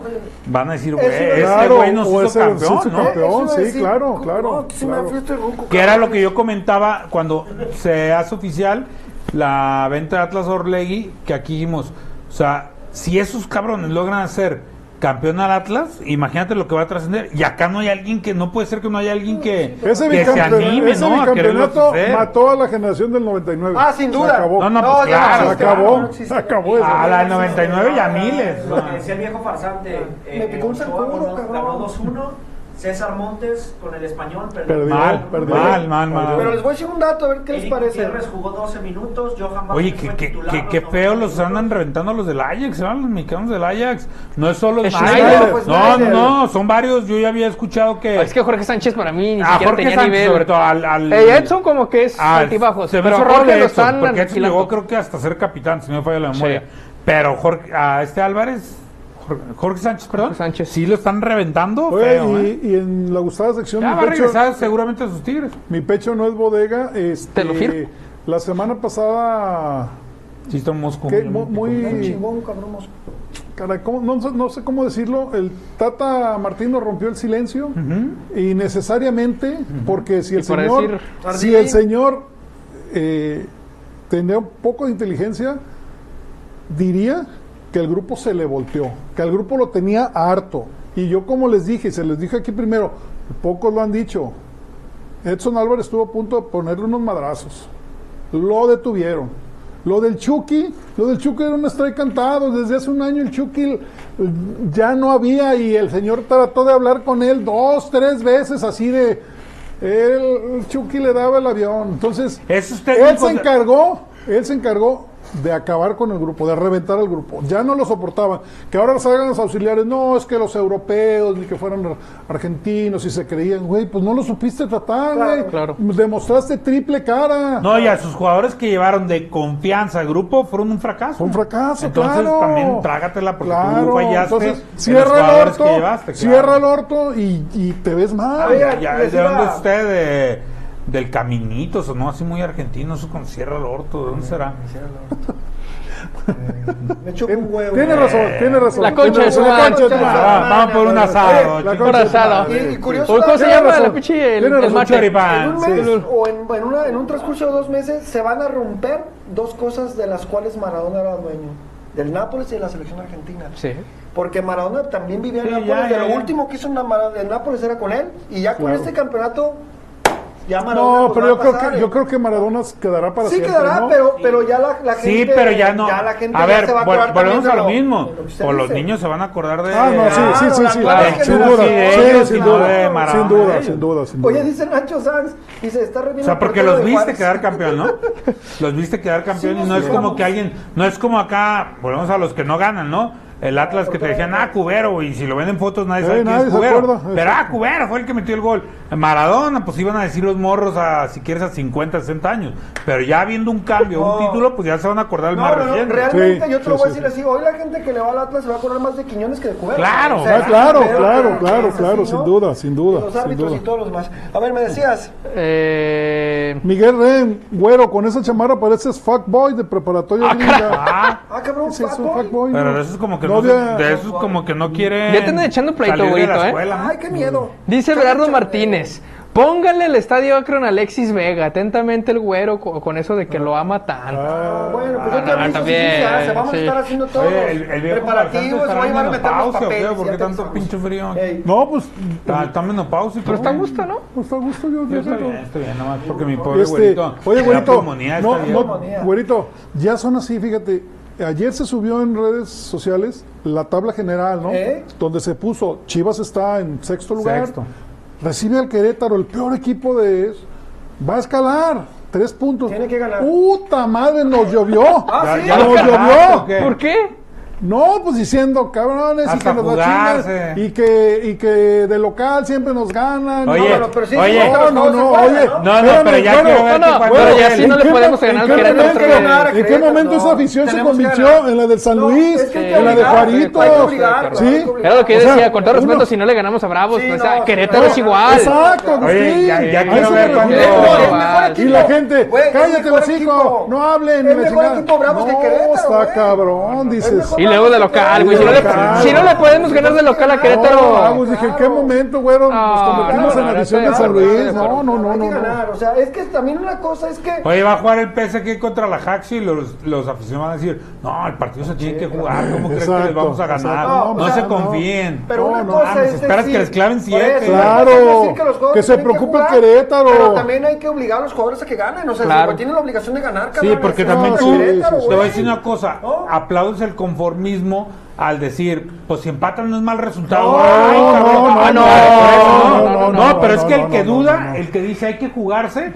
Speaker 2: van a decir, güey,
Speaker 1: Eso es
Speaker 2: este
Speaker 4: claro,
Speaker 2: güey nos
Speaker 4: o
Speaker 2: hizo
Speaker 4: ese nos hizo
Speaker 2: campeón, ¿no?
Speaker 1: Eh, eso iba a
Speaker 4: sí,
Speaker 1: decir,
Speaker 4: claro,
Speaker 1: ¿cómo?
Speaker 4: claro,
Speaker 1: que se me
Speaker 4: claro.
Speaker 1: fue este ruco,
Speaker 2: Que era
Speaker 1: cabrón.
Speaker 2: lo que yo comentaba cuando se hace oficial la venta de Atlas Orlegui, que aquí dijimos, o sea, si esos cabrones logran hacer campeón al Atlas, imagínate lo que va a trascender. Y acá no hay alguien que, no puede ser que no haya alguien que,
Speaker 4: Ese
Speaker 2: que se
Speaker 4: bicampeonato,
Speaker 2: anime,
Speaker 4: ese
Speaker 2: ¿no? A quererlo
Speaker 4: bicampeonato
Speaker 2: hacer.
Speaker 4: mató a la generación del 99.
Speaker 1: Ah, sin
Speaker 4: Se
Speaker 1: duda.
Speaker 4: acabó.
Speaker 2: No, no, pues
Speaker 1: ya
Speaker 2: claro,
Speaker 4: se
Speaker 1: existe,
Speaker 4: acabó.
Speaker 1: no existe.
Speaker 4: se acabó eso.
Speaker 2: A la 99 y a miles.
Speaker 5: Lo que decía el viejo farsante. eh,
Speaker 1: Ah, picó un
Speaker 5: Ochoa
Speaker 1: zancudo,
Speaker 5: ganó-
Speaker 1: cabrón.
Speaker 5: Ganó 2-1. César Montes con el español.
Speaker 4: Perdió,
Speaker 2: Mal,
Speaker 4: perdió.
Speaker 2: mal, mal, mal.
Speaker 1: Pero les voy a decir un dato, a ver qué les
Speaker 5: Eric
Speaker 1: parece.
Speaker 5: Gutiérrez jugó 12 minutos. Johan Vázquez
Speaker 2: Oye, que,
Speaker 5: fue
Speaker 2: que,
Speaker 5: titular
Speaker 2: que- que
Speaker 5: los
Speaker 2: feo
Speaker 5: 90
Speaker 2: los andan
Speaker 5: minutos.
Speaker 2: reventando los del Ajax, ¿verdad? Los mexicanos del Ajax. No es solo
Speaker 3: Schneider,
Speaker 2: Schneider.
Speaker 1: pues,
Speaker 2: No,
Speaker 1: Schneider.
Speaker 2: no, no, son varios. Yo ya había escuchado que.
Speaker 3: Es que Jorge Sánchez para mí ni
Speaker 2: a
Speaker 3: siquiera
Speaker 2: Eh. Ah, Jorge
Speaker 3: tenía
Speaker 2: Sánchez,
Speaker 3: nivel.
Speaker 2: sobre todo, al. al
Speaker 3: Eh, Edson como que es
Speaker 2: al-
Speaker 3: altibajos,
Speaker 2: Ah, se me
Speaker 3: pero
Speaker 2: hizo
Speaker 3: a
Speaker 2: raro
Speaker 3: Jorge
Speaker 2: de
Speaker 3: lo
Speaker 2: Edson,
Speaker 3: están
Speaker 2: Porque Edson
Speaker 3: aniquilando.
Speaker 2: llegó, creo que hasta ser capitán, si no me falla la memoria.
Speaker 3: Sí.
Speaker 2: Pero Jorge, a este Álvarez. Jorge, Jorge Sánchez, perdón.
Speaker 3: Jorge Sánchez.
Speaker 2: Sí, lo están reventando.
Speaker 4: Oye,
Speaker 2: feo, ¿eh?
Speaker 4: y, y en la gustada sección
Speaker 2: Ya
Speaker 4: mi
Speaker 2: va a
Speaker 4: pecho-
Speaker 2: regresar seguramente a sus tigres.
Speaker 4: Mi pecho no es bodega. Este,
Speaker 3: Te lo firmo.
Speaker 4: La semana pasada,
Speaker 2: Sí, está en Moscú.
Speaker 4: que
Speaker 2: ya me
Speaker 4: mu-
Speaker 2: picó.
Speaker 1: Un
Speaker 4: muy.
Speaker 1: chingón, cabrón. mosco.
Speaker 4: caray, ¿cómo? no, sé- no sé cómo decirlo. El Tata Martino rompió el silencio. Y necesariamente, porque si el
Speaker 3: Y por
Speaker 4: señor.
Speaker 3: decir-
Speaker 4: Si el señor eh, tenía un poco de inteligencia, diría que el grupo se le volteó. Que el grupo lo tenía harto. Y yo, como les dije, y se les dije aquí primero, pocos lo han dicho. Edson Álvarez estuvo a punto de ponerle unos madrazos. Lo detuvieron. Lo del Chucky, lo del Chucky era un strike cantado. Desde hace un año el Chucky eh, ya no había y el señor trató de hablar con él dos, tres veces así de... El, el Chucky le daba el avión. Entonces,
Speaker 2: Esos
Speaker 4: él
Speaker 2: técnicos-
Speaker 4: se encargó, él se encargó de acabar con el grupo, de reventar al grupo. Ya no lo soportaban. Que ahora salgan los auxiliares, no, es que los europeos, ni que fueran ar- argentinos, y se creían, güey, pues no lo supiste tratar,
Speaker 1: Claro,
Speaker 4: güey.
Speaker 3: claro.
Speaker 4: Demostraste triple cara.
Speaker 2: No, y a sus jugadores que llevaron de confianza al grupo fueron un fracaso.
Speaker 4: Fue un fracaso,
Speaker 2: Entonces,
Speaker 4: claro.
Speaker 2: también trágatela porque tú fallaste
Speaker 4: entonces,
Speaker 2: en los
Speaker 4: cierra el
Speaker 2: jugadores
Speaker 4: orto,
Speaker 2: que llevaste, claro.
Speaker 4: cierra el orto y, y te ves mal.
Speaker 1: Oiga,
Speaker 2: Ya, ya,
Speaker 1: les
Speaker 2: ¿De
Speaker 1: iba-
Speaker 2: dónde es usted? De- del Caminitos, o no, así muy argentino, eso con Sierra al Orto, ¿de dónde será?
Speaker 1: Me chupa un huevo.
Speaker 4: Tiene razón, tiene razón.
Speaker 3: La concha
Speaker 4: tiene
Speaker 3: de su
Speaker 4: razón, la
Speaker 3: madre.
Speaker 4: concha de tu
Speaker 1: Ah,
Speaker 4: madre.
Speaker 2: Ah, vamos por un
Speaker 1: Oye,
Speaker 2: asado.
Speaker 4: la
Speaker 2: chicos.
Speaker 4: concha de tu
Speaker 3: Abrazado.
Speaker 1: Y,
Speaker 4: madre.
Speaker 1: y curioso,
Speaker 3: ¿Cómo se
Speaker 1: dato,
Speaker 3: llama
Speaker 4: razón.
Speaker 3: la pinche el,
Speaker 4: Tiene
Speaker 3: el
Speaker 4: razón,
Speaker 3: mate?
Speaker 1: en
Speaker 2: Choripán,
Speaker 1: un
Speaker 2: Ah, sí.
Speaker 1: mes o en, en una- en un transcurso de dos meses se van a romper dos cosas de las cuales Maradona era dueño. Del Nápoles y de la selección argentina.
Speaker 3: Sí.
Speaker 1: Porque Maradona también vivía en
Speaker 2: Sí,
Speaker 1: Nápoles.
Speaker 2: ya,
Speaker 1: de
Speaker 2: ya,
Speaker 1: lo
Speaker 2: ya.
Speaker 1: último que hizo en Mar- en Nápoles era con él. Y ya con este campeonato, ya Maradona.
Speaker 4: No,
Speaker 1: pues,
Speaker 4: pero
Speaker 1: va
Speaker 4: yo
Speaker 1: a
Speaker 4: creo,
Speaker 1: pasar,
Speaker 4: que,
Speaker 1: eh.
Speaker 4: yo creo que Maradona quedará para
Speaker 1: Sí
Speaker 4: siempre.
Speaker 1: quedará,
Speaker 4: ¿no?
Speaker 1: pero, pero ya la, la
Speaker 2: Sí,
Speaker 1: gente.
Speaker 2: pero ya no.
Speaker 1: la gente
Speaker 2: a
Speaker 1: ya
Speaker 2: ver,
Speaker 1: se va a
Speaker 2: vol-
Speaker 1: acordar
Speaker 2: volvemos
Speaker 1: también
Speaker 2: a
Speaker 1: de
Speaker 2: lo mismo.
Speaker 1: de lo que se
Speaker 2: O los
Speaker 1: dice.
Speaker 2: niños se van a acordar de.
Speaker 4: Ah, no, sí,
Speaker 1: Claro,
Speaker 4: sí, sí,
Speaker 1: la
Speaker 4: sí,
Speaker 1: nueva
Speaker 4: sí, sin
Speaker 1: generación
Speaker 4: duda,
Speaker 1: de
Speaker 4: sí,
Speaker 1: ellos,
Speaker 4: sin
Speaker 1: la
Speaker 4: duda,
Speaker 1: nueva
Speaker 4: sin
Speaker 1: Maradona.
Speaker 4: duda, sin duda, sin duda.
Speaker 1: Oye, dice Nacho Sanz. Dice, está re bien
Speaker 2: O sea,
Speaker 1: el
Speaker 2: porque
Speaker 1: portero
Speaker 2: los
Speaker 1: de
Speaker 2: viste
Speaker 1: Juárez.
Speaker 2: quedar campeón, ¿no? Los viste quedar campeón
Speaker 1: Sí,
Speaker 2: y no
Speaker 1: nos
Speaker 2: es como
Speaker 1: quedamos.
Speaker 2: que alguien, no es como acá, volvemos a los que no ganan, ¿no? El Atlas que te decían, ah, Cubero, y si lo ven en fotos nadie
Speaker 4: Eh,
Speaker 2: sabe quién
Speaker 4: nadie
Speaker 2: es
Speaker 4: se
Speaker 2: Cubero.
Speaker 4: acuerda,
Speaker 2: Pero, ah,
Speaker 4: exacto.
Speaker 2: Cubero fue el que metió el gol. Maradona, pues iban a decir los morros a, si quieres, a 50, 60 años. Pero ya viendo un cambio, un
Speaker 1: No.
Speaker 2: título, pues ya se van a acordar el
Speaker 1: No, no,
Speaker 2: más
Speaker 1: no,
Speaker 2: reciente.
Speaker 1: realmente
Speaker 4: Sí,
Speaker 1: yo te lo
Speaker 4: sí,
Speaker 1: voy a
Speaker 4: sí,
Speaker 1: decir así, hoy la gente que le va al Atlas se va a correr más de Quiñones que de Cubero.
Speaker 2: Claro.
Speaker 4: Ah, claro,
Speaker 1: creo
Speaker 4: claro,
Speaker 1: que-
Speaker 4: claro,
Speaker 1: que es así,
Speaker 4: claro,
Speaker 1: ¿no?
Speaker 4: sin duda, sin duda,
Speaker 1: Y Los
Speaker 4: sin
Speaker 1: árbitros
Speaker 4: duda.
Speaker 1: y todos los demás. A ver, me decías,
Speaker 3: Eh,
Speaker 4: Miguel Ren, güero, con esa chamarra pareces fuckboy de preparatoria gringa.
Speaker 2: Ah,
Speaker 1: ah, cabrón,
Speaker 4: Sí, es un
Speaker 1: fuckboy.
Speaker 4: fuckboy.
Speaker 2: pero
Speaker 4: ¿no?
Speaker 2: eso es como que
Speaker 4: No
Speaker 2: no, se-
Speaker 4: había-
Speaker 2: de eso es como que no quiere.
Speaker 3: Ya te andan echando pleito, güerito, ¿eh?
Speaker 1: Ay, qué miedo.
Speaker 3: dice Berardo
Speaker 1: Cállate.
Speaker 3: Martínez. Póngale el estadio Akron a Alexis Vega. Atentamente el güero co- con eso de que lo ama tanto.
Speaker 1: Ah, Bueno, pues
Speaker 3: Ah,
Speaker 1: yo te aviso si
Speaker 3: no,
Speaker 1: sí
Speaker 3: también,
Speaker 1: se hace, vamos
Speaker 3: sí.
Speaker 1: a estar haciendo todos
Speaker 2: Oye, el, el viejo
Speaker 1: preparativos, voy a llevar a meter los papeles.
Speaker 2: ¿Por
Speaker 1: ya
Speaker 2: qué
Speaker 1: te
Speaker 2: tanto
Speaker 1: avisamos.
Speaker 2: pinche frío?
Speaker 1: Ey,
Speaker 4: No, pues,
Speaker 2: Está, está menopáusico.
Speaker 3: Pero está a
Speaker 2: güey.
Speaker 3: gusto, ¿no?
Speaker 4: pues a gusto yo. yo
Speaker 2: Está
Speaker 4: creo.
Speaker 2: bien, está bien, nomás porque mi pobre
Speaker 4: Este,
Speaker 2: güerito.
Speaker 4: oye,
Speaker 2: la
Speaker 4: güerito,
Speaker 2: pulmonía está
Speaker 4: no,
Speaker 2: bien.
Speaker 4: no,
Speaker 1: Pulmonía.
Speaker 4: güerito, ya son así, fíjate. Ayer se subió en redes sociales la tabla general, ¿no?
Speaker 1: ¿Eh?
Speaker 4: Donde se puso Chivas está en sexto lugar.
Speaker 2: Sexto.
Speaker 4: Recibe al Querétaro, el peor equipo de va a escalar. Tres puntos.
Speaker 1: Tiene que ganar.
Speaker 4: ¡Puta madre! ¡Nos llovió!
Speaker 1: Ah, sí.
Speaker 2: Ya lo
Speaker 4: ¡Nos
Speaker 2: ganaste,
Speaker 4: llovió!
Speaker 2: ¿o qué?
Speaker 3: ¿Por qué?
Speaker 4: No, pues diciendo, cabrones, y
Speaker 2: Hasta
Speaker 4: que nos la
Speaker 2: jugarse.
Speaker 4: chingan, y que, y que de local siempre nos ganan.
Speaker 2: Oye,
Speaker 4: no,
Speaker 1: pero- pero sí,
Speaker 2: oye,
Speaker 1: sí, pero
Speaker 4: no, no,
Speaker 1: se
Speaker 4: no,
Speaker 1: juega, ¿no?
Speaker 4: oye.
Speaker 2: No, no,
Speaker 4: Espérame,
Speaker 2: pero ya
Speaker 4: bueno,
Speaker 2: quiero ver
Speaker 3: bueno,
Speaker 2: que cuando-
Speaker 3: pero ya
Speaker 2: el-
Speaker 3: sí no le
Speaker 4: ¿En qué
Speaker 3: podemos
Speaker 4: mo-
Speaker 3: ganar
Speaker 4: en
Speaker 3: al
Speaker 4: qué
Speaker 3: Querétaro
Speaker 4: momento-
Speaker 3: otra vez.
Speaker 1: ganar,
Speaker 4: ¿En qué
Speaker 1: Querétaro,
Speaker 4: momento
Speaker 1: no.
Speaker 4: esa afición se
Speaker 1: Tenemos que
Speaker 4: convirtió
Speaker 1: ganar.
Speaker 4: en la del San
Speaker 1: No,
Speaker 4: Luis,
Speaker 1: es que hay que
Speaker 4: en la de
Speaker 1: obligar,
Speaker 4: Juaritos?
Speaker 1: hay que obligar,
Speaker 4: ¿Sí?
Speaker 1: hay que obligar.
Speaker 3: Era lo que yo
Speaker 4: O sea,
Speaker 3: decía, con todo
Speaker 4: uno-
Speaker 3: respeto, si no le ganamos a Bravos,
Speaker 1: Sí,
Speaker 3: pues,
Speaker 1: no,
Speaker 3: a
Speaker 1: sí,
Speaker 3: Querétaro
Speaker 1: no,
Speaker 3: es igual.
Speaker 4: Exacto,
Speaker 2: Oye,
Speaker 4: Agustín.
Speaker 2: ya- ya
Speaker 4: A
Speaker 2: quiero
Speaker 4: eso
Speaker 2: ver
Speaker 4: me
Speaker 2: cuándo-
Speaker 4: refiero.
Speaker 3: Es el mejor
Speaker 4: Y
Speaker 3: equipo.
Speaker 4: la gente,
Speaker 1: Güey, es el
Speaker 4: cállate,
Speaker 1: mejor
Speaker 4: hocico,
Speaker 1: equipo.
Speaker 4: no hablen.
Speaker 1: Es
Speaker 4: la
Speaker 1: mejor
Speaker 4: chingada".
Speaker 1: equipo Bravos que
Speaker 4: No,
Speaker 1: Querétaro,
Speaker 4: está
Speaker 1: güey.
Speaker 4: cabrón,
Speaker 1: Es
Speaker 4: dices.
Speaker 1: mejor
Speaker 3: Y luego de local, güey. Si, no le-
Speaker 4: Claro.
Speaker 3: si no le podemos ganar de local a
Speaker 4: No,
Speaker 3: Querétaro.
Speaker 4: Agus, dije, ¿en qué momento, güero? Nos
Speaker 3: Ah,
Speaker 4: convertimos en
Speaker 3: no,
Speaker 4: la
Speaker 3: no,
Speaker 4: visión de
Speaker 3: estoy
Speaker 4: San
Speaker 3: de acuerdo,
Speaker 4: Luis.
Speaker 3: estoy de
Speaker 4: No,
Speaker 3: acuerdo.
Speaker 4: no, no,
Speaker 1: hay que
Speaker 4: no.
Speaker 1: ganar, o sea, es que también una cosa es que
Speaker 2: Oye, va a jugar el PSG contra la Jaxi y los, los aficionados van a decir, no, el partido se tiene que jugar, ¿cómo crees que les
Speaker 4: Exacto,
Speaker 2: vamos a ganar?
Speaker 4: exacto.
Speaker 2: No,
Speaker 1: No, o sea,
Speaker 2: se
Speaker 1: no.
Speaker 2: confíen.
Speaker 1: Pero
Speaker 4: No,
Speaker 1: una
Speaker 4: no,
Speaker 1: cosa
Speaker 2: mames,
Speaker 1: es
Speaker 2: esperas
Speaker 1: decir-
Speaker 2: que les claven
Speaker 1: Por
Speaker 2: siete.
Speaker 1: eso,
Speaker 4: Claro,
Speaker 1: una cosa es decir los jugadores
Speaker 4: que se
Speaker 1: tienen
Speaker 4: preocupe el
Speaker 1: jugar,
Speaker 4: Querétaro.
Speaker 1: Pero también hay que obligar a los jugadores a que ganen. O sea,
Speaker 3: Claro.
Speaker 1: si güey, tienen la obligación de ganar,
Speaker 2: Sí,
Speaker 1: cabrones,
Speaker 2: porque
Speaker 1: no,
Speaker 2: también
Speaker 1: el
Speaker 2: tú,
Speaker 1: Querétaro,
Speaker 2: te voy a
Speaker 1: güey.
Speaker 2: decir una cosa,
Speaker 1: No.
Speaker 2: aplaudes el conformismo al decir, pues si empatan no es mal resultado.
Speaker 1: No,
Speaker 2: Ay, cabrón,
Speaker 4: no,
Speaker 2: ah,
Speaker 4: no,
Speaker 2: por eso,
Speaker 3: no, no,
Speaker 2: No,
Speaker 4: no,
Speaker 2: pero
Speaker 4: no,
Speaker 2: es que el
Speaker 4: no,
Speaker 2: que
Speaker 4: no,
Speaker 2: duda,
Speaker 4: no, no.
Speaker 2: el que dice hay que jugarse,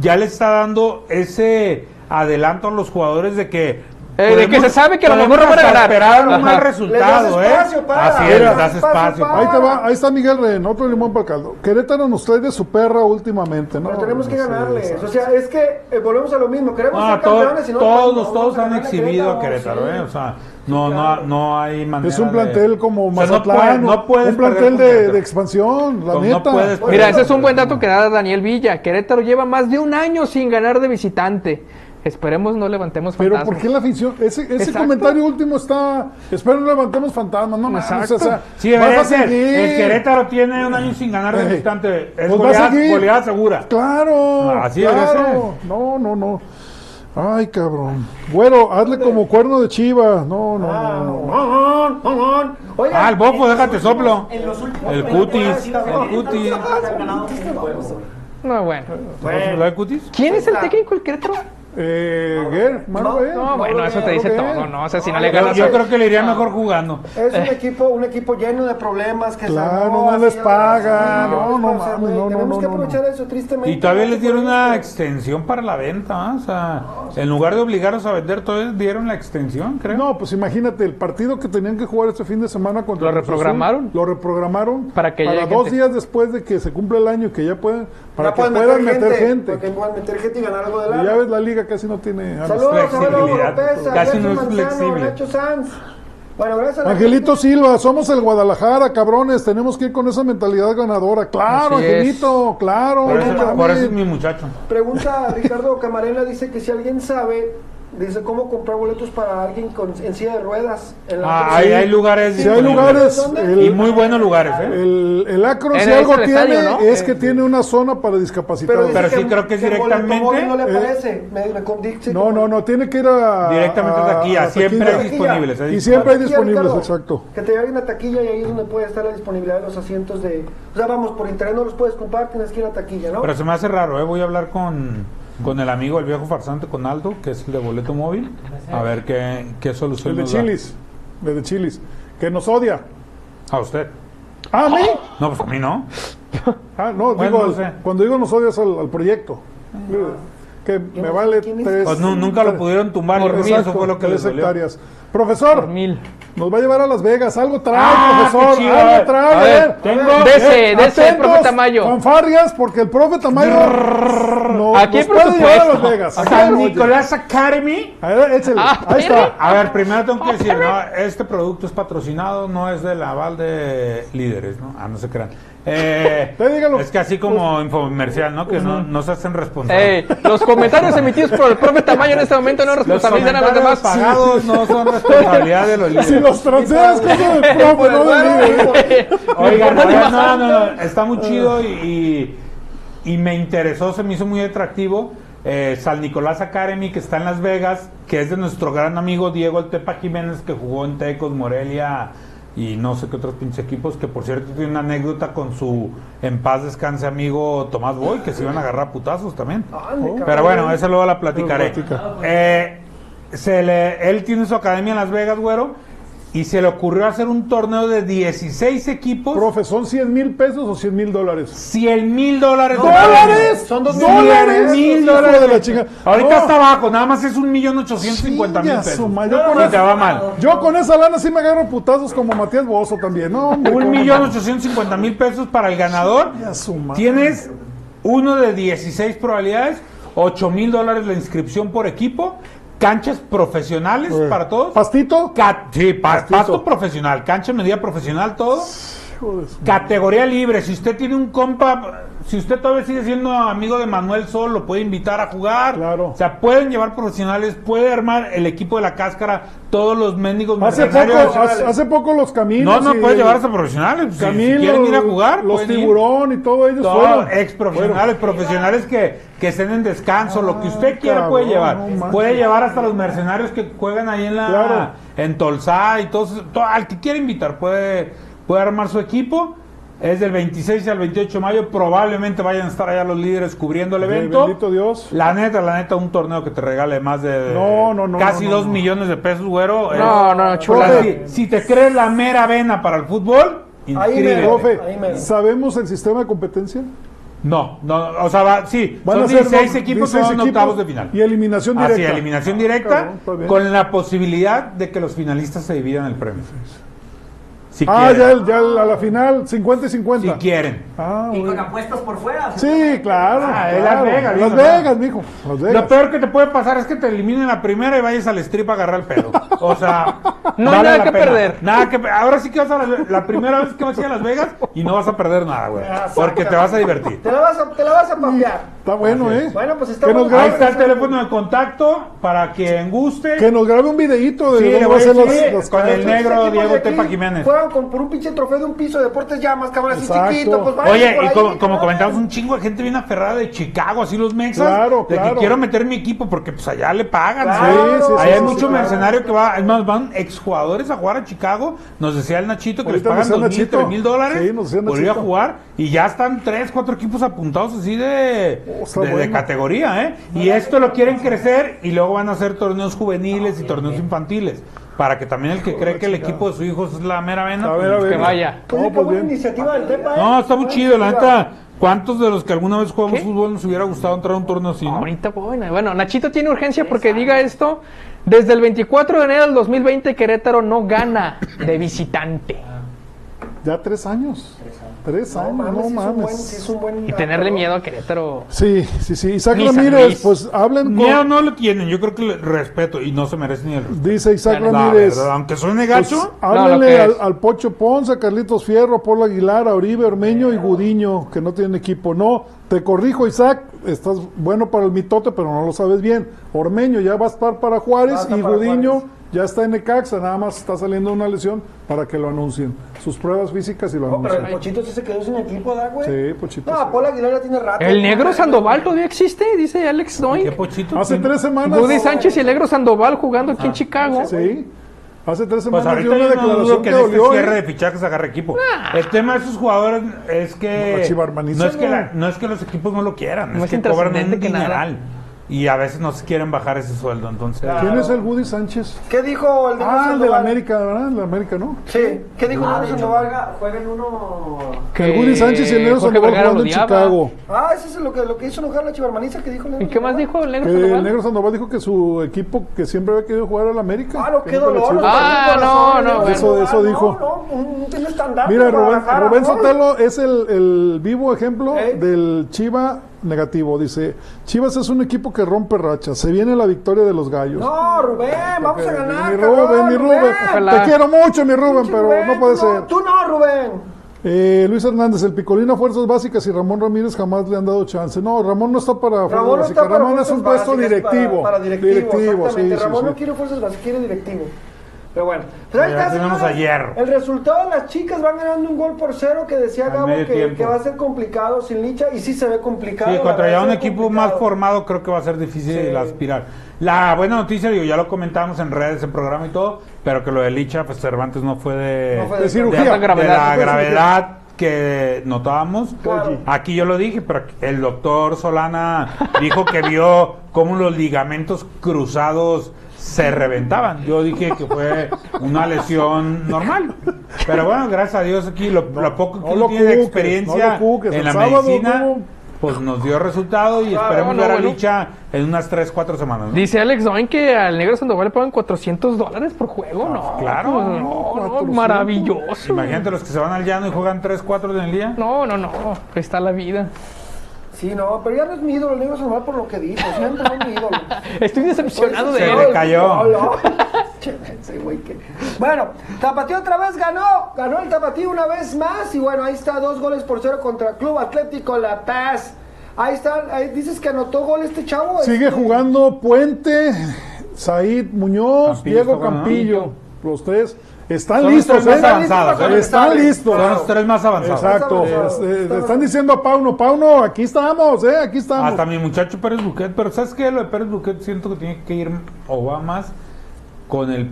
Speaker 2: ya le está dando ese adelanto a los jugadores de que...
Speaker 3: Eh, de que se sabe que a lo
Speaker 2: podemos
Speaker 3: mejor no van a
Speaker 2: hasta
Speaker 3: ganar.
Speaker 2: esperar un
Speaker 3: Ajá.
Speaker 2: mal resultado,
Speaker 1: Les das
Speaker 2: ¿eh?
Speaker 1: espacio, para.
Speaker 2: Así
Speaker 1: Les
Speaker 2: es, les
Speaker 1: das
Speaker 2: das
Speaker 1: espacio,
Speaker 2: espacio.
Speaker 1: para.
Speaker 4: Ahí, te va, ahí está Miguel Ren, otro limón para el caldo. Querétaro nos trae de su perra últimamente, ¿no?
Speaker 1: Pero tenemos que
Speaker 4: Sí,
Speaker 1: ganarles.
Speaker 4: exacto.
Speaker 1: O sea, es que eh, volvemos a lo mismo. Queremos
Speaker 2: No,
Speaker 1: ser
Speaker 2: Ah, todo-
Speaker 1: campeones y no
Speaker 2: todos,
Speaker 1: vamos a
Speaker 2: todos han
Speaker 1: ganarle
Speaker 2: exhibido a Querétaro,
Speaker 1: sí.
Speaker 2: ¿eh? O sea, no, no, no hay manera.
Speaker 4: Es un
Speaker 2: de-
Speaker 4: plantel como
Speaker 2: O sea, no
Speaker 4: Mazatlán,
Speaker 2: puede- no puedes
Speaker 4: un
Speaker 2: perder
Speaker 4: plantel
Speaker 2: con
Speaker 4: de,
Speaker 2: Querétaro.
Speaker 4: de expansión, la
Speaker 2: Como no
Speaker 4: neta.
Speaker 2: puedes perder
Speaker 3: Mira, ese
Speaker 2: con
Speaker 3: es un buen dato que
Speaker 2: Querétaro.
Speaker 3: da Daniel Villa. Querétaro lleva más de un año sin ganar de visitante. Esperemos no levantemos
Speaker 4: Pero
Speaker 3: fantasmas.
Speaker 4: ¿por qué la afición? Ese, ese
Speaker 3: Exacto.
Speaker 4: comentario último está. Espero no levantemos fantasmas, no mames.
Speaker 3: Exacto.
Speaker 4: O sea,
Speaker 2: Sí,
Speaker 4: vas
Speaker 2: debería
Speaker 4: a
Speaker 2: ser.
Speaker 4: seguir.
Speaker 2: El Querétaro tiene un año sin ganar de
Speaker 4: Ey.
Speaker 2: visitante. Es
Speaker 4: Pues va a
Speaker 2: goleada,
Speaker 4: seguir.
Speaker 2: goleada segura.
Speaker 4: Claro.
Speaker 2: Así debería
Speaker 4: claro. No, no, no. Ay, cabrón. Güero, hazle como cuerno de chiva. No, no,
Speaker 1: Ah,
Speaker 4: no, no.
Speaker 1: no, no, no, no. Oigan,
Speaker 2: Ah, el bofo, déjate
Speaker 5: En los últimos-
Speaker 2: soplo.
Speaker 5: En los últimos
Speaker 2: El
Speaker 5: 20
Speaker 2: cutis,
Speaker 5: años,
Speaker 2: el cutis.
Speaker 5: han ganado
Speaker 1: este
Speaker 5: un juego.
Speaker 3: No, bueno.
Speaker 2: ¿Vas a hablar de Cutis?
Speaker 3: ¿Quién es el técnico del Querétaro?
Speaker 4: Eh, Guer, Manuel.
Speaker 3: No, bueno, eso te dice todo, ¿no? O sea, si no le
Speaker 2: Yo,
Speaker 3: ganas...
Speaker 2: yo creo que le iría mejor jugando.
Speaker 1: Es un equipo, un equipo lleno de problemas que
Speaker 4: Claro,
Speaker 1: sanó,
Speaker 4: no les
Speaker 1: así,
Speaker 4: paga,
Speaker 1: así,
Speaker 4: no, no
Speaker 1: o sea,
Speaker 4: mames,
Speaker 1: güey,
Speaker 4: no, no,
Speaker 1: Tenemos
Speaker 4: no,
Speaker 1: que
Speaker 4: no,
Speaker 1: aprovechar
Speaker 4: no.
Speaker 1: eso, tristemente.
Speaker 2: Y todavía
Speaker 1: no
Speaker 2: les dieron
Speaker 1: podemos-
Speaker 2: una extensión para la venta. ¿ah? O sea, en lugar de obligarlos a vender, todavía dieron la extensión, creo.
Speaker 4: No, pues imagínate, el partido que tenían que jugar este fin de semana contra
Speaker 3: Lo
Speaker 4: Cruz Azul,
Speaker 3: reprogramaron.
Speaker 4: Lo reprogramaron
Speaker 3: Para que llegue
Speaker 4: dos
Speaker 3: gente.
Speaker 4: días después de que se cumpla el año y que ya puedan, para
Speaker 1: Ya
Speaker 4: que
Speaker 1: pueden
Speaker 4: puedan meter, gente.
Speaker 1: para que puedan meter gente y ganar algo de
Speaker 4: Y ya
Speaker 1: lana.
Speaker 4: ves, la liga casi no tiene... a
Speaker 1: Saludos a Abel
Speaker 2: Flexibilidad, pues,
Speaker 1: Oropesa,
Speaker 2: casi
Speaker 1: Jesse
Speaker 2: no es
Speaker 1: Manzano,
Speaker 2: flexible.
Speaker 1: Nacho Sanz. Bueno, gracias a la
Speaker 4: Angelito
Speaker 1: gente.
Speaker 4: Silva, somos el Guadalajara, cabrones, tenemos que ir con esa mentalidad ganadora. Claro,
Speaker 3: Así
Speaker 4: Angelito, claro.
Speaker 2: por,
Speaker 4: no
Speaker 2: eso,
Speaker 4: mames.
Speaker 2: por eso es mi muchacho.
Speaker 1: Pregunta Ricardo Camarena, dice que si alguien sabe, dice cómo comprar boletos para alguien con, en silla de ruedas. En la
Speaker 2: Ah, ahí hay lugares.
Speaker 4: Si hay
Speaker 2: disponibles.
Speaker 4: lugares,
Speaker 2: Y
Speaker 4: el,
Speaker 2: muy buenos lugares, ¿eh?
Speaker 4: el, el Akron,
Speaker 3: En
Speaker 4: si
Speaker 3: el
Speaker 4: algo
Speaker 3: estadio,
Speaker 4: tiene,
Speaker 3: ¿no?
Speaker 4: es que
Speaker 3: Eh,
Speaker 4: tiene una zona para discapacitados.
Speaker 1: dice
Speaker 2: pero sí creo que es
Speaker 1: el
Speaker 2: directamente,
Speaker 1: Boletomóvil No le
Speaker 4: eh,
Speaker 1: aparece. Me, me con- dice
Speaker 4: no,
Speaker 1: que-
Speaker 4: no, no, tiene que ir a...
Speaker 2: Directamente a taquilla, siempre
Speaker 4: taquilla.
Speaker 2: hay disponibles. ¿eh?
Speaker 4: Y siempre hay
Speaker 1: Taquilla,
Speaker 4: disponibles,
Speaker 1: Ricardo.
Speaker 4: exacto.
Speaker 1: Que te lleguen a taquilla y ahí es donde puede estar la disponibilidad de los asientos de... O sea, vamos, por internet no los puedes comprar, tienes que ir a taquilla, ¿no?
Speaker 2: Pero se me hace raro, ¿eh? Voy a hablar con, con el amigo, el viejo farsante, con Aldo, que es el de boleto móvil, a ver qué, qué solución
Speaker 4: El de
Speaker 2: nos da.
Speaker 4: Chilis, el de Chilis, que nos odia. Ah,
Speaker 2: A usted.
Speaker 4: ¿A mí?
Speaker 2: No, pues a mí no.
Speaker 4: Ah, no,
Speaker 2: Bueno,
Speaker 4: digo,
Speaker 2: no sé.
Speaker 4: cuando digo nos odias al, al proyecto. que me vale
Speaker 1: Ah. ¿Quién es?
Speaker 4: tres.
Speaker 2: Pues nu- nunca lo pudieron tumbar, yo creo que
Speaker 4: Exacto,
Speaker 2: eso fue lo que les
Speaker 4: tres
Speaker 2: dolió.
Speaker 4: hectáreas. Profesor,
Speaker 3: Por mil.
Speaker 4: nos va a llevar a Las Vegas. Algo trae,
Speaker 2: Ah,
Speaker 4: profesor.
Speaker 2: qué chido.
Speaker 4: Algo trae.
Speaker 2: A
Speaker 4: A
Speaker 2: ver,
Speaker 4: ver,
Speaker 2: tengo-
Speaker 4: a ver,
Speaker 3: Dese,
Speaker 4: eh,
Speaker 3: dese,
Speaker 4: atentos
Speaker 3: profe Tamayo.
Speaker 4: Con Fargas, porque el profe Tamayo no,
Speaker 3: Aquí hay
Speaker 4: nos puede llevar a Las
Speaker 3: presupuesto.
Speaker 4: Vegas. Aquí hay
Speaker 2: San
Speaker 4: algo.
Speaker 2: Nicolás Academy.
Speaker 4: A ver, échale.
Speaker 3: Ah,
Speaker 4: Ahí está.
Speaker 2: A ver, primero tengo que decir, ¿no? este producto es patrocinado, no es del aval de líderes, ¿no? Ah, no se crean. Eh,
Speaker 4: Te pues, dígalo.
Speaker 2: es que así como infomercial, ¿no? Que no, no se hacen responsables.
Speaker 3: Ey, los comentarios emitidos por el profe Tamayo en este momento no
Speaker 2: Los
Speaker 3: responsabilizan a los
Speaker 2: comentarios
Speaker 3: demás.
Speaker 2: pagados no son responsabilidad de los líderes.
Speaker 4: Si los transeas, cosa
Speaker 2: [laughs]
Speaker 4: del profe, no ¿eh? del líder.
Speaker 2: Oigan, a ver, no, no, no, está muy chido y, y, y me interesó, se me hizo muy atractivo. Eh, San Nicolás Academy, que está en Las Vegas, que es de nuestro gran amigo Diego El Tepa Jiménez, que jugó en Tecos, Morelia y no sé qué otros pinches equipos, que por cierto tiene una anécdota con su en paz descanse amigo Tomás Boy, que se iban a agarrar a putazos también. Pero bueno, esa luego la platicaré.
Speaker 4: Platica.
Speaker 2: Eh, se le- él tiene su academia en Las Vegas, güero, y se le ocurrió hacer un torneo de 16 equipos,
Speaker 4: Profe, ¿son 100 mil pesos o 100 mil dólares?
Speaker 2: 100 mil dólares. de
Speaker 4: ¡Dólares!
Speaker 1: Son dos
Speaker 2: ¡Cien
Speaker 4: ¡Dólares!
Speaker 2: mil
Speaker 4: Hijo
Speaker 2: dólares!
Speaker 4: de la chingada.
Speaker 2: Ahorita
Speaker 4: No.
Speaker 2: está abajo, nada más es un millón ochocientos cincuenta mil
Speaker 4: Chinga su
Speaker 2: pesos.
Speaker 4: madre, yo con
Speaker 2: Y te
Speaker 4: eso-
Speaker 2: va mal.
Speaker 4: Yo con esa lana sí me agarro putazos como Matías Bozo también, ¿no? hombre,
Speaker 2: Un
Speaker 4: cómo
Speaker 2: millón
Speaker 4: no.
Speaker 2: ochocientos cincuenta mil pesos para el ganador.
Speaker 4: Chinga su madre.
Speaker 2: Tienes uno de 16 probabilidades, 8 mil dólares la inscripción por equipo, canchas profesionales
Speaker 4: Eh,
Speaker 2: para todos.
Speaker 4: ¿Pastito?
Speaker 2: Ca- sí, pa-
Speaker 4: Pastito.
Speaker 2: pasto profesional, cancha medida profesional, todo.
Speaker 4: Hijo de su-
Speaker 2: Categoría libre, si usted tiene un compa, si usted todavía sigue siendo amigo de Manuel Sol, lo puede invitar a jugar.
Speaker 4: Claro.
Speaker 2: O sea, pueden llevar profesionales, puede armar el equipo de la cáscara, todos los mendigos
Speaker 4: Hace poco,
Speaker 2: mercenarios.
Speaker 4: hace, hace poco los
Speaker 2: No,
Speaker 4: caminos.
Speaker 2: no,
Speaker 4: y-
Speaker 2: puede llevarse a profesionales. pues, si- si,
Speaker 4: Camilo,
Speaker 2: quieren ir a jugar,
Speaker 4: los
Speaker 2: pueden ir.
Speaker 4: tiburón y todo ellos.
Speaker 2: Todos
Speaker 4: fueron.
Speaker 2: ex profesionales, profesionales que, que estén en descanso, lo que usted quiera puede
Speaker 4: cabrón,
Speaker 2: llevar.
Speaker 4: no manches.
Speaker 2: puede llevar hasta los mercenarios que juegan ahí en la
Speaker 4: Claro.
Speaker 2: en Tolsá y todos, todo, al que quiera invitar puede, puede armar su equipo. Es del 26 al 28 de mayo, probablemente vayan a estar allá los líderes cubriendo el
Speaker 4: Ay,
Speaker 2: evento.
Speaker 4: Bendito Dios.
Speaker 2: La neta, la neta, un torneo que te regale más de
Speaker 4: No, no, no,
Speaker 2: casi
Speaker 4: no, no,
Speaker 2: dos
Speaker 4: no.
Speaker 2: millones de pesos, güero.
Speaker 3: No,
Speaker 2: es-
Speaker 3: no, chulada.
Speaker 2: O sea, Si, si te crees la mera vena para el fútbol,
Speaker 1: Ahí me-
Speaker 2: inscríbete.
Speaker 4: Profe,
Speaker 1: Ahí me-
Speaker 4: ¿sabemos el sistema de competencia?
Speaker 2: No, no, o sea, va- sí, son
Speaker 4: ser
Speaker 2: 16
Speaker 4: do-
Speaker 2: equipos
Speaker 4: 16
Speaker 2: son
Speaker 4: equipos
Speaker 2: octavos de final.
Speaker 4: Y eliminación directa. Ah,
Speaker 2: Así, eliminación directa,
Speaker 4: cabrón, está bien.
Speaker 2: con la posibilidad de que los finalistas se dividan el premio. Si
Speaker 4: Ah,
Speaker 2: quieren.
Speaker 4: ya, el- ya el- a la final, 50 y 50.
Speaker 2: Si quieren.
Speaker 4: Ah,
Speaker 5: Y con
Speaker 4: bueno.
Speaker 5: apuestas por fuera.
Speaker 4: Sí, claro.
Speaker 2: Ah, es
Speaker 4: claro.
Speaker 2: Las Vegas,
Speaker 4: Las
Speaker 2: dijo, ¿no?
Speaker 4: Vegas, mijo. Las
Speaker 2: Lo
Speaker 4: Vegas.
Speaker 2: peor que te puede pasar es que te eliminen la primera y vayas al strip a agarrar el pedo. O sea,
Speaker 3: [laughs] No hay nada
Speaker 2: la
Speaker 3: que perder.
Speaker 2: Nada que pe- ahora sí que vas a la, la primera vez que vas a ir a Las Vegas y no vas a perder nada, güey, porque te vas a divertir.
Speaker 1: Te la vas a, te la vas a papear.
Speaker 4: Está bueno,
Speaker 2: Así
Speaker 4: ¿eh?
Speaker 2: es.
Speaker 1: Bueno, pues
Speaker 4: que nos,
Speaker 1: estamos-
Speaker 2: Ahí
Speaker 4: grabe,
Speaker 2: está el teléfono de contacto para quien guste.
Speaker 4: que nos grabe un videíto de
Speaker 2: Sí, le
Speaker 4: cómo
Speaker 2: voy a
Speaker 4: hacer
Speaker 2: decir,
Speaker 4: las- las
Speaker 2: con el
Speaker 4: canchas.
Speaker 2: negro
Speaker 1: Estos equipos
Speaker 2: Diego
Speaker 1: de aquí
Speaker 2: Tepa Jiménez.
Speaker 1: Fueron con, por un pinche trofeo de un piso de deportes llamas, cabrón, así
Speaker 4: Exacto.
Speaker 1: chiquito. Pues, vayan
Speaker 2: Oye,
Speaker 1: por
Speaker 2: y
Speaker 1: ahí,
Speaker 2: como, como
Speaker 1: cabrón.
Speaker 2: comentamos, un chingo de gente bien aferrada de Chicago, así los mexas.
Speaker 4: Claro,
Speaker 2: de
Speaker 4: claro.
Speaker 2: que quiero meter mi equipo porque pues allá le pagan.
Speaker 1: Claro. Sí,
Speaker 2: ¿sabes?
Speaker 1: sí,
Speaker 2: allá
Speaker 1: sí,
Speaker 2: hay
Speaker 1: sí,
Speaker 2: mucho
Speaker 1: sí, claro.
Speaker 2: mercenario que va, es más, van exjugadores a jugar a Chicago. Nos decía el Nachito que
Speaker 4: Ahorita
Speaker 2: les
Speaker 4: nos
Speaker 2: pagan
Speaker 4: decía
Speaker 2: dos mil,
Speaker 4: Nachito.
Speaker 2: tres mil dólares
Speaker 4: Sí, nos decía
Speaker 2: por ir a
Speaker 4: Nachito.
Speaker 2: jugar. Y ya están tres, cuatro equipos apuntados así de,
Speaker 4: Oh, está
Speaker 2: de- de
Speaker 4: bueno.
Speaker 2: categoría, ¿eh? Y esto lo quieren crecer y luego van a hacer torneos juveniles y torneos infantiles. Para que también el que cree que el equipo de su hijo es la mera vena,
Speaker 4: A
Speaker 2: pues,
Speaker 4: ver, a ver.
Speaker 3: Que vaya.
Speaker 1: Oye,
Speaker 4: No,
Speaker 1: qué
Speaker 4: pues
Speaker 1: buena
Speaker 4: bien.
Speaker 1: iniciativa del Tepa, ¿eh?
Speaker 2: No, está muy
Speaker 1: Buena
Speaker 2: chido, la
Speaker 1: iniciativa.
Speaker 2: neta. ¿Cuántos de los que alguna vez jugamos
Speaker 3: ¿Qué?
Speaker 2: fútbol nos hubiera gustado entrar a un torneo así? no?
Speaker 3: Ahorita voy. na- Bueno, Nachito tiene urgencia porque diga esto. Desde el 24 de enero del 2020, Querétaro no gana de visitante.
Speaker 4: Ya tres años. Tres
Speaker 1: No
Speaker 4: años,
Speaker 1: mames,
Speaker 4: no
Speaker 1: sí es un buen-
Speaker 4: mames.
Speaker 1: sí es un buen
Speaker 3: Y tenerle miedo a Querétaro.
Speaker 4: Sí, sí, sí. Isaac
Speaker 3: Ni San
Speaker 4: Ramírez,
Speaker 3: Luis.
Speaker 4: pues hablen con.
Speaker 2: Miedo no lo tienen, yo creo que le- respeto y no se merece ni el respeto.
Speaker 4: Dice Isaac
Speaker 3: La
Speaker 2: La
Speaker 4: Ramírez.
Speaker 2: verdad, aunque suene
Speaker 4: pues,
Speaker 2: gacho,
Speaker 4: háblenle
Speaker 3: No, lo
Speaker 4: al,
Speaker 3: que es.
Speaker 4: al Pocho Ponce, a Carlitos Fierro, a Paul Aguilar, a Oribe, Ormeño y Gudiño, que no tienen equipo. No, te corrijo, Isaac. Estás bueno para el mitote, pero no lo sabes bien. Ormeño ya va a estar para
Speaker 1: Va a
Speaker 4: Juárez
Speaker 1: estar
Speaker 4: y
Speaker 1: para
Speaker 4: Gudiño
Speaker 1: Juárez.
Speaker 4: ya está en Necaxa. Nada más está saliendo una lesión para que lo anuncien. Sus pruebas físicas y lo
Speaker 1: No, pero el
Speaker 4: anuncien.
Speaker 1: Pochito sí se quedó sin equipo, ¿da, güey?
Speaker 4: Sí, Pochito,
Speaker 1: No,
Speaker 4: sí.
Speaker 1: Paul Aguilar ya tiene rato.
Speaker 3: El negro Sandoval todavía existe, dice Alex
Speaker 2: qué
Speaker 3: Doink.
Speaker 2: pochito.
Speaker 4: Hace
Speaker 2: tiene.
Speaker 4: tres semanas.
Speaker 3: Woody Sánchez y el negro Sandoval jugando aquí en Chicago.
Speaker 4: Ah, Sí. Hace tres
Speaker 2: Pues
Speaker 4: semanas dio
Speaker 2: ahorita yo
Speaker 4: una
Speaker 2: no dudo que
Speaker 4: declaración que
Speaker 2: en este
Speaker 4: dolió,
Speaker 2: cierre
Speaker 4: ¿eh?
Speaker 2: de fichajes agarre equipo.
Speaker 3: Ah.
Speaker 2: El tema de esos jugadores es que
Speaker 4: No, Chivarmaniza
Speaker 2: no es que,
Speaker 4: no.
Speaker 2: la- no es que los equipos no lo quieran,
Speaker 3: No
Speaker 2: es
Speaker 3: es
Speaker 2: que cobran un
Speaker 3: intrascendente que nada.
Speaker 2: dineral. Y a veces no se quieren bajar ese sueldo, entonces.
Speaker 4: ¿Quién es el Woody Sánchez?
Speaker 1: ¿Qué dijo el Diego
Speaker 4: Ah, el de la
Speaker 1: Sandoval?
Speaker 4: América, ¿verdad? El de América, ¿no?
Speaker 1: Sí. ¿Qué dijo
Speaker 5: Ah,
Speaker 1: el Diego
Speaker 5: de hecho,
Speaker 1: Sandoval?
Speaker 5: juega, juega en uno.
Speaker 3: Que
Speaker 4: el Woody Sánchez y el Leo
Speaker 3: Jorge
Speaker 4: Sandoval
Speaker 3: Vergara
Speaker 4: jugando en
Speaker 3: lo odiaba.
Speaker 4: Chicago.
Speaker 3: [laughs]
Speaker 1: Ah, ese es lo que, lo que hizo enojar a la chivarmaniza que dijo el
Speaker 3: ¿Y qué más dijo el
Speaker 4: Que
Speaker 3: negro
Speaker 4: el
Speaker 3: Sandoval?
Speaker 4: negro Sandoval dijo que su equipo que siempre había querido jugar al América.
Speaker 1: Ah, no,
Speaker 4: Que
Speaker 1: qué
Speaker 4: nunca le
Speaker 1: dolor.
Speaker 4: sirve.
Speaker 3: Ah, no, no,
Speaker 4: Eso-
Speaker 1: bueno.
Speaker 4: eso
Speaker 1: Ah, no,
Speaker 4: dijo.
Speaker 1: No, un, un estandarte
Speaker 4: Mira,
Speaker 1: de
Speaker 4: Rubén,
Speaker 1: Guadalajara,
Speaker 4: Rubén
Speaker 1: ¿no?
Speaker 4: Sotelo es el, el vivo ejemplo
Speaker 1: ¿Eh?
Speaker 4: del Chiva negativo. Dice, Chivas es un equipo que rompe rachas. Se viene la victoria de los gallos.
Speaker 1: No, Rubén, vamos a ganar.
Speaker 4: mi Rubén,
Speaker 1: cabrón,
Speaker 4: mi Rubén.
Speaker 3: Ojalá.
Speaker 4: Te quiero mucho, mi Rubén, pero
Speaker 1: Rubén,
Speaker 4: no puede
Speaker 1: tú
Speaker 4: ser.
Speaker 1: Tú no, Rubén.
Speaker 4: Eh, Luis Hernández, el Picolín a fuerzas básicas y Ramón Ramírez jamás le han dado chance. No, Ramón no está para fuerzas
Speaker 1: Ramón no
Speaker 4: básicas.
Speaker 1: está para
Speaker 4: Ramón es
Speaker 1: fuerzas
Speaker 4: un puesto
Speaker 1: básicas,
Speaker 4: directivo.
Speaker 1: Para, para directivo, exactamente.
Speaker 4: sí, sí,
Speaker 1: Ramón
Speaker 4: sí.
Speaker 1: no quiere fuerzas básicas, quiere directivo. Pero bueno, pero ahí
Speaker 2: Ya
Speaker 1: está,
Speaker 2: tenemos
Speaker 1: señores.
Speaker 2: a Hierro.
Speaker 1: El resultado, las chicas van ganando un gol por cero que decía
Speaker 2: Al
Speaker 1: Gabo
Speaker 2: medio
Speaker 1: que,
Speaker 2: tiempo.
Speaker 1: que va a ser complicado sin Licha y sí se ve complicado.
Speaker 2: Sí,
Speaker 1: la
Speaker 2: contra
Speaker 1: verdad,
Speaker 2: ya
Speaker 1: se
Speaker 2: un
Speaker 1: ve
Speaker 2: equipo
Speaker 1: complicado.
Speaker 2: más formado creo que va a ser difícil
Speaker 1: Sí.
Speaker 2: aspirar. La buena noticia, digo, ya lo comentábamos en redes, en programa y todo, pero que lo de Licha, pues Cervantes no fue de,
Speaker 1: No fue
Speaker 4: De cirugía.
Speaker 2: de
Speaker 3: alta gravedad,
Speaker 2: la
Speaker 4: no fue cirugía.
Speaker 2: gravedad que notábamos.
Speaker 1: Claro.
Speaker 2: Aquí yo lo dije, pero aquí- el doctor Solana dijo que vio cómo los ligamentos cruzados se reventaban. Yo dije que fue una lesión normal. Pero bueno, gracias a Dios aquí lo, lo poco que
Speaker 4: no
Speaker 2: uno
Speaker 4: lo
Speaker 2: tiene de
Speaker 4: cuques,
Speaker 2: experiencia
Speaker 4: no lo cuques.
Speaker 2: en
Speaker 4: El
Speaker 2: la
Speaker 4: sábado
Speaker 2: medicina,
Speaker 4: tuvo-
Speaker 2: pues nos dio resultado y
Speaker 1: Claro,
Speaker 2: esperemos
Speaker 3: no,
Speaker 2: ver a
Speaker 3: bueno.
Speaker 2: Licha en unas 3, 4 semanas. ¿no?
Speaker 3: Dice Alex Doin que al negro Sandoval le pagan 400 dólares por juego. No,
Speaker 2: Ah,
Speaker 3: pues,
Speaker 2: claro.
Speaker 3: no, no,
Speaker 4: 400.
Speaker 3: maravilloso.
Speaker 2: Imagínate los que se van al llano y juegan 3, 4 en el día.
Speaker 3: No, no, no. Ahí está la vida.
Speaker 1: Sí, no, pero ya no es mi ídolo, le digo a por lo que dijo. Siempre fue mi ídolo.
Speaker 2: [laughs]
Speaker 3: Estoy decepcionado de
Speaker 2: Se
Speaker 3: él.
Speaker 2: le
Speaker 1: [laughs]
Speaker 2: cayó.
Speaker 1: Hola. Che, ese güey que- Bueno, Tapatío otra vez ganó. Ganó el Tapatío una vez más. Y bueno, ahí está, dos goles por cero contra Club Atlético La Paz. Ahí está, ahí dices que anotó gol este chavo.
Speaker 4: Sigue jugando Puente, Said Muñoz,
Speaker 2: Campillo
Speaker 4: Diego
Speaker 2: está bueno,
Speaker 4: Campillo. Los tres están
Speaker 2: Son los
Speaker 4: listos.
Speaker 2: tres más
Speaker 4: ¿eh?
Speaker 2: avanzados,
Speaker 4: Están
Speaker 2: ¿eh?
Speaker 4: listos.
Speaker 2: Son
Speaker 4: Claro.
Speaker 2: los tres más avanzados.
Speaker 4: Exacto.
Speaker 1: Están avanzados.
Speaker 4: Eh, eh,
Speaker 1: Están
Speaker 4: están
Speaker 1: avanzados.
Speaker 4: diciendo a Pauno, Pauno, aquí estamos, ¿eh? Aquí estamos.
Speaker 2: Hasta mi muchacho Pérez Buquet, pero ¿sabes qué? Lo de Pérez Buquet siento que tiene que ir o va más con el...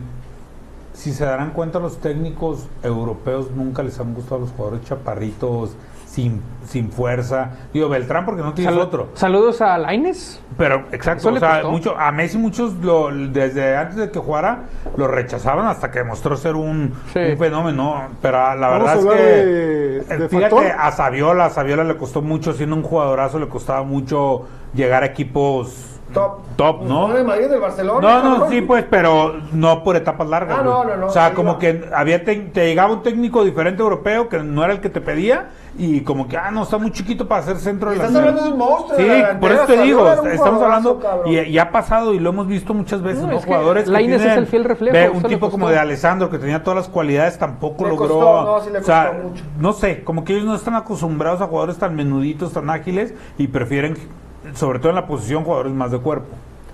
Speaker 2: Si se darán cuenta, los técnicos europeos nunca les han gustado los jugadores chaparritos, sin, sin fuerza. Digo, Beltrán porque no tiene
Speaker 3: Salu-
Speaker 2: otro.
Speaker 3: Saludos a Laines.
Speaker 2: Pero, exacto,
Speaker 3: Eso
Speaker 2: o
Speaker 3: le
Speaker 2: sea,
Speaker 3: costó.
Speaker 2: mucho, a Messi muchos lo- desde antes de que jugara lo rechazaban hasta que demostró ser un,
Speaker 3: Sí.
Speaker 2: un fenómeno. Pero ah, la
Speaker 4: Vamos
Speaker 2: verdad
Speaker 4: a
Speaker 2: es
Speaker 4: hablar
Speaker 2: que... eh,
Speaker 4: de- de
Speaker 2: Fíjate,
Speaker 4: factor.
Speaker 2: a Saviola, a Saviola le costó mucho, siendo un jugadorazo, le costaba mucho llegar a equipos
Speaker 1: Top.
Speaker 2: top, ¿no?
Speaker 1: No, de Madrid, del Barcelona.
Speaker 2: No, no,
Speaker 1: cabrón.
Speaker 2: sí, pues, pero no por etapas largas.
Speaker 1: Ah, no,
Speaker 2: güey.
Speaker 1: no, no,
Speaker 2: O sea,
Speaker 1: sí,
Speaker 2: como
Speaker 1: no.
Speaker 2: que había te, te llegaba un técnico diferente europeo que no era el que te pedía y como que, ah, no, está muy chiquito para ser centro
Speaker 1: Estás
Speaker 2: delantero.
Speaker 1: hablando de un monstruo de
Speaker 2: Sí,
Speaker 1: la delantera,
Speaker 2: por eso te
Speaker 1: Saviola
Speaker 2: digo,
Speaker 1: era un
Speaker 2: estamos
Speaker 1: jugadorazo,
Speaker 2: hablando
Speaker 1: cabrón.
Speaker 2: y, y ha pasado y lo hemos visto muchas veces,
Speaker 3: No,
Speaker 2: ¿no?
Speaker 3: es que
Speaker 2: Jugadores que
Speaker 3: Lainez es
Speaker 2: tienen-
Speaker 3: el fiel reflejo,
Speaker 2: ve,
Speaker 3: eso
Speaker 2: un
Speaker 3: le
Speaker 2: tipo
Speaker 3: costó.
Speaker 2: como de Alessandro que tenía todas las cualidades, tampoco
Speaker 1: Le
Speaker 2: logró.
Speaker 1: costó, no, sí le
Speaker 2: o sea,
Speaker 1: costó mucho.
Speaker 2: no sé, como que ellos no están acostumbrados a jugadores tan menuditos, tan ágiles y prefieren, sobre todo en la posición, jugadores más de cuerpo.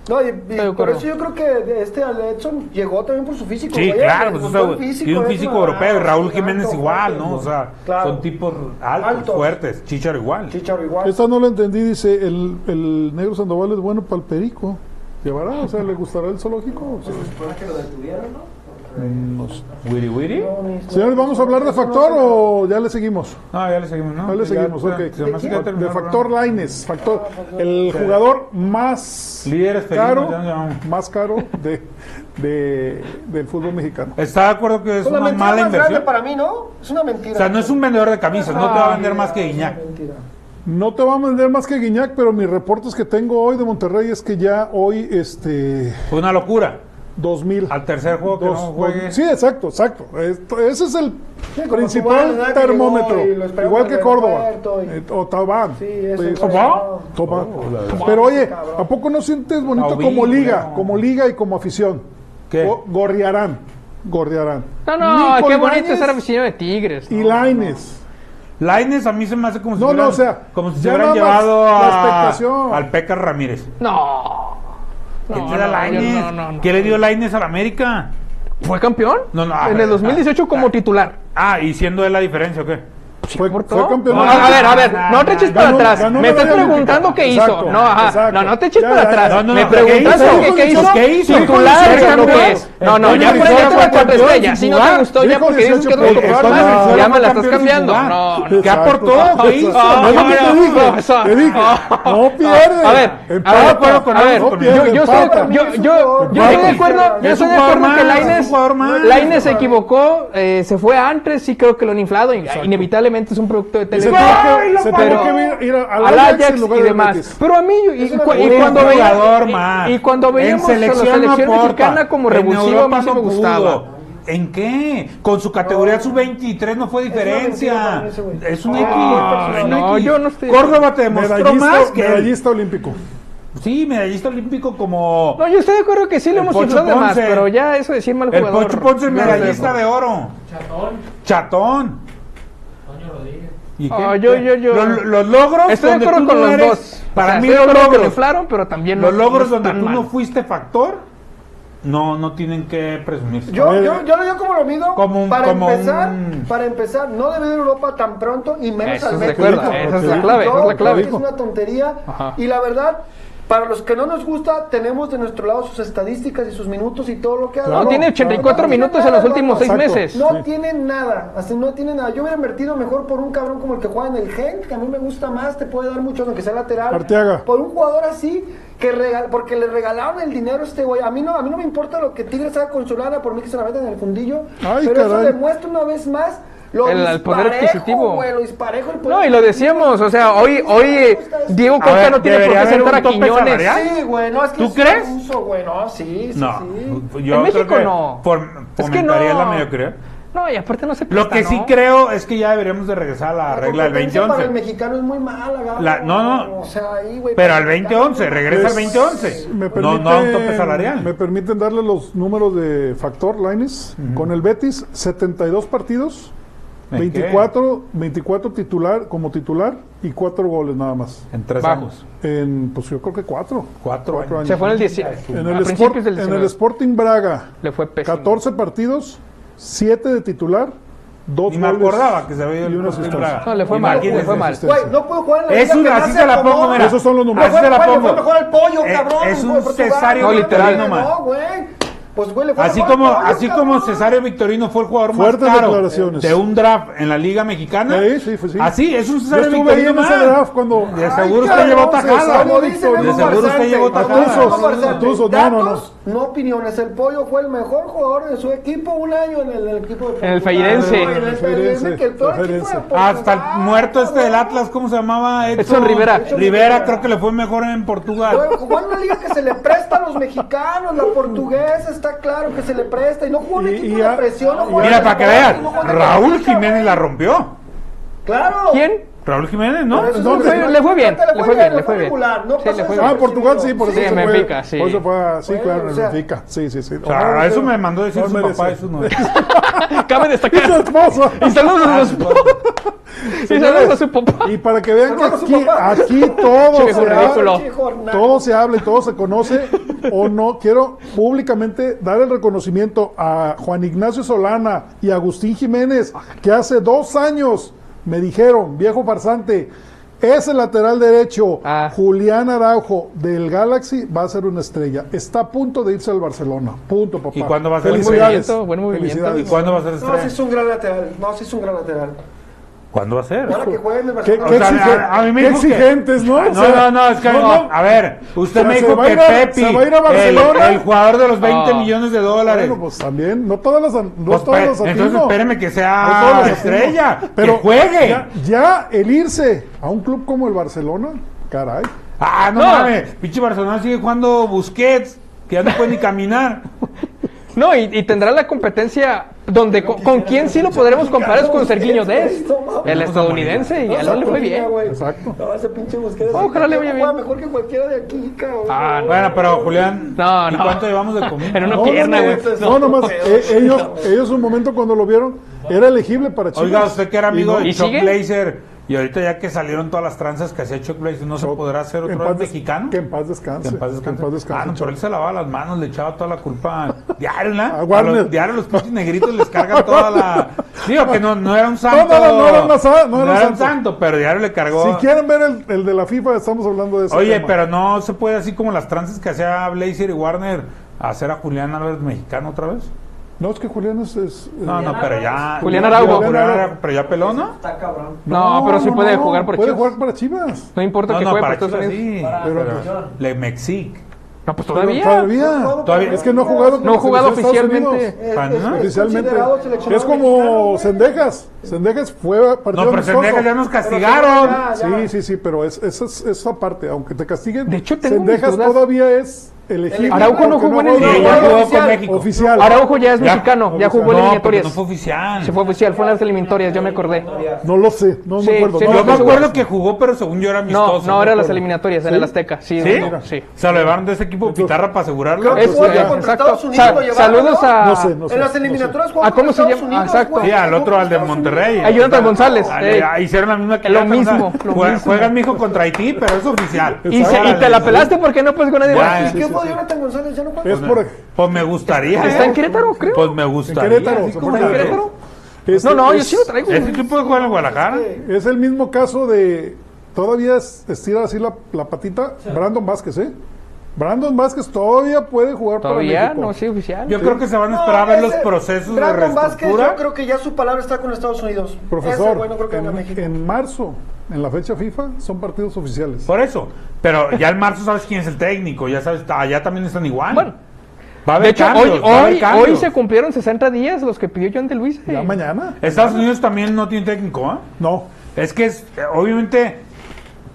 Speaker 1: No, y, y
Speaker 3: de
Speaker 1: por
Speaker 3: acuerdo.
Speaker 1: eso yo creo que este Edson llegó también por su físico.
Speaker 2: Sí,
Speaker 1: güey, eh,
Speaker 2: claro,
Speaker 1: le
Speaker 2: pues, o
Speaker 1: gustó
Speaker 2: sea,
Speaker 1: el
Speaker 2: tiene un
Speaker 1: de
Speaker 2: físico
Speaker 1: ese
Speaker 2: europeo.
Speaker 1: madrazo,
Speaker 2: Raúl Jiménez
Speaker 1: alto,
Speaker 2: igual,
Speaker 1: fuerte,
Speaker 2: ¿no? O sea,
Speaker 1: Claro.
Speaker 2: son tipos altos,
Speaker 1: Altos.
Speaker 2: fuertes. Chicharo igual.
Speaker 1: Chicharo igual.
Speaker 4: Esta no la entendí, dice, el, el negro Sandoval es bueno para el perico. ¿Llevará? O sea, ¿le gustará el zoológico? O sea,
Speaker 5: Fue que lo detuvieron, ¿no?
Speaker 2: Unos wiri wiri.
Speaker 4: Señores, ¿vamos a hablar de factor o ya le seguimos?
Speaker 2: No, ya le seguimos, ¿no?
Speaker 4: Ya le
Speaker 2: Ya,
Speaker 4: seguimos,
Speaker 2: ya,
Speaker 4: ok.
Speaker 2: se me hace que ya
Speaker 4: De,
Speaker 2: terminó el
Speaker 4: factor
Speaker 2: programa.
Speaker 4: Lines, factor, el jugador más
Speaker 2: Líderes felinos,
Speaker 4: caro,
Speaker 2: ya nos llamamos.
Speaker 4: más caro de, de- del fútbol mexicano.
Speaker 2: Está de acuerdo que
Speaker 1: Es
Speaker 2: es
Speaker 1: una
Speaker 2: una
Speaker 1: mentira
Speaker 2: mala
Speaker 1: más grande
Speaker 2: inversión.
Speaker 1: para mí, ¿no? Es una mentira.
Speaker 2: O sea, no es un vendedor de camisas, no te va a vender más que Guiñac.
Speaker 4: No te vamos a vender más que Guiñac, pero mis reportes que tengo hoy de Monterrey es que ya hoy este
Speaker 2: Fue una locura.
Speaker 4: 2000
Speaker 2: Al tercer juego que
Speaker 4: dos-
Speaker 2: no juegue.
Speaker 4: dos- Sí, exacto, exacto. Esto- ese es el
Speaker 1: como Tubal,
Speaker 4: principal
Speaker 1: ¿verdad? Que
Speaker 4: termómetro,
Speaker 1: llegó y lo esperaron
Speaker 4: igual que
Speaker 1: en el
Speaker 4: Córdoba,
Speaker 1: aeropuerto y-
Speaker 4: eh, o Tabán.
Speaker 1: Sí, eso
Speaker 2: Pues,
Speaker 4: Sí,
Speaker 1: es
Speaker 4: Tobán,
Speaker 1: bueno.
Speaker 4: Tobán.
Speaker 2: Hola.
Speaker 4: Pero oye,
Speaker 1: Cabrón.
Speaker 4: ¿a poco no sientes bonito
Speaker 2: Taubín,
Speaker 4: como liga,
Speaker 2: no.
Speaker 4: como liga y como afición?
Speaker 2: ¿Qué?
Speaker 4: O- gorrearán, gorrearán.
Speaker 3: No, no,
Speaker 4: Nico
Speaker 3: qué bonito
Speaker 4: Ibáñez
Speaker 3: es ser aficionado de Tigres.
Speaker 4: Y
Speaker 3: ¿no?
Speaker 4: Laines.
Speaker 2: Laines a mí se me hace como si,
Speaker 4: No,
Speaker 2: hubieran-
Speaker 4: no, o sea,
Speaker 2: como si se
Speaker 4: ya
Speaker 2: hubieran
Speaker 4: nada más
Speaker 2: llevado
Speaker 4: la
Speaker 2: a-
Speaker 4: expectación.
Speaker 2: al Pecas Ramírez.
Speaker 3: No.
Speaker 2: ¿Quién
Speaker 3: No,
Speaker 2: era
Speaker 3: no,
Speaker 2: Lainez?
Speaker 3: yo no, no, no.
Speaker 2: ¿Qué le dio Laines a la América?
Speaker 3: ¿Fue campeón?
Speaker 2: No, no, a
Speaker 3: En
Speaker 2: ver,
Speaker 3: el 2018
Speaker 2: ah,
Speaker 3: como
Speaker 2: ah.
Speaker 3: titular.
Speaker 2: Ah, y siendo él la diferencia, ¿o qué?
Speaker 4: Fue,
Speaker 3: ¿Por
Speaker 4: fue
Speaker 3: todo?
Speaker 4: campeón.
Speaker 3: No, a ver, a ver, no te eches para
Speaker 4: Ganó-
Speaker 3: atrás.
Speaker 4: ganó
Speaker 3: Me estás
Speaker 4: medalla
Speaker 3: preguntando
Speaker 4: olímpica.
Speaker 3: qué hizo.
Speaker 4: Exacto,
Speaker 3: No, ajá.
Speaker 4: exacto.
Speaker 3: No, no te eches
Speaker 4: Ya,
Speaker 3: para
Speaker 4: ya,
Speaker 3: atrás.
Speaker 4: ya.
Speaker 2: No, no,
Speaker 3: Me
Speaker 2: no,
Speaker 3: preguntas
Speaker 2: ¿qué hizo?
Speaker 3: qué, qué
Speaker 2: Dijo
Speaker 3: hizo.
Speaker 2: que hizo. Dijo
Speaker 3: Titular
Speaker 2: que
Speaker 3: es lo
Speaker 2: hizo.
Speaker 3: que es. No, no,
Speaker 2: Dijo
Speaker 3: ya
Speaker 2: que
Speaker 3: por ahí
Speaker 2: hizo
Speaker 3: te voy a cuatro
Speaker 2: campeón sin
Speaker 3: estrellas. Si no te
Speaker 2: jugar.
Speaker 3: gustó, ya
Speaker 4: Dijo
Speaker 3: porque dices que es
Speaker 4: 18
Speaker 3: lo que
Speaker 4: puntos.
Speaker 3: más, ya me la estás
Speaker 2: Campeón sin
Speaker 3: cambiando.
Speaker 2: jugar.
Speaker 3: No, no.
Speaker 2: ¿Qué aportó?
Speaker 4: Exacto.
Speaker 2: ¿Qué hizo?
Speaker 4: Ah,
Speaker 2: No,
Speaker 4: es lo que
Speaker 2: no,
Speaker 4: te
Speaker 2: no,
Speaker 4: dije.
Speaker 3: no, eso-
Speaker 4: Te dije, no pierdes.
Speaker 3: A ver, a ver,
Speaker 4: empata.
Speaker 3: de acuerdo con
Speaker 4: No
Speaker 3: Alex.
Speaker 4: pierdes,
Speaker 3: yo, yo estoy,
Speaker 4: empata.
Speaker 3: de- yo, yo, yo estoy de acuerdo, yo
Speaker 2: Es
Speaker 3: estoy
Speaker 2: un
Speaker 3: de
Speaker 2: jugador
Speaker 3: acuerdo que
Speaker 2: más, es
Speaker 3: Laines,
Speaker 2: un jugador más.
Speaker 3: Lainez se equivocó, eh, se fue antes, sí creo que lo han inflado, y- inevitablemente es un producto de
Speaker 4: Y se
Speaker 3: televisión.
Speaker 4: tuvo que-
Speaker 2: lo
Speaker 4: se
Speaker 3: paró!
Speaker 4: tuvo que ir- ir a-
Speaker 3: al
Speaker 4: al
Speaker 3: Ajax
Speaker 4: en lugar
Speaker 3: y
Speaker 4: del
Speaker 3: demás.
Speaker 4: Betis.
Speaker 3: Pero a mí, y,
Speaker 1: Es
Speaker 3: y
Speaker 1: una
Speaker 3: cu- y
Speaker 1: locura.
Speaker 3: cuando
Speaker 2: Un
Speaker 3: veía-
Speaker 2: jugador
Speaker 3: y-
Speaker 2: más.
Speaker 3: y cuando veíamos a la
Speaker 2: no
Speaker 3: selección
Speaker 2: aporta.
Speaker 3: mexicana como
Speaker 2: En
Speaker 3: revulsiva, a mí
Speaker 2: Europa
Speaker 3: sí me
Speaker 2: pudo.
Speaker 3: gustaba.
Speaker 2: ¿En qué? Con su categoría sub-23 no fue
Speaker 1: mentira
Speaker 2: diferencia.
Speaker 1: para mí ese güey.
Speaker 2: Es un
Speaker 1: Ah,
Speaker 2: X.
Speaker 1: no,
Speaker 2: es un
Speaker 3: no,
Speaker 2: X.
Speaker 3: yo no estoy-
Speaker 2: Córdoba te demostró más
Speaker 4: Medallista,
Speaker 2: que.
Speaker 4: medallista olímpico.
Speaker 2: Sí, medallista olímpico como.
Speaker 3: No, yo estoy de acuerdo que sí
Speaker 2: El
Speaker 3: lo hemos
Speaker 2: Pocho
Speaker 3: inflado de más,
Speaker 2: Ponce.
Speaker 3: pero ya eso de decir mal
Speaker 2: el
Speaker 3: jugador.
Speaker 2: Pocho Ponce,
Speaker 3: yo no estoy de
Speaker 2: medallista
Speaker 3: acuerdo.
Speaker 2: de oro.
Speaker 5: Chatón,
Speaker 2: Chatón.
Speaker 5: Toño Rodríguez.
Speaker 2: ¿Y
Speaker 3: Ah, yo- yo- yo-
Speaker 2: Los, los logros.
Speaker 3: Estoy de
Speaker 2: donde tú
Speaker 3: acuerdo con
Speaker 2: no
Speaker 3: los
Speaker 2: eres-
Speaker 3: dos.
Speaker 2: Para
Speaker 3: O sea,
Speaker 2: mí,
Speaker 3: estoy de
Speaker 2: los
Speaker 3: acuerdo que lo
Speaker 2: logros.
Speaker 3: inflaron, pero también
Speaker 2: Los
Speaker 3: no-
Speaker 2: logros
Speaker 3: no es
Speaker 2: donde
Speaker 3: tan
Speaker 2: tú no
Speaker 3: mal.
Speaker 2: fuiste factor, no, no tienen que presumirse.
Speaker 1: Yo,
Speaker 4: A ver.
Speaker 1: yo, yo, yo como lo mido,
Speaker 2: Como un-
Speaker 1: para,
Speaker 2: como
Speaker 1: empezar,
Speaker 2: un-
Speaker 1: para empezar, no debe ir a Europa tan pronto y menos
Speaker 3: Eso
Speaker 1: al
Speaker 3: es de
Speaker 1: Betis.
Speaker 3: acuerdo,
Speaker 4: Lo que
Speaker 3: esa es
Speaker 4: dijo,
Speaker 3: la
Speaker 4: lo
Speaker 3: clave,
Speaker 1: Yo
Speaker 3: esa es la
Speaker 1: creo que
Speaker 3: clave.
Speaker 1: Es una tontería.
Speaker 3: Ajá.
Speaker 1: Y la verdad, para los que no nos gusta, tenemos de nuestro lado sus estadísticas y sus minutos y todo lo que ha
Speaker 4: Claro,
Speaker 1: dado.
Speaker 3: No, tiene
Speaker 4: claro.
Speaker 3: 84
Speaker 1: No tiene
Speaker 3: minutos en
Speaker 1: nada,
Speaker 3: los últimos
Speaker 1: no,
Speaker 3: seis
Speaker 4: exacto.
Speaker 3: meses.
Speaker 1: No tiene nada, así no tiene nada. Yo hubiera invertido mejor por un cabrón como el que juega en el Gen, que a mí me gusta más, te puede dar mucho, aunque sea lateral.
Speaker 4: Arteaga.
Speaker 1: Por un jugador así, que regal- porque le regalaron el dinero a este güey. A mí no, a mí no me importa lo que Tigres haga con su lana, por mí que se la metan en el fundillo.
Speaker 4: Ay,
Speaker 1: pero eso
Speaker 4: caray.
Speaker 1: demuestra una vez más lo
Speaker 3: El- el poder
Speaker 1: disparejo,
Speaker 3: adquisitivo.
Speaker 1: güey, lo disparejo, el poder
Speaker 3: No, y lo decíamos, o sea, hoy, hoy eh, Diego
Speaker 2: A
Speaker 3: Coca
Speaker 2: ver,
Speaker 3: no tiene por
Speaker 2: debería
Speaker 3: qué
Speaker 2: haber
Speaker 3: sentar
Speaker 2: un
Speaker 3: a
Speaker 2: tope
Speaker 3: Quiñones.
Speaker 2: salarial.
Speaker 1: Sí, güey, no, es que
Speaker 2: ¿Tú
Speaker 1: es un
Speaker 2: crees?
Speaker 1: abuso, güey, no, sí, sí,
Speaker 2: No,
Speaker 1: sí.
Speaker 2: yo
Speaker 3: En
Speaker 2: creo
Speaker 3: México
Speaker 2: que
Speaker 3: no.
Speaker 2: form-
Speaker 3: Es que
Speaker 2: fomentaría
Speaker 3: no.
Speaker 2: la mediocridad.
Speaker 3: No, y aparte no se
Speaker 2: Lo
Speaker 3: presta,
Speaker 2: que sí
Speaker 3: ¿no?
Speaker 2: creo es que ya deberíamos de regresar a la, regla del
Speaker 1: competencia Para el
Speaker 2: 2011.
Speaker 1: mexicano es muy mala, Gabo,
Speaker 2: La- no, no.
Speaker 1: O sea, ahí, güey,
Speaker 2: Pero
Speaker 1: para
Speaker 2: al
Speaker 1: el mexicano
Speaker 2: 2011,
Speaker 1: es muy
Speaker 2: regresa al
Speaker 4: Pues,
Speaker 2: 2011.
Speaker 4: me
Speaker 2: no, no a un tope
Speaker 4: permiten-
Speaker 2: salarial.
Speaker 4: Me permiten darle los números de factor, Lines. Con el Betis, 72 partidos,
Speaker 2: ¿En
Speaker 4: 24, 24 titular, como titular y 4 goles nada más.
Speaker 2: En tres
Speaker 3: Bajos.
Speaker 2: años.
Speaker 4: En, pues yo creo que 4.
Speaker 2: Cuatro años.
Speaker 3: Se fue en el 10,
Speaker 4: En
Speaker 3: a
Speaker 4: el, Sport-
Speaker 3: principios del
Speaker 4: en el
Speaker 3: 19.
Speaker 4: Sporting Braga,
Speaker 3: Le fue pésimo.
Speaker 4: 14 partidos, 7 de titular, 2
Speaker 2: Ni me
Speaker 4: goles.
Speaker 2: acordaba que se había ido
Speaker 4: y
Speaker 2: el
Speaker 4: una
Speaker 2: Costa
Speaker 4: asistencia.
Speaker 2: Braga.
Speaker 3: No, le fue mal,
Speaker 2: Imagínense.
Speaker 3: le fue mal.
Speaker 1: Güey, no puedo jugar en la
Speaker 2: Es
Speaker 1: liga
Speaker 2: un,
Speaker 1: que más
Speaker 2: así se la pongo,
Speaker 1: acomoda.
Speaker 2: mira.
Speaker 4: Esos son los números.
Speaker 2: Así se la
Speaker 1: Güey, le
Speaker 2: pongo.
Speaker 1: fue mejor al pollo,
Speaker 2: Eh,
Speaker 1: cabrón.
Speaker 2: Es
Speaker 1: güey,
Speaker 2: un
Speaker 1: Portugal,
Speaker 2: Cesario
Speaker 3: No,
Speaker 1: güey,
Speaker 3: literal,
Speaker 1: no,
Speaker 2: Victorino más.
Speaker 1: güey. Pues, güey, le fue
Speaker 2: Así
Speaker 1: mejor al
Speaker 2: como,
Speaker 1: pollo,
Speaker 2: así como
Speaker 1: cabrón.
Speaker 2: Cesario Victorino fue el jugador
Speaker 4: Fuertes
Speaker 2: más caro
Speaker 4: declaraciones.
Speaker 2: de un draft en la Liga Mexicana.
Speaker 4: Sí, sí, fue sí.
Speaker 2: Así, es un
Speaker 4: Yo
Speaker 2: Cesario
Speaker 4: estuve ahí
Speaker 2: Victorino
Speaker 4: en ese
Speaker 2: más.
Speaker 4: draft cuando...
Speaker 2: De seguro
Speaker 1: Ay,
Speaker 2: usted
Speaker 1: cabrón,
Speaker 2: llevó tajada.
Speaker 1: Cesario Victorino
Speaker 2: De seguro usted
Speaker 1: Barzante,
Speaker 2: llevó
Speaker 1: Barzante,
Speaker 4: Atuzos,
Speaker 2: tajada.
Speaker 1: Barzante.
Speaker 4: Atuzos, no, no, no.
Speaker 1: Datos, no opiniones. El pollo fue el mejor jugador de su equipo un año en el, equipo de
Speaker 3: En
Speaker 1: Portugal,
Speaker 3: el Feirense.
Speaker 1: güey, en el Feirense, que el peor equipo de Ah, Portugal,
Speaker 2: Hasta el muerto este del Atlas, ¿cómo se llamaba?
Speaker 3: Edson Rivera.
Speaker 2: Rivera, creo que le fue mejor en Portugal.
Speaker 1: Güey, jugó en una liga que se le presta a los mexicanos, la portuguesa está claro que se le presta y no jugó un
Speaker 4: Y-
Speaker 1: equipo
Speaker 4: y
Speaker 1: de
Speaker 4: a-
Speaker 1: presión. No jugó
Speaker 2: Mira,
Speaker 1: de
Speaker 2: para que
Speaker 1: Portugal,
Speaker 2: vean,
Speaker 1: no jugó de
Speaker 2: Raúl
Speaker 1: Pachuca,
Speaker 2: Jiménez
Speaker 1: güey.
Speaker 2: la rompió.
Speaker 1: Claro.
Speaker 3: ¿Quién?
Speaker 2: Raúl Jiménez, ¿no?
Speaker 1: Por eso
Speaker 4: No,
Speaker 1: es
Speaker 4: le
Speaker 1: el-
Speaker 4: fue-
Speaker 3: le fue bien,
Speaker 1: Ahorita
Speaker 3: le fue bien, le fue
Speaker 1: regular,
Speaker 3: bien.
Speaker 1: no
Speaker 3: Sí,
Speaker 1: pasó
Speaker 3: le fue
Speaker 1: desapercibido.
Speaker 4: Ah, Portugal sí, por eso
Speaker 3: Sí,
Speaker 4: se
Speaker 3: me
Speaker 4: fue.
Speaker 3: pica, sí.
Speaker 4: Por eso fue, sí,
Speaker 1: Bueno,
Speaker 4: claro,
Speaker 1: o sea-
Speaker 4: en Benfica. Sí, sí, sí.
Speaker 2: O sea,
Speaker 4: No,
Speaker 2: eso
Speaker 4: pero-
Speaker 2: me mandó decir
Speaker 4: no
Speaker 2: su
Speaker 4: merece.
Speaker 2: papá, eso
Speaker 4: [laughs]
Speaker 2: no es.
Speaker 3: Cabe
Speaker 4: Su
Speaker 3: destacar.
Speaker 2: [laughs]
Speaker 4: esposa.
Speaker 3: Y saludos a su papá. Y saludos a su papá.
Speaker 4: Y para
Speaker 2: [laughs]
Speaker 4: que vean que
Speaker 1: Saludos a su
Speaker 4: aquí,
Speaker 1: papá.
Speaker 4: aquí todo,
Speaker 3: Che,
Speaker 4: se
Speaker 3: ridículo.
Speaker 4: habla,
Speaker 1: Pinche jornada.
Speaker 4: todo se habla y todo se conoce o no. Quiero públicamente dar el reconocimiento a Juan Ignacio Solana y a Agustín Jiménez, que hace dos años me dijeron, viejo farsante, ese lateral derecho,
Speaker 3: Ah.
Speaker 4: Julián Araujo del Galaxy, va a ser una estrella. Está a punto de irse al Barcelona. Punto, papá.
Speaker 2: ¿Y cuándo va a ser? Buen
Speaker 4: Felicidades.
Speaker 3: movimiento, buen movimiento.
Speaker 2: ¿Y
Speaker 4: Felicidades.
Speaker 2: cuándo va a ser
Speaker 1: No, sí es
Speaker 2: estrella?
Speaker 1: un gran lateral. No, sí es un gran lateral.
Speaker 2: ¿Cuándo va a ser?
Speaker 1: Ahora que juegue en el
Speaker 4: ¿Qué,
Speaker 1: Barcelona.
Speaker 4: qué
Speaker 2: O sea,
Speaker 4: exige-
Speaker 2: a- a mí me
Speaker 4: qué
Speaker 2: dijo que-
Speaker 4: exigentes, ¿no? O
Speaker 2: Ah, No,
Speaker 4: sea,
Speaker 2: no, no, es que
Speaker 4: no, no.
Speaker 2: a ver, usted
Speaker 4: Pero
Speaker 2: me
Speaker 4: se
Speaker 2: dijo
Speaker 4: va a
Speaker 2: que
Speaker 4: ir a-
Speaker 2: Pepi,
Speaker 4: se va a ir a
Speaker 2: el,
Speaker 4: Barcelona.
Speaker 2: el jugador de los 20
Speaker 3: Ah.
Speaker 2: millones de dólares.
Speaker 4: Bueno, pues también, no todas las, no
Speaker 2: Pues,
Speaker 4: todas
Speaker 2: pe-
Speaker 4: las atino.
Speaker 2: entonces espéreme que
Speaker 4: No todas
Speaker 2: sea
Speaker 4: las atino.
Speaker 2: estrella, que juegue.
Speaker 4: Ah, Ya, ya el irse a un club como el Barcelona, caray.
Speaker 2: Ah, no,
Speaker 3: No.
Speaker 2: mames, pinche Barcelona sigue jugando Busquets, que ya no puede ni caminar.
Speaker 3: No, y, y tendrá la competencia donde co- con quién sí lo podremos comparar es con Serginho Dest, el estadounidense, y a él no le fue bien.
Speaker 4: Exacto.
Speaker 1: No, ese pinche Busquets.
Speaker 3: Ojalá le vaya
Speaker 1: juega
Speaker 3: bien.
Speaker 1: mejor que cualquiera de aquí, cabrón.
Speaker 3: Ah, no.
Speaker 2: Bueno, pero Julián,
Speaker 3: No,
Speaker 2: ¿y
Speaker 3: no.
Speaker 2: cuánto llevamos
Speaker 3: [laughs]
Speaker 2: de comida?
Speaker 3: En una
Speaker 4: No,
Speaker 3: pierna,
Speaker 4: no,
Speaker 3: güey.
Speaker 4: No, no, nomás, eh, ellos, ellos un momento cuando lo vieron, era elegible para Chivas.
Speaker 2: Oiga, usted que era amigo
Speaker 4: Y
Speaker 2: de
Speaker 3: ¿Y
Speaker 2: Chuck
Speaker 3: sigue?
Speaker 2: Blazer, y ahorita ya que salieron todas las tranzas que hacía Chuck Blazer, ¿no se podrá hacer
Speaker 4: en
Speaker 2: otro
Speaker 4: paz des-
Speaker 2: mexicano?
Speaker 4: Que en paz descanse.
Speaker 2: Que en paz descanse. Ah, no, pero él se lavaba las manos, le echaba toda la culpa diario, ¿no?
Speaker 4: [laughs] A Warner.
Speaker 2: los, diario los pinches negritos les cargan toda la, Digo que no, no era un
Speaker 4: [laughs] no,
Speaker 2: santo.
Speaker 4: no, no era una sa- no era un
Speaker 2: era un
Speaker 4: santo.
Speaker 2: santo, pero diario le cargó.
Speaker 4: Si quieren ver el, el de la FIFA, estamos hablando de eso.
Speaker 2: Oye, pero no se puede así como las trances que hacía Blazer y Warner hacer a Julián Álvarez mexicano otra vez.
Speaker 4: No, es que Julián es. es-
Speaker 2: No, no, pero ya.
Speaker 3: Julián Araujo.
Speaker 2: Julián Araujo, Pero ya peló, ¿no?
Speaker 5: Está cabrón.
Speaker 3: No, pero sí puede jugar por
Speaker 4: puede
Speaker 3: Chivas.
Speaker 4: jugar para Chivas.
Speaker 3: No importa
Speaker 2: No,
Speaker 3: que
Speaker 2: no,
Speaker 3: juegue
Speaker 2: para
Speaker 3: por Estados
Speaker 2: Chivas
Speaker 3: Unidos.
Speaker 2: sí.
Speaker 4: Pero-
Speaker 2: Pero- Le Mexic.
Speaker 3: No, pues
Speaker 4: Pero
Speaker 3: todavía.
Speaker 4: todavía.
Speaker 2: Todavía.
Speaker 4: Es que no ha jugado. con
Speaker 3: No ha
Speaker 4: la
Speaker 3: jugado
Speaker 4: selección de Estados
Speaker 3: oficialmente.
Speaker 4: Unidos,
Speaker 1: Es,
Speaker 2: Ah,
Speaker 1: es-
Speaker 2: ¿no?
Speaker 1: es
Speaker 4: Oficialmente.
Speaker 1: considerado seleccionado
Speaker 4: Es como
Speaker 1: mexicano, güey.
Speaker 4: Sendejas. Sendejas fue
Speaker 2: No,
Speaker 4: partido
Speaker 2: pero
Speaker 4: amistoso.
Speaker 2: Sendejas ya nos
Speaker 1: ya-
Speaker 2: castigaron.
Speaker 4: Sí, sí, sí, pero es, esa es esa parte, aunque te castiguen.
Speaker 3: De hecho, tengo mis
Speaker 4: Sendejas
Speaker 3: dudas.
Speaker 4: todavía es elegible.
Speaker 3: Araujo no
Speaker 4: porque
Speaker 3: jugó en
Speaker 4: juega-
Speaker 2: Sí,
Speaker 3: el-
Speaker 2: ya jugó
Speaker 1: oficial.
Speaker 2: con México.
Speaker 4: Oficial.
Speaker 3: Araujo ya es mexicano, ya jugó
Speaker 2: no, porque
Speaker 3: eliminatorias.
Speaker 2: no fue oficial.
Speaker 3: Se fue oficial, fue en las eliminatorias, yo me acordé.
Speaker 4: No lo sé, no
Speaker 3: Sí,
Speaker 4: me acuerdo.
Speaker 3: sí,
Speaker 4: no,
Speaker 3: lo
Speaker 2: Yo me
Speaker 4: no,
Speaker 2: acuerdo que jugó, pero según yo era
Speaker 3: No,
Speaker 2: amistoso.
Speaker 3: no era las
Speaker 2: acuerdo.
Speaker 3: eliminatorias, en
Speaker 4: ¿Sí?
Speaker 3: el Azteca. Sí,
Speaker 2: ¿Sí?
Speaker 3: no, sí.
Speaker 2: Se lo llevaron de ese equipo Pitarra para asegurarlo.
Speaker 1: Creo que
Speaker 3: Eso
Speaker 1: fue
Speaker 3: ya,
Speaker 1: contra
Speaker 3: exacto.
Speaker 1: Estados Unidos
Speaker 3: Sa-
Speaker 1: lo llevaron,
Speaker 3: saludos
Speaker 1: ¿no?
Speaker 3: a.
Speaker 4: No sé, no sé.
Speaker 1: En las eliminatorias
Speaker 3: ¿A Ah, cómo se
Speaker 1: Estados
Speaker 3: llama?
Speaker 1: Unidos,
Speaker 3: Exacto.
Speaker 1: güey.
Speaker 2: Sí, al otro, al de
Speaker 1: Estados Unidos.
Speaker 2: Monterrey.
Speaker 3: A Jonathan González.
Speaker 2: Ah,
Speaker 3: eh.
Speaker 2: ah, hicieron la misma que
Speaker 3: Lo
Speaker 2: la otra,
Speaker 3: mismo,
Speaker 2: o sea,
Speaker 3: lo
Speaker 2: jue-
Speaker 3: mismo.
Speaker 2: Juegan mijo contra Haití, pero es oficial.
Speaker 3: Y, se- y te la pelaste Pues, porque no puedes con nadie.
Speaker 2: Ya,
Speaker 1: ¿Y
Speaker 2: sí,
Speaker 1: qué
Speaker 2: sí,
Speaker 1: fue
Speaker 2: sí.
Speaker 1: Jonathan González? Ya no juega.
Speaker 4: Es por.
Speaker 2: Pues me gustaría.
Speaker 3: Está en
Speaker 2: ¿eh?
Speaker 3: Querétaro, creo.
Speaker 2: Pues me gustaría.
Speaker 4: Querétaro,
Speaker 2: así
Speaker 4: se
Speaker 2: como
Speaker 4: fue
Speaker 2: la
Speaker 4: a
Speaker 2: vez.
Speaker 4: Querétaro. es-
Speaker 3: No, no, yo
Speaker 4: Este es-
Speaker 3: sí lo traigo.
Speaker 2: Ese tipo puede jugar en Guadalajara.
Speaker 4: Es el mismo caso de. Todavía es- estira así la, la patita. Brandon Vázquez, ¿eh? Brandon Vázquez todavía puede jugar
Speaker 3: Todavía
Speaker 4: para México.
Speaker 3: no, sí, oficial.
Speaker 2: Yo creo que se van a esperar a ver los procesos de
Speaker 1: Brandon Vázquez,
Speaker 2: reestructura.
Speaker 1: yo creo que ya su palabra está con Estados Unidos.
Speaker 4: Profesor,
Speaker 1: Ese, bueno, creo que
Speaker 4: en,
Speaker 1: venga a México.
Speaker 4: en marzo, en la fecha FIFA, son partidos oficiales.
Speaker 2: Por eso. Pero ya en marzo sabes quién es el técnico. Ya sabes, allá también están igual.
Speaker 3: Bueno.
Speaker 2: va a haber
Speaker 3: De hecho,
Speaker 2: cambios,
Speaker 3: hoy,
Speaker 2: va a haber
Speaker 3: hoy,
Speaker 2: cambios.
Speaker 3: hoy se cumplieron 60 días los que pidió John de eh. Luis.
Speaker 4: ¿Ya mañana?
Speaker 2: Estados Unidos también no tiene técnico, ¿ah?
Speaker 4: No.
Speaker 2: Es que es, eh, obviamente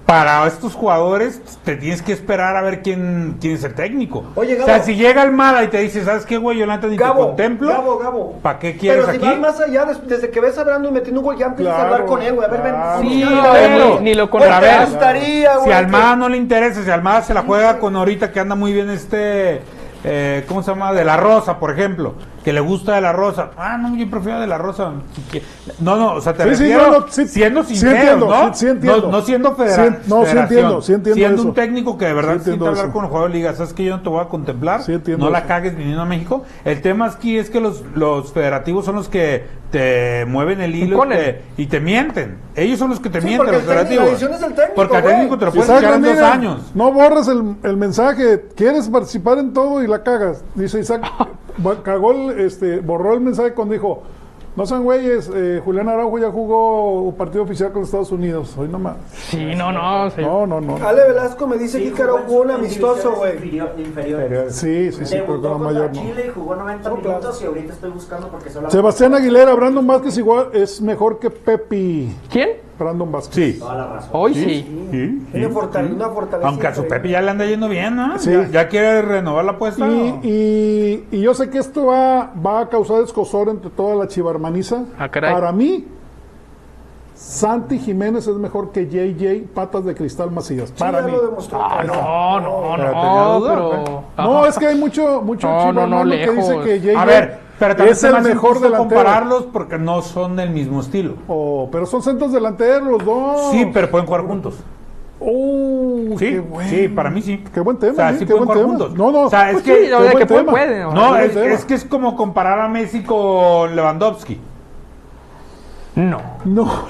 Speaker 2: para estos jugadores te tienes que esperar a ver quién, quién es el técnico.
Speaker 1: Oye,
Speaker 2: o sea,
Speaker 1: Gabo.
Speaker 2: si llega Almada y te dice, ¿sabes qué, güey? Yo la neta ni te
Speaker 1: Gabo,
Speaker 2: contemplo.
Speaker 1: Gabo, Gabo.
Speaker 2: ¿Para qué quieres
Speaker 1: Pero si vas
Speaker 2: aquí?
Speaker 1: más allá, des- desde que ves a Brandon metiendo un gol, ya empiezas
Speaker 4: Claro,
Speaker 1: a hablar con él, güey. A ver,
Speaker 4: claro.
Speaker 1: ven. sí,
Speaker 3: Sí, no,
Speaker 1: ven,
Speaker 3: ni-
Speaker 1: güey.
Speaker 3: ni lo
Speaker 1: Güey,
Speaker 2: A ver,
Speaker 1: Pues, te gustaría, güey.
Speaker 2: Si
Speaker 1: que-
Speaker 2: Almada no le interesa, si Almada se la juega con ahorita que anda muy bien este, eh, ¿cómo se llama? De la Rosa, por ejemplo, que le gusta de la Rosa. Ah, no, yo prefiero de la Rosa. No, no, o sea, te
Speaker 4: Sí, sí,
Speaker 2: refiero
Speaker 4: no, no, sí,
Speaker 2: siendo
Speaker 4: sí
Speaker 2: sincero,
Speaker 4: entiendo,
Speaker 2: ¿no?
Speaker 4: sí, sí entiendo.
Speaker 2: No, no siendo federal,
Speaker 4: Sí, no, sí
Speaker 2: federación,
Speaker 4: entiendo, sí entiendo
Speaker 2: Siendo un
Speaker 4: eso.
Speaker 2: técnico que de verdad
Speaker 4: Sí
Speaker 2: siente
Speaker 4: entiendo
Speaker 2: hablar
Speaker 4: eso.
Speaker 2: con el jugador de liga, sabes que yo no te voy a contemplar,
Speaker 4: Sí entiendo
Speaker 2: no la
Speaker 4: eso.
Speaker 2: cagues viniendo a México. El tema aquí es que los, los federativos son los que te mueven el hilo y
Speaker 3: Imponen.
Speaker 2: te, y te mienten. Ellos son los que te
Speaker 1: Sí,
Speaker 2: mienten,
Speaker 1: porque
Speaker 2: los
Speaker 1: el técnico-
Speaker 2: federativos.
Speaker 1: la decisión es del técnico,
Speaker 2: Porque el
Speaker 1: güey.
Speaker 2: técnico te lo puedes
Speaker 4: Isaac
Speaker 2: echar en dos
Speaker 4: Ramírez,
Speaker 2: años.
Speaker 4: No borres el, el mensaje. Quieres participar en todo y la cagas. Dice Isaac, bo- cagó el, este, borró el mensaje cuando dijo: No sean güeyes, eh, Julián Araujo ya jugó un partido oficial con Estados Unidos. Hoy nomás.
Speaker 3: Sí, no, no. o sea,
Speaker 4: No, no, no.
Speaker 1: Ale Velasco me dice que Caro jugó un amistoso, güey.
Speaker 5: Inferior- Inferior.
Speaker 4: Sí, sí, sí, pero con
Speaker 5: Debutó
Speaker 4: la
Speaker 5: contra
Speaker 4: mayor no.
Speaker 5: Chile y jugó 90 minutos y ahorita estoy buscando porque solo...
Speaker 4: Sebastián Aguilera, Brandon Vázquez igual es mejor que Pepi.
Speaker 3: ¿Quién?
Speaker 4: Brandon Vázquez.
Speaker 5: Toda la razón.
Speaker 3: Hoy Oh, sí.
Speaker 1: Una fortaleza. Una fortaleza
Speaker 2: Aunque a su
Speaker 1: increíble.
Speaker 2: Pepe ya le anda yendo bien, ¿no?
Speaker 4: Sí.
Speaker 2: Ya, ya quiere renovar la apuesta. ¿no?
Speaker 4: Y, y- y yo sé que esto va, va a causar escosor entre toda la chivarmaniza.
Speaker 3: Ah, caray.
Speaker 4: Para mí, Santi Jiménez es mejor que JJ Patas de Cristal Macías.
Speaker 1: Sí,
Speaker 4: para
Speaker 1: ya
Speaker 4: mí.
Speaker 1: lo demostró.
Speaker 3: Ah, no, no,
Speaker 2: Pero tenía
Speaker 3: no.
Speaker 2: duda,
Speaker 3: Pero.
Speaker 4: No,
Speaker 3: Ajá.
Speaker 4: es que hay mucho, mucho
Speaker 3: No,
Speaker 4: chivarmano
Speaker 3: no, no,
Speaker 4: que dice
Speaker 3: lejos.
Speaker 4: que JJ
Speaker 2: A ver, pero también
Speaker 4: es
Speaker 2: se me
Speaker 4: el
Speaker 2: hace
Speaker 4: mejor
Speaker 2: injusto
Speaker 4: delantero.
Speaker 2: compararlos porque no son del mismo estilo.
Speaker 4: Oh, pero son centros delanteros los dos.
Speaker 2: Sí, pero pueden jugar juntos.
Speaker 4: Oh,
Speaker 2: Sí,
Speaker 4: qué bueno.
Speaker 2: sí, para mí sí.
Speaker 4: Qué buen tema,
Speaker 2: O sea,
Speaker 4: eh,
Speaker 2: sí
Speaker 4: qué
Speaker 2: pueden
Speaker 4: buen
Speaker 2: jugar
Speaker 4: tema.
Speaker 2: juntos.
Speaker 4: No, no,
Speaker 2: O sea, es
Speaker 4: pues
Speaker 2: que-
Speaker 3: Sí, o
Speaker 4: qué
Speaker 3: sea,
Speaker 4: buen
Speaker 3: que pueden,
Speaker 4: tema.
Speaker 3: pueden. o sea,
Speaker 2: No,
Speaker 4: Qué buen
Speaker 2: es,
Speaker 4: tema.
Speaker 2: es que es como comparar a Messi con Lewandowski.
Speaker 3: No.
Speaker 4: No.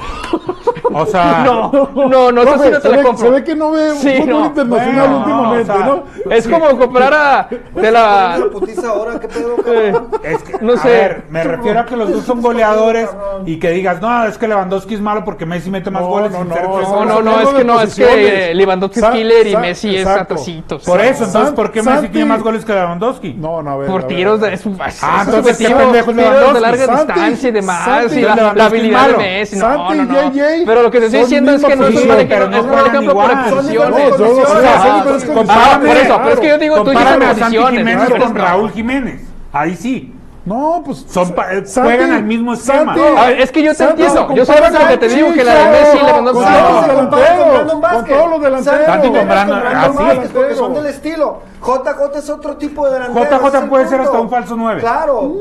Speaker 2: O sea,
Speaker 3: No, no, no, eso sí
Speaker 4: Profe,
Speaker 3: no te
Speaker 4: se,
Speaker 3: la
Speaker 4: ve,
Speaker 3: compro.
Speaker 4: se ve que no ve
Speaker 3: Sí,
Speaker 4: fútbol
Speaker 3: no.
Speaker 4: internacional
Speaker 2: Bueno,
Speaker 4: últimamente,
Speaker 2: o sea,
Speaker 4: ¿no?
Speaker 3: Es como comprar a. De la.
Speaker 1: [laughs] Una putiza ahora, qué pedo,
Speaker 3: eh,
Speaker 1: cabrón.
Speaker 2: Es que,
Speaker 3: No
Speaker 2: a
Speaker 3: sé.
Speaker 2: ver, me refiero a que los dos son goleadores
Speaker 1: Cabrón.
Speaker 2: y que digas, no, es que Lewandowski es malo porque Messi mete más goles. sin ser
Speaker 3: no,
Speaker 2: defensa".
Speaker 3: no, no, es que no, es que Lewandowski es killer y Messi es atrasito, o sea.
Speaker 2: Por eso, entonces,
Speaker 4: San-
Speaker 2: ¿por qué Messi
Speaker 4: Santi-
Speaker 2: tiene más goles que Lewandowski?
Speaker 4: No, no, a ver.
Speaker 3: Por
Speaker 4: a ver.
Speaker 3: tiros de. Es, un- es
Speaker 2: Ah,
Speaker 3: un
Speaker 2: entonces, ¿qué
Speaker 3: objetivo,
Speaker 2: pendejo es
Speaker 3: tiros de
Speaker 2: Lewandowski?
Speaker 3: larga
Speaker 4: Santi,
Speaker 3: distancia y demás.
Speaker 4: Santi,
Speaker 3: y la, la
Speaker 2: Lewandowski
Speaker 3: habilidad
Speaker 2: malo.
Speaker 3: de Messi. No,
Speaker 4: Santi,
Speaker 3: no, no.
Speaker 4: JJ,
Speaker 3: pero lo que te estoy
Speaker 4: son
Speaker 3: diciendo es que no es
Speaker 4: misma
Speaker 3: un mal
Speaker 2: posición,
Speaker 3: ejemplo,
Speaker 2: pero
Speaker 3: es
Speaker 2: no
Speaker 3: un mal
Speaker 2: juegan
Speaker 3: ejemplo por
Speaker 2: igual. Son
Speaker 1: iguales de
Speaker 3: posiciones.
Speaker 4: No, yo-
Speaker 1: condiciones.
Speaker 4: ah,
Speaker 1: Ah,
Speaker 4: pero es
Speaker 1: sí.
Speaker 4: que-
Speaker 3: Ah,
Speaker 2: Compárame,
Speaker 3: por eso, pero es que yo digo, tú dices
Speaker 2: compárame a Santi
Speaker 3: posiciones,
Speaker 2: Jiménez
Speaker 3: claro.
Speaker 2: con Raúl Jiménez. Ahí sí.
Speaker 4: No, pues.
Speaker 2: Son pa- eh,
Speaker 4: Santi-
Speaker 2: juegan al mismo esquema.
Speaker 4: Santi-
Speaker 3: A ver, es que yo te
Speaker 4: Santi
Speaker 3: entiendo,
Speaker 4: se
Speaker 3: yo solo
Speaker 4: compara
Speaker 3: lo que te
Speaker 4: con
Speaker 3: digo que la de
Speaker 4: Chicharo,
Speaker 3: Messi y Lewandowski
Speaker 4: Con
Speaker 1: Santi
Speaker 4: todos los
Speaker 1: se compara con
Speaker 4: delanteros.
Speaker 1: Brandon
Speaker 4: Con
Speaker 1: Vázquez.
Speaker 4: todos los delanteros.
Speaker 2: Santi con
Speaker 1: Jiménez
Speaker 2: Brandon-
Speaker 1: Brandon
Speaker 2: así.
Speaker 1: Vázquez, porque son del estilo. JJ es otro tipo de delantero.
Speaker 2: JJ
Speaker 1: ese es el
Speaker 2: puede ser
Speaker 1: punto.
Speaker 2: hasta un falso nueve. Mm.
Speaker 1: Claro.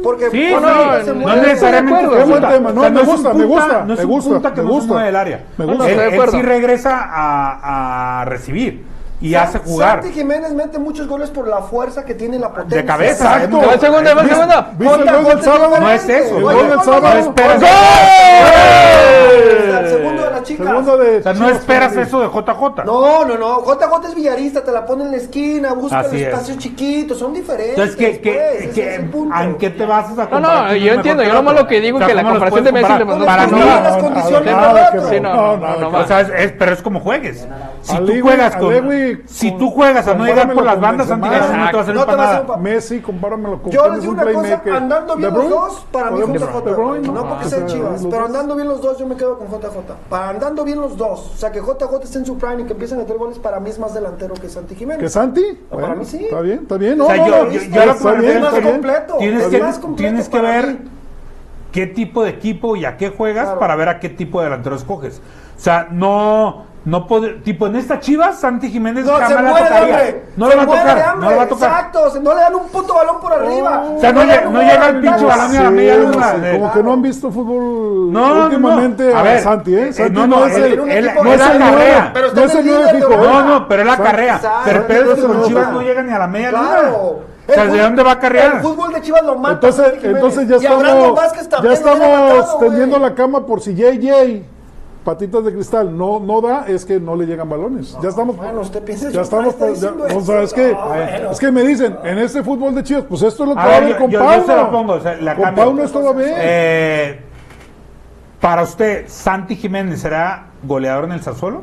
Speaker 1: Porque
Speaker 2: Sí,
Speaker 1: por
Speaker 2: no,
Speaker 1: ahí
Speaker 2: no,
Speaker 1: se
Speaker 2: no
Speaker 1: mueve.
Speaker 2: necesariamente
Speaker 3: acuerdo.
Speaker 2: es
Speaker 4: Qué buen
Speaker 2: punta.
Speaker 4: tema. No, me
Speaker 2: es un
Speaker 4: gusta, me
Speaker 2: punta,
Speaker 4: gusta,
Speaker 2: No es
Speaker 4: me
Speaker 2: un
Speaker 4: gusta,
Speaker 2: punta que
Speaker 4: me
Speaker 2: no se
Speaker 4: gusta.
Speaker 2: mueve del área.
Speaker 4: Me gusta.
Speaker 2: Él,
Speaker 3: Estoy de
Speaker 2: él sí
Speaker 3: acuerdo.
Speaker 2: regresa a, a recibir. y hace jugar.
Speaker 1: Santi Jiménez mete muchos goles por la fuerza que tiene la potencia.
Speaker 2: De cabeza.
Speaker 4: Exacto.
Speaker 3: Va segunda, va
Speaker 2: ¿Viste?
Speaker 3: segunda.
Speaker 4: ¿Viste el gol del sábado?
Speaker 2: No es eso.
Speaker 4: El
Speaker 2: no-
Speaker 4: gol del sábado.
Speaker 2: No esperas, ¡Eh!
Speaker 1: El segundo de las chicas.
Speaker 4: Segundo de
Speaker 2: o sea, no
Speaker 4: Chivas
Speaker 2: esperas
Speaker 4: Fernández.
Speaker 2: eso de JJ.
Speaker 1: No, no, no. JJ es villarista, te la pone en la esquina, busca
Speaker 2: Así
Speaker 1: el
Speaker 2: es.
Speaker 1: espacio chiquito, son diferentes.
Speaker 2: Entonces, ¿qué, qué,
Speaker 1: pues, ese
Speaker 2: qué-
Speaker 1: es el punto.
Speaker 2: ¿en qué te basas a
Speaker 3: No, no,
Speaker 2: comparar quién es
Speaker 3: yo
Speaker 2: mejor
Speaker 3: entiendo,
Speaker 2: el
Speaker 3: yo nomás
Speaker 2: otro?
Speaker 3: lo que digo que la
Speaker 2: ¿cómo los
Speaker 3: comparación
Speaker 2: puedes
Speaker 3: de Messi y
Speaker 2: comparar?
Speaker 1: No
Speaker 3: para
Speaker 1: les
Speaker 2: no-
Speaker 1: cambian las
Speaker 4: no, no,
Speaker 1: condiciones
Speaker 4: no,
Speaker 1: del
Speaker 4: que
Speaker 1: otro.
Speaker 3: Sí, no,
Speaker 4: No,
Speaker 3: no,
Speaker 4: no,
Speaker 3: no,
Speaker 4: no,
Speaker 3: va.
Speaker 2: O sea, es, es- pero es como juegues. Si
Speaker 4: Al
Speaker 2: tú
Speaker 4: Lewy-
Speaker 2: juegas
Speaker 4: al
Speaker 2: con,
Speaker 4: Lewy
Speaker 2: si
Speaker 4: con-
Speaker 2: tú juegas a no llegar por
Speaker 4: compáramelo
Speaker 2: las
Speaker 4: con
Speaker 2: bandas
Speaker 4: Benzema.
Speaker 2: antigas, no te vas a hacer
Speaker 1: No te vas a hacer
Speaker 2: empanada.
Speaker 1: un pa-
Speaker 4: Messi, compáramelo con
Speaker 1: Yo
Speaker 4: quién
Speaker 1: les
Speaker 4: es
Speaker 1: digo
Speaker 4: un
Speaker 1: una cosa,
Speaker 4: playmaker.
Speaker 1: andando bien
Speaker 4: De
Speaker 1: los
Speaker 4: Bruyne,
Speaker 1: dos, para mí
Speaker 4: podemos-
Speaker 1: JJ.
Speaker 4: De Bruyne,
Speaker 1: No porque sean
Speaker 4: o sea,
Speaker 1: chivas,
Speaker 4: los
Speaker 1: pero
Speaker 4: dos.
Speaker 1: andando bien los dos, yo me quedo con JJ. Para andando bien los dos, o sea que JJ esté en su prime y que empiecen a meter goles, para mí es más delantero que Santi
Speaker 4: ¿Que
Speaker 1: Jiménez.
Speaker 4: Santi?
Speaker 1: para
Speaker 4: Bueno,
Speaker 1: mí sí.
Speaker 4: Está bien, está bien. No,
Speaker 2: O sea,
Speaker 4: no,
Speaker 2: yo-
Speaker 4: no,
Speaker 2: yo- yo
Speaker 4: está
Speaker 2: lo que me refiero
Speaker 4: bien, está
Speaker 2: es
Speaker 1: más
Speaker 4: bien.
Speaker 1: completo.
Speaker 2: Tienes
Speaker 1: es
Speaker 2: que,
Speaker 1: más completo
Speaker 2: tienes que
Speaker 1: para
Speaker 2: ver
Speaker 1: mí.
Speaker 2: qué tipo de equipo y a qué juegas
Speaker 1: Claro.
Speaker 2: para ver a qué tipo de delantero escoges. O sea, no, no pod- tipo en esta Chivas, Santi Jiménez
Speaker 1: No,
Speaker 2: jamás
Speaker 1: se
Speaker 2: la
Speaker 1: muere de
Speaker 2: tocaría.
Speaker 1: hambre.
Speaker 2: No
Speaker 1: se
Speaker 2: la va a
Speaker 1: muere de
Speaker 2: tocar,
Speaker 1: hambre.
Speaker 2: no la va a tocar. Oh.
Speaker 1: Exacto, se- no le dan un puto balón por arriba.
Speaker 2: O sea, no,
Speaker 1: le
Speaker 2: lle-
Speaker 1: dan un
Speaker 2: no
Speaker 1: balón
Speaker 2: llega el
Speaker 1: por
Speaker 2: pinche
Speaker 1: arriba.
Speaker 2: balón a la media
Speaker 4: Sí,
Speaker 2: luna.
Speaker 4: no sé,
Speaker 2: de-
Speaker 4: Como que no han visto fútbol
Speaker 2: No, no, no.
Speaker 4: últimamente
Speaker 2: A ver,
Speaker 4: Santi,
Speaker 2: eh,
Speaker 4: ¿eh? Santi
Speaker 2: no, no, él-
Speaker 1: un
Speaker 2: él-
Speaker 1: equipo
Speaker 2: no
Speaker 1: que
Speaker 2: es la
Speaker 1: está-
Speaker 2: carrera.
Speaker 1: pero está
Speaker 4: No es el
Speaker 1: en
Speaker 4: nueve
Speaker 1: líder de
Speaker 4: fijo, ¿eh?
Speaker 2: No,
Speaker 1: Europa.
Speaker 2: no, pero es la
Speaker 4: Exacto,
Speaker 2: carrera.
Speaker 1: exacto,
Speaker 2: Pero el pedo es que con
Speaker 4: no,
Speaker 2: Chivas
Speaker 4: no.
Speaker 2: no llegan ni a la media luna.
Speaker 1: Claro.
Speaker 2: O sea,
Speaker 1: El
Speaker 2: ¿de
Speaker 1: fut-
Speaker 2: dónde va a
Speaker 1: El
Speaker 2: carrear?
Speaker 1: fútbol de Chivas lo mata.
Speaker 4: [laughs] Entonces,
Speaker 1: Santi Jiménez.
Speaker 4: entonces ya
Speaker 1: Y a Brandon
Speaker 4: estamos,
Speaker 1: Vázquez también
Speaker 4: ya
Speaker 1: lo hubiera matado,
Speaker 4: estamos
Speaker 1: güey.
Speaker 4: tendiendo la cama por si JJ, patitas de cristal, no, no da, es que no le llegan balones. Ya estamos.
Speaker 1: Bueno, usted piensa
Speaker 4: ya
Speaker 1: yo,
Speaker 4: estamos. pues,
Speaker 1: está
Speaker 4: ya-
Speaker 1: diciendo
Speaker 4: o
Speaker 1: esto.
Speaker 4: sea, es que,
Speaker 1: No, bueno.
Speaker 4: es que me dicen, en este fútbol de Chivas, pues esto es lo que
Speaker 2: A
Speaker 4: va a
Speaker 2: ver,
Speaker 4: haber
Speaker 2: yo-
Speaker 4: con
Speaker 2: yo- yo
Speaker 4: Pauno.
Speaker 2: se la pongo, o sea, la
Speaker 4: con
Speaker 2: cambio.
Speaker 4: Pauno esto va bien.
Speaker 2: Eh, para usted, Santi Jiménez será goleador en el Sassuolo?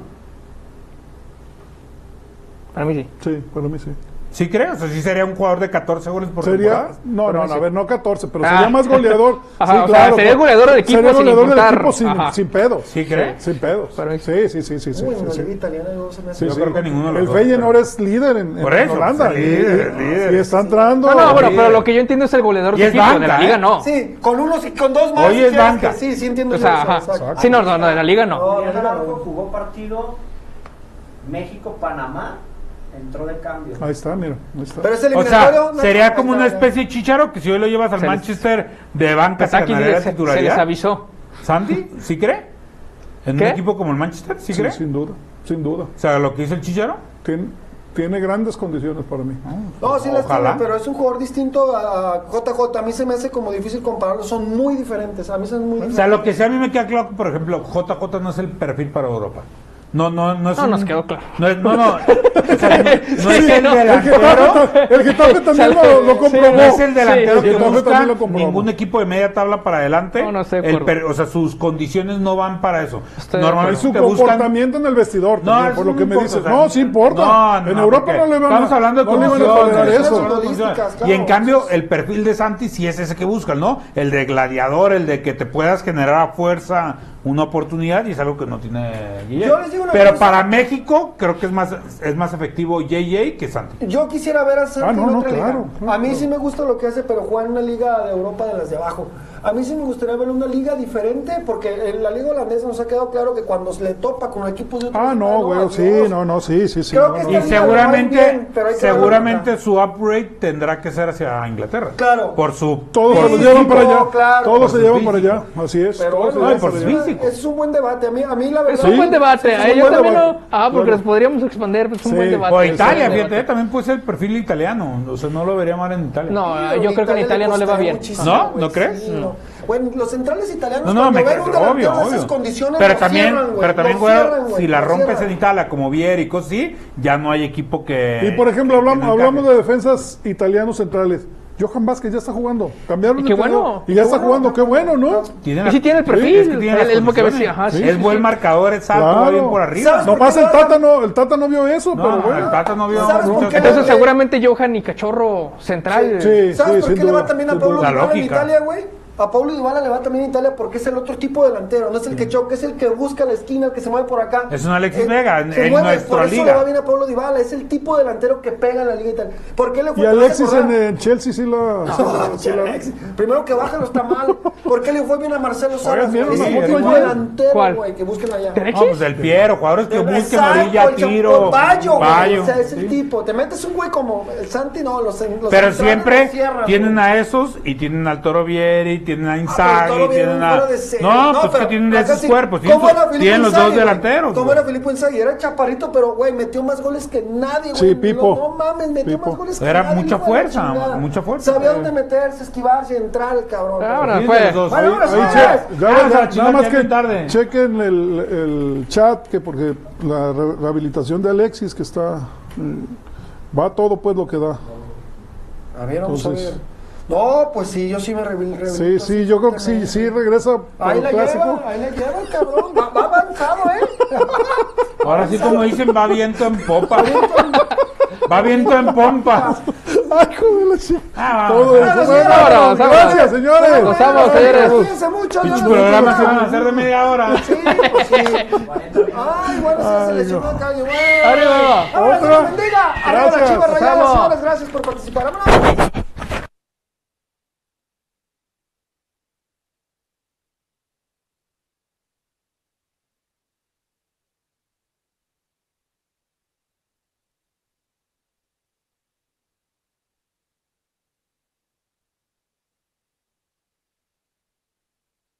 Speaker 3: Para mí sí.
Speaker 4: Sí, para mí sí.
Speaker 2: Sí creo, o sea, sí sería un jugador de 14 goles por
Speaker 4: Sería,
Speaker 2: temporada.
Speaker 4: no,
Speaker 3: Para
Speaker 4: no,
Speaker 3: mí
Speaker 4: no,
Speaker 3: sí.
Speaker 4: a ver, no 14, pero
Speaker 3: Ah.
Speaker 4: sería más goleador.
Speaker 3: Ajá, o sea, sería el goleador del equipo
Speaker 4: Sería
Speaker 3: sin
Speaker 4: goleador del
Speaker 3: importar.
Speaker 4: equipo sin,
Speaker 3: Ajá.
Speaker 4: sin pedos.
Speaker 2: ¿Sí cree?
Speaker 4: Sin pedos.
Speaker 3: Para mí sí.
Speaker 4: Sí, sí, sí, sí. sí,
Speaker 1: Uy,
Speaker 4: sí,
Speaker 1: en la
Speaker 4: sí.
Speaker 1: liga italiana yo se me hace-
Speaker 4: Sí,
Speaker 2: Yo
Speaker 4: sí.
Speaker 2: creo que ninguno de los
Speaker 4: El
Speaker 2: dos,
Speaker 4: Feyenoord
Speaker 2: pero-
Speaker 4: es líder en, en
Speaker 2: Por eso,
Speaker 4: Holanda.
Speaker 2: es líder,
Speaker 4: y,
Speaker 2: líder.
Speaker 4: y está entrando.
Speaker 3: No, no, bueno,
Speaker 2: sí.
Speaker 3: pero lo que yo entiendo es el goleador
Speaker 2: Y
Speaker 3: de
Speaker 2: es
Speaker 3: equipo, de
Speaker 2: banca,
Speaker 3: la
Speaker 2: ¿eh?
Speaker 3: liga no.
Speaker 1: Sí, con unos y con dos más.
Speaker 2: Hoy
Speaker 1: si
Speaker 2: es
Speaker 1: quieres
Speaker 2: banca.
Speaker 1: que Sí, sí entiendo
Speaker 3: O
Speaker 1: yo
Speaker 3: sea,
Speaker 1: eso,
Speaker 3: ajá.
Speaker 1: exacto.
Speaker 3: Sí, no, no, no, de la liga no.
Speaker 1: No, no,
Speaker 5: Miguel
Speaker 1: no,
Speaker 5: Hidalgo
Speaker 1: no.
Speaker 5: jugó partido México-Panamá, entró de
Speaker 2: pues-
Speaker 5: cambio.
Speaker 4: Ahí está, mira. Ahí está.
Speaker 1: Pero es
Speaker 2: O
Speaker 1: eliminatorio.
Speaker 2: sea,
Speaker 1: no,
Speaker 2: sería
Speaker 1: no,
Speaker 2: como
Speaker 1: no,
Speaker 2: una
Speaker 1: no.
Speaker 2: especie de chicharo que si hoy lo llevas al
Speaker 3: Se les-
Speaker 2: Manchester de banca se
Speaker 3: Kazaki
Speaker 2: ganaría la
Speaker 3: se, se les
Speaker 2: titularidad.
Speaker 3: avisó.
Speaker 2: ¿Santi? ¿Sí cree? ¿En
Speaker 3: ¿Qué?
Speaker 2: un equipo como el Manchester? ¿Sí,
Speaker 4: Sí,
Speaker 2: cree?
Speaker 4: sin duda, sin duda.
Speaker 2: O sea, lo que hizo el chicharo.
Speaker 4: Tiene, tiene grandes condiciones para mí.
Speaker 1: No, sí las
Speaker 2: Ojalá.
Speaker 1: tiene, pero es un jugador distinto a a JJ. A mí se me hace como difícil compararlo. Son muy diferentes. A mí son muy
Speaker 2: O
Speaker 1: diferentes.
Speaker 2: sea, lo que sea a mí me queda claro que, por ejemplo, JJ no es el perfil para Europa. No, no, no es
Speaker 3: No,
Speaker 2: un-
Speaker 3: nos quedó claro.
Speaker 2: No, es- no, no.
Speaker 3: [laughs]
Speaker 2: O sea, no- no
Speaker 3: Sí,
Speaker 2: es el
Speaker 3: no.
Speaker 4: [laughs] El Getafe,
Speaker 2: delantero.
Speaker 4: ta- el
Speaker 2: [laughs]
Speaker 4: Getafe también lo, lo comprobó.
Speaker 2: No es el delantero
Speaker 3: Sí,
Speaker 2: que
Speaker 4: el Getafe
Speaker 2: busca
Speaker 4: también lo comprobó.
Speaker 2: ningún equipo de media tabla para adelante.
Speaker 3: No, no estoy de
Speaker 2: El
Speaker 3: acuerdo.
Speaker 2: per- o sea, sus condiciones no van para eso.
Speaker 3: Estoy de
Speaker 4: Es
Speaker 2: Normalmente
Speaker 4: su
Speaker 2: te buscan.
Speaker 4: comportamiento en el vestidor, también,
Speaker 2: eso
Speaker 4: por lo
Speaker 2: no
Speaker 4: que me
Speaker 2: importa,
Speaker 4: dices.
Speaker 2: o sea,
Speaker 4: no, sí importa.
Speaker 2: No, no,
Speaker 4: en Europa
Speaker 2: porque
Speaker 4: no le van a.
Speaker 2: Estamos hablando de
Speaker 4: no le van a
Speaker 2: condiciones,
Speaker 4: tolerar
Speaker 2: estamos
Speaker 4: eso.
Speaker 2: hablando de condiciones.
Speaker 1: Futbolísticas,
Speaker 2: Y en
Speaker 1: claro.
Speaker 2: cambio, el perfil de Santi sí es ese que buscan, ¿no? El de gladiador, el de que te puedas generar a fuerza una oportunidad y es algo que no tiene Guillermo.
Speaker 1: Yo les digo una
Speaker 2: Pero
Speaker 1: cosa.
Speaker 2: para México creo que es más es más efectivo JJ que Santi.
Speaker 1: Yo quisiera ver a Santi
Speaker 4: Ah, no,
Speaker 1: en
Speaker 4: no,
Speaker 1: otra liga.
Speaker 4: claro, claro,
Speaker 1: a mí
Speaker 4: claro.
Speaker 1: sí me gusta lo que hace, pero juega en una liga de Europa de las de abajo. A mí sí me gustaría ver una liga diferente, porque en la liga holandesa nos ha quedado claro que cuando se le topa con equipos de otros
Speaker 4: Ah, no,
Speaker 1: lados,
Speaker 4: güey, sí,
Speaker 1: adiós.
Speaker 4: no, no, sí, sí, sí.
Speaker 1: Creo
Speaker 4: no,
Speaker 1: que
Speaker 4: no.
Speaker 2: Y
Speaker 1: Esta liga
Speaker 2: seguramente,
Speaker 1: le va muy bien, pero hay que
Speaker 2: seguramente
Speaker 1: verlo
Speaker 2: su upgrade tendrá que ser hacia Inglaterra.
Speaker 1: Claro.
Speaker 2: Por su.
Speaker 4: Todos
Speaker 2: por
Speaker 4: se lo
Speaker 2: su
Speaker 4: llevan
Speaker 2: equipo.
Speaker 4: para allá.
Speaker 1: claro.
Speaker 4: Todos se
Speaker 2: Por
Speaker 4: llevan
Speaker 2: su
Speaker 4: para allá.
Speaker 2: físico.
Speaker 4: Así es.
Speaker 1: Pero
Speaker 4: todos se
Speaker 1: bueno,
Speaker 2: Ay,
Speaker 4: llevan
Speaker 2: por
Speaker 4: para
Speaker 1: ese
Speaker 4: allá.
Speaker 2: físico.
Speaker 1: ese es un buen debate. A mí, a mí la
Speaker 3: Es
Speaker 1: verdad.
Speaker 3: un buen debate.
Speaker 1: ese es
Speaker 3: ahí
Speaker 1: un
Speaker 3: yo
Speaker 1: buen
Speaker 3: también
Speaker 1: debate.
Speaker 3: no. Ah, porque
Speaker 4: Claro.
Speaker 3: los podríamos expandir, pero es un
Speaker 4: Sí.
Speaker 3: buen debate.
Speaker 2: O
Speaker 3: es un
Speaker 2: Italia,
Speaker 3: buen
Speaker 2: fíjate, ¿eh?
Speaker 3: debate.
Speaker 2: también puede ser el perfil italiano. O sea, no lo vería mal en Italia.
Speaker 3: No,
Speaker 1: Sí,
Speaker 3: yo creo que en Italia no le va
Speaker 1: costaría
Speaker 3: bien.
Speaker 1: muchísimo,
Speaker 2: ¿No?
Speaker 1: güey,
Speaker 2: ¿No crees?
Speaker 1: sí, no. Bueno, los centrales italianos
Speaker 2: No, no,
Speaker 1: cuando
Speaker 2: me
Speaker 1: ven un
Speaker 2: obvio,
Speaker 1: delantero de esas
Speaker 2: obvio.
Speaker 1: condiciones
Speaker 2: Pero
Speaker 1: lo
Speaker 2: también,
Speaker 1: cierran, güey,
Speaker 2: pero
Speaker 1: lo
Speaker 2: también, güero,
Speaker 1: cierran, güey,
Speaker 2: si la
Speaker 1: lo
Speaker 2: rompes
Speaker 1: cierran.
Speaker 2: en Italia como Vieri y cosas así, ya no hay equipo que.
Speaker 4: Y por ejemplo,
Speaker 2: que-
Speaker 4: hablamos,
Speaker 2: que no
Speaker 4: hablamos de
Speaker 2: encaje.
Speaker 4: defensas italianos centrales. Johan Vázquez ya está jugando. Cambiaron
Speaker 3: Y
Speaker 4: de
Speaker 3: qué
Speaker 4: entrenador.
Speaker 3: bueno.
Speaker 4: Y ya está jugando. Qué bueno, ¿no?
Speaker 2: Tiene
Speaker 3: Y sí tiene el perfil,
Speaker 2: es que tiene las
Speaker 3: el- el que
Speaker 2: condiciones.
Speaker 3: decía, ajá, sí,
Speaker 2: es
Speaker 3: sí,
Speaker 2: buen
Speaker 3: sí.
Speaker 2: marcador, es alto, va
Speaker 4: Claro.
Speaker 2: bien por arriba.
Speaker 1: ¿Sabes
Speaker 2: No,
Speaker 1: por
Speaker 4: Nomás
Speaker 1: qué
Speaker 4: el
Speaker 1: no
Speaker 4: Tata no, el Tata no vio eso, pero
Speaker 2: no, el
Speaker 4: bueno.
Speaker 2: Tata no vio
Speaker 1: ¿Sabes por
Speaker 2: muchas
Speaker 1: qué?
Speaker 2: cosas.
Speaker 3: Entonces, seguramente Johan y Cachorro Central.
Speaker 4: Sí.
Speaker 1: ¿Sabes por
Speaker 4: sin
Speaker 1: qué le va
Speaker 4: duda,
Speaker 1: también a
Speaker 4: sin
Speaker 1: Pablo
Speaker 2: duda. La
Speaker 1: Dybala en
Speaker 2: lógica.
Speaker 1: Italia, güey? A Pablo Dybala le va también a Italia porque es el otro tipo de delantero, no es el que choca, es el que busca la esquina, el que se mueve por acá.
Speaker 2: Es un Alexis
Speaker 1: Eh,
Speaker 2: Vega en-
Speaker 1: se
Speaker 2: en
Speaker 1: mueve,
Speaker 2: nuestra
Speaker 1: por eso
Speaker 2: liga.
Speaker 1: le va bien a Pablo Dybala, es el tipo de delantero que pega en la liga italiana. ¿Por qué le fue
Speaker 4: Y
Speaker 1: te vas a
Speaker 4: Alexis en,
Speaker 1: acordar?
Speaker 4: en Chelsea sí la.
Speaker 2: Ah,
Speaker 4: [laughs] sí
Speaker 1: [laughs]
Speaker 4: la- sí la-
Speaker 1: Alexis, Primero que baja los tamales. ¿Por qué le fue bien a Marcelo Salas?
Speaker 4: ¿vieron
Speaker 1: güey?
Speaker 4: la
Speaker 1: Es el
Speaker 4: foto
Speaker 1: tipo
Speaker 4: ayer?
Speaker 1: delantero,
Speaker 3: ¿Cuál?
Speaker 1: güey, que busquen allá.
Speaker 3: ¿Derechis?
Speaker 2: No, pues el Piero, jugadores que busquen
Speaker 1: Exacto,
Speaker 2: orilla,
Speaker 1: el
Speaker 2: tiro,
Speaker 1: Chapo Bayo, güey,
Speaker 2: Bayo.
Speaker 1: O sea, es el tipo. Te metes un güey como el Santi, no, los, los
Speaker 2: Pero
Speaker 1: centrales
Speaker 2: siempre
Speaker 1: los cierran,
Speaker 2: tienen
Speaker 1: güey.
Speaker 2: a esos y tienen al Toro Vieri, tienen a
Speaker 1: Ah, pero todo
Speaker 2: Inzaghi,
Speaker 1: lo
Speaker 2: tienen
Speaker 1: vieron
Speaker 2: a...
Speaker 1: fuera de serie.
Speaker 2: No, pues
Speaker 1: pero
Speaker 2: que tienen de
Speaker 1: acá
Speaker 2: esos
Speaker 1: sí.
Speaker 2: cuerpos.
Speaker 1: ¿Cómo
Speaker 2: Tienen,
Speaker 1: era Filipo
Speaker 2: tienen los
Speaker 1: Inzaghi,
Speaker 2: dos
Speaker 1: güey?
Speaker 2: delanteros.
Speaker 1: ¿Cómo
Speaker 2: güey.
Speaker 1: era Filipo Inzaghi? Era chaparrito, pero, güey, metió más goles que nadie, güey.
Speaker 4: Sí, Pipo.
Speaker 1: No, no mames, metió
Speaker 4: Pipo.
Speaker 1: más goles que
Speaker 2: Era
Speaker 1: nadie.
Speaker 2: mucha
Speaker 1: hijo de la
Speaker 2: fuerza,
Speaker 1: chingada.
Speaker 2: mucha fuerza.
Speaker 1: Sabía
Speaker 2: Eh.
Speaker 1: dónde meterse, esquivarse, entrar el cabrón.
Speaker 3: Ahora,
Speaker 2: Tienen
Speaker 3: fue.
Speaker 2: los dos.
Speaker 1: Bueno, ahora sí,
Speaker 2: Ah,
Speaker 1: che.
Speaker 2: ah,
Speaker 4: Ya,
Speaker 2: ah,
Speaker 4: ya,
Speaker 2: la chingada,
Speaker 4: nada más
Speaker 2: ya
Speaker 4: que
Speaker 2: bien tarde.
Speaker 4: chequen el, el chat, que porque la re- rehabilitación de Alexis, que está. mm, Va todo pues lo que da.
Speaker 1: A ver, vamos
Speaker 4: Entonces-
Speaker 1: a ver. No, pues sí, yo sí me revel-
Speaker 4: Sí,
Speaker 1: revelé.
Speaker 4: sí, yo creo que sí, sí regresa para
Speaker 1: Ahí
Speaker 4: el
Speaker 1: la
Speaker 4: clásico.
Speaker 1: lleva, ahí la lleva el cabrón. Va, va avanzado, ¿eh?
Speaker 2: Ahora sí, como dicen, va viento en
Speaker 4: [laughs]
Speaker 2: popa. va viento en pompa.
Speaker 4: Ay, hijo de la chi-
Speaker 2: Ah,
Speaker 4: [laughs] Todo
Speaker 2: ah,
Speaker 4: eso.
Speaker 1: sí,
Speaker 4: Bueno,
Speaker 3: vámonos,
Speaker 4: gracias,
Speaker 3: vámonos.
Speaker 4: señores.
Speaker 3: Nos vamos, señores.
Speaker 1: Cuídense mucho.
Speaker 2: Pinches
Speaker 1: no,
Speaker 2: programas se
Speaker 1: no,
Speaker 2: van a
Speaker 1: no.
Speaker 2: hacer de media hora.
Speaker 1: Sí, pues sí. Ay, bueno, sí, se lesionó el caño. Bueno.
Speaker 3: Arriba.
Speaker 1: Vámonos, que
Speaker 4: Otra.
Speaker 1: los bendiga. Arriba las
Speaker 4: Gracias.
Speaker 1: chivas rayadas,
Speaker 3: Vamos.
Speaker 1: señores. Gracias por participar. Vámonos.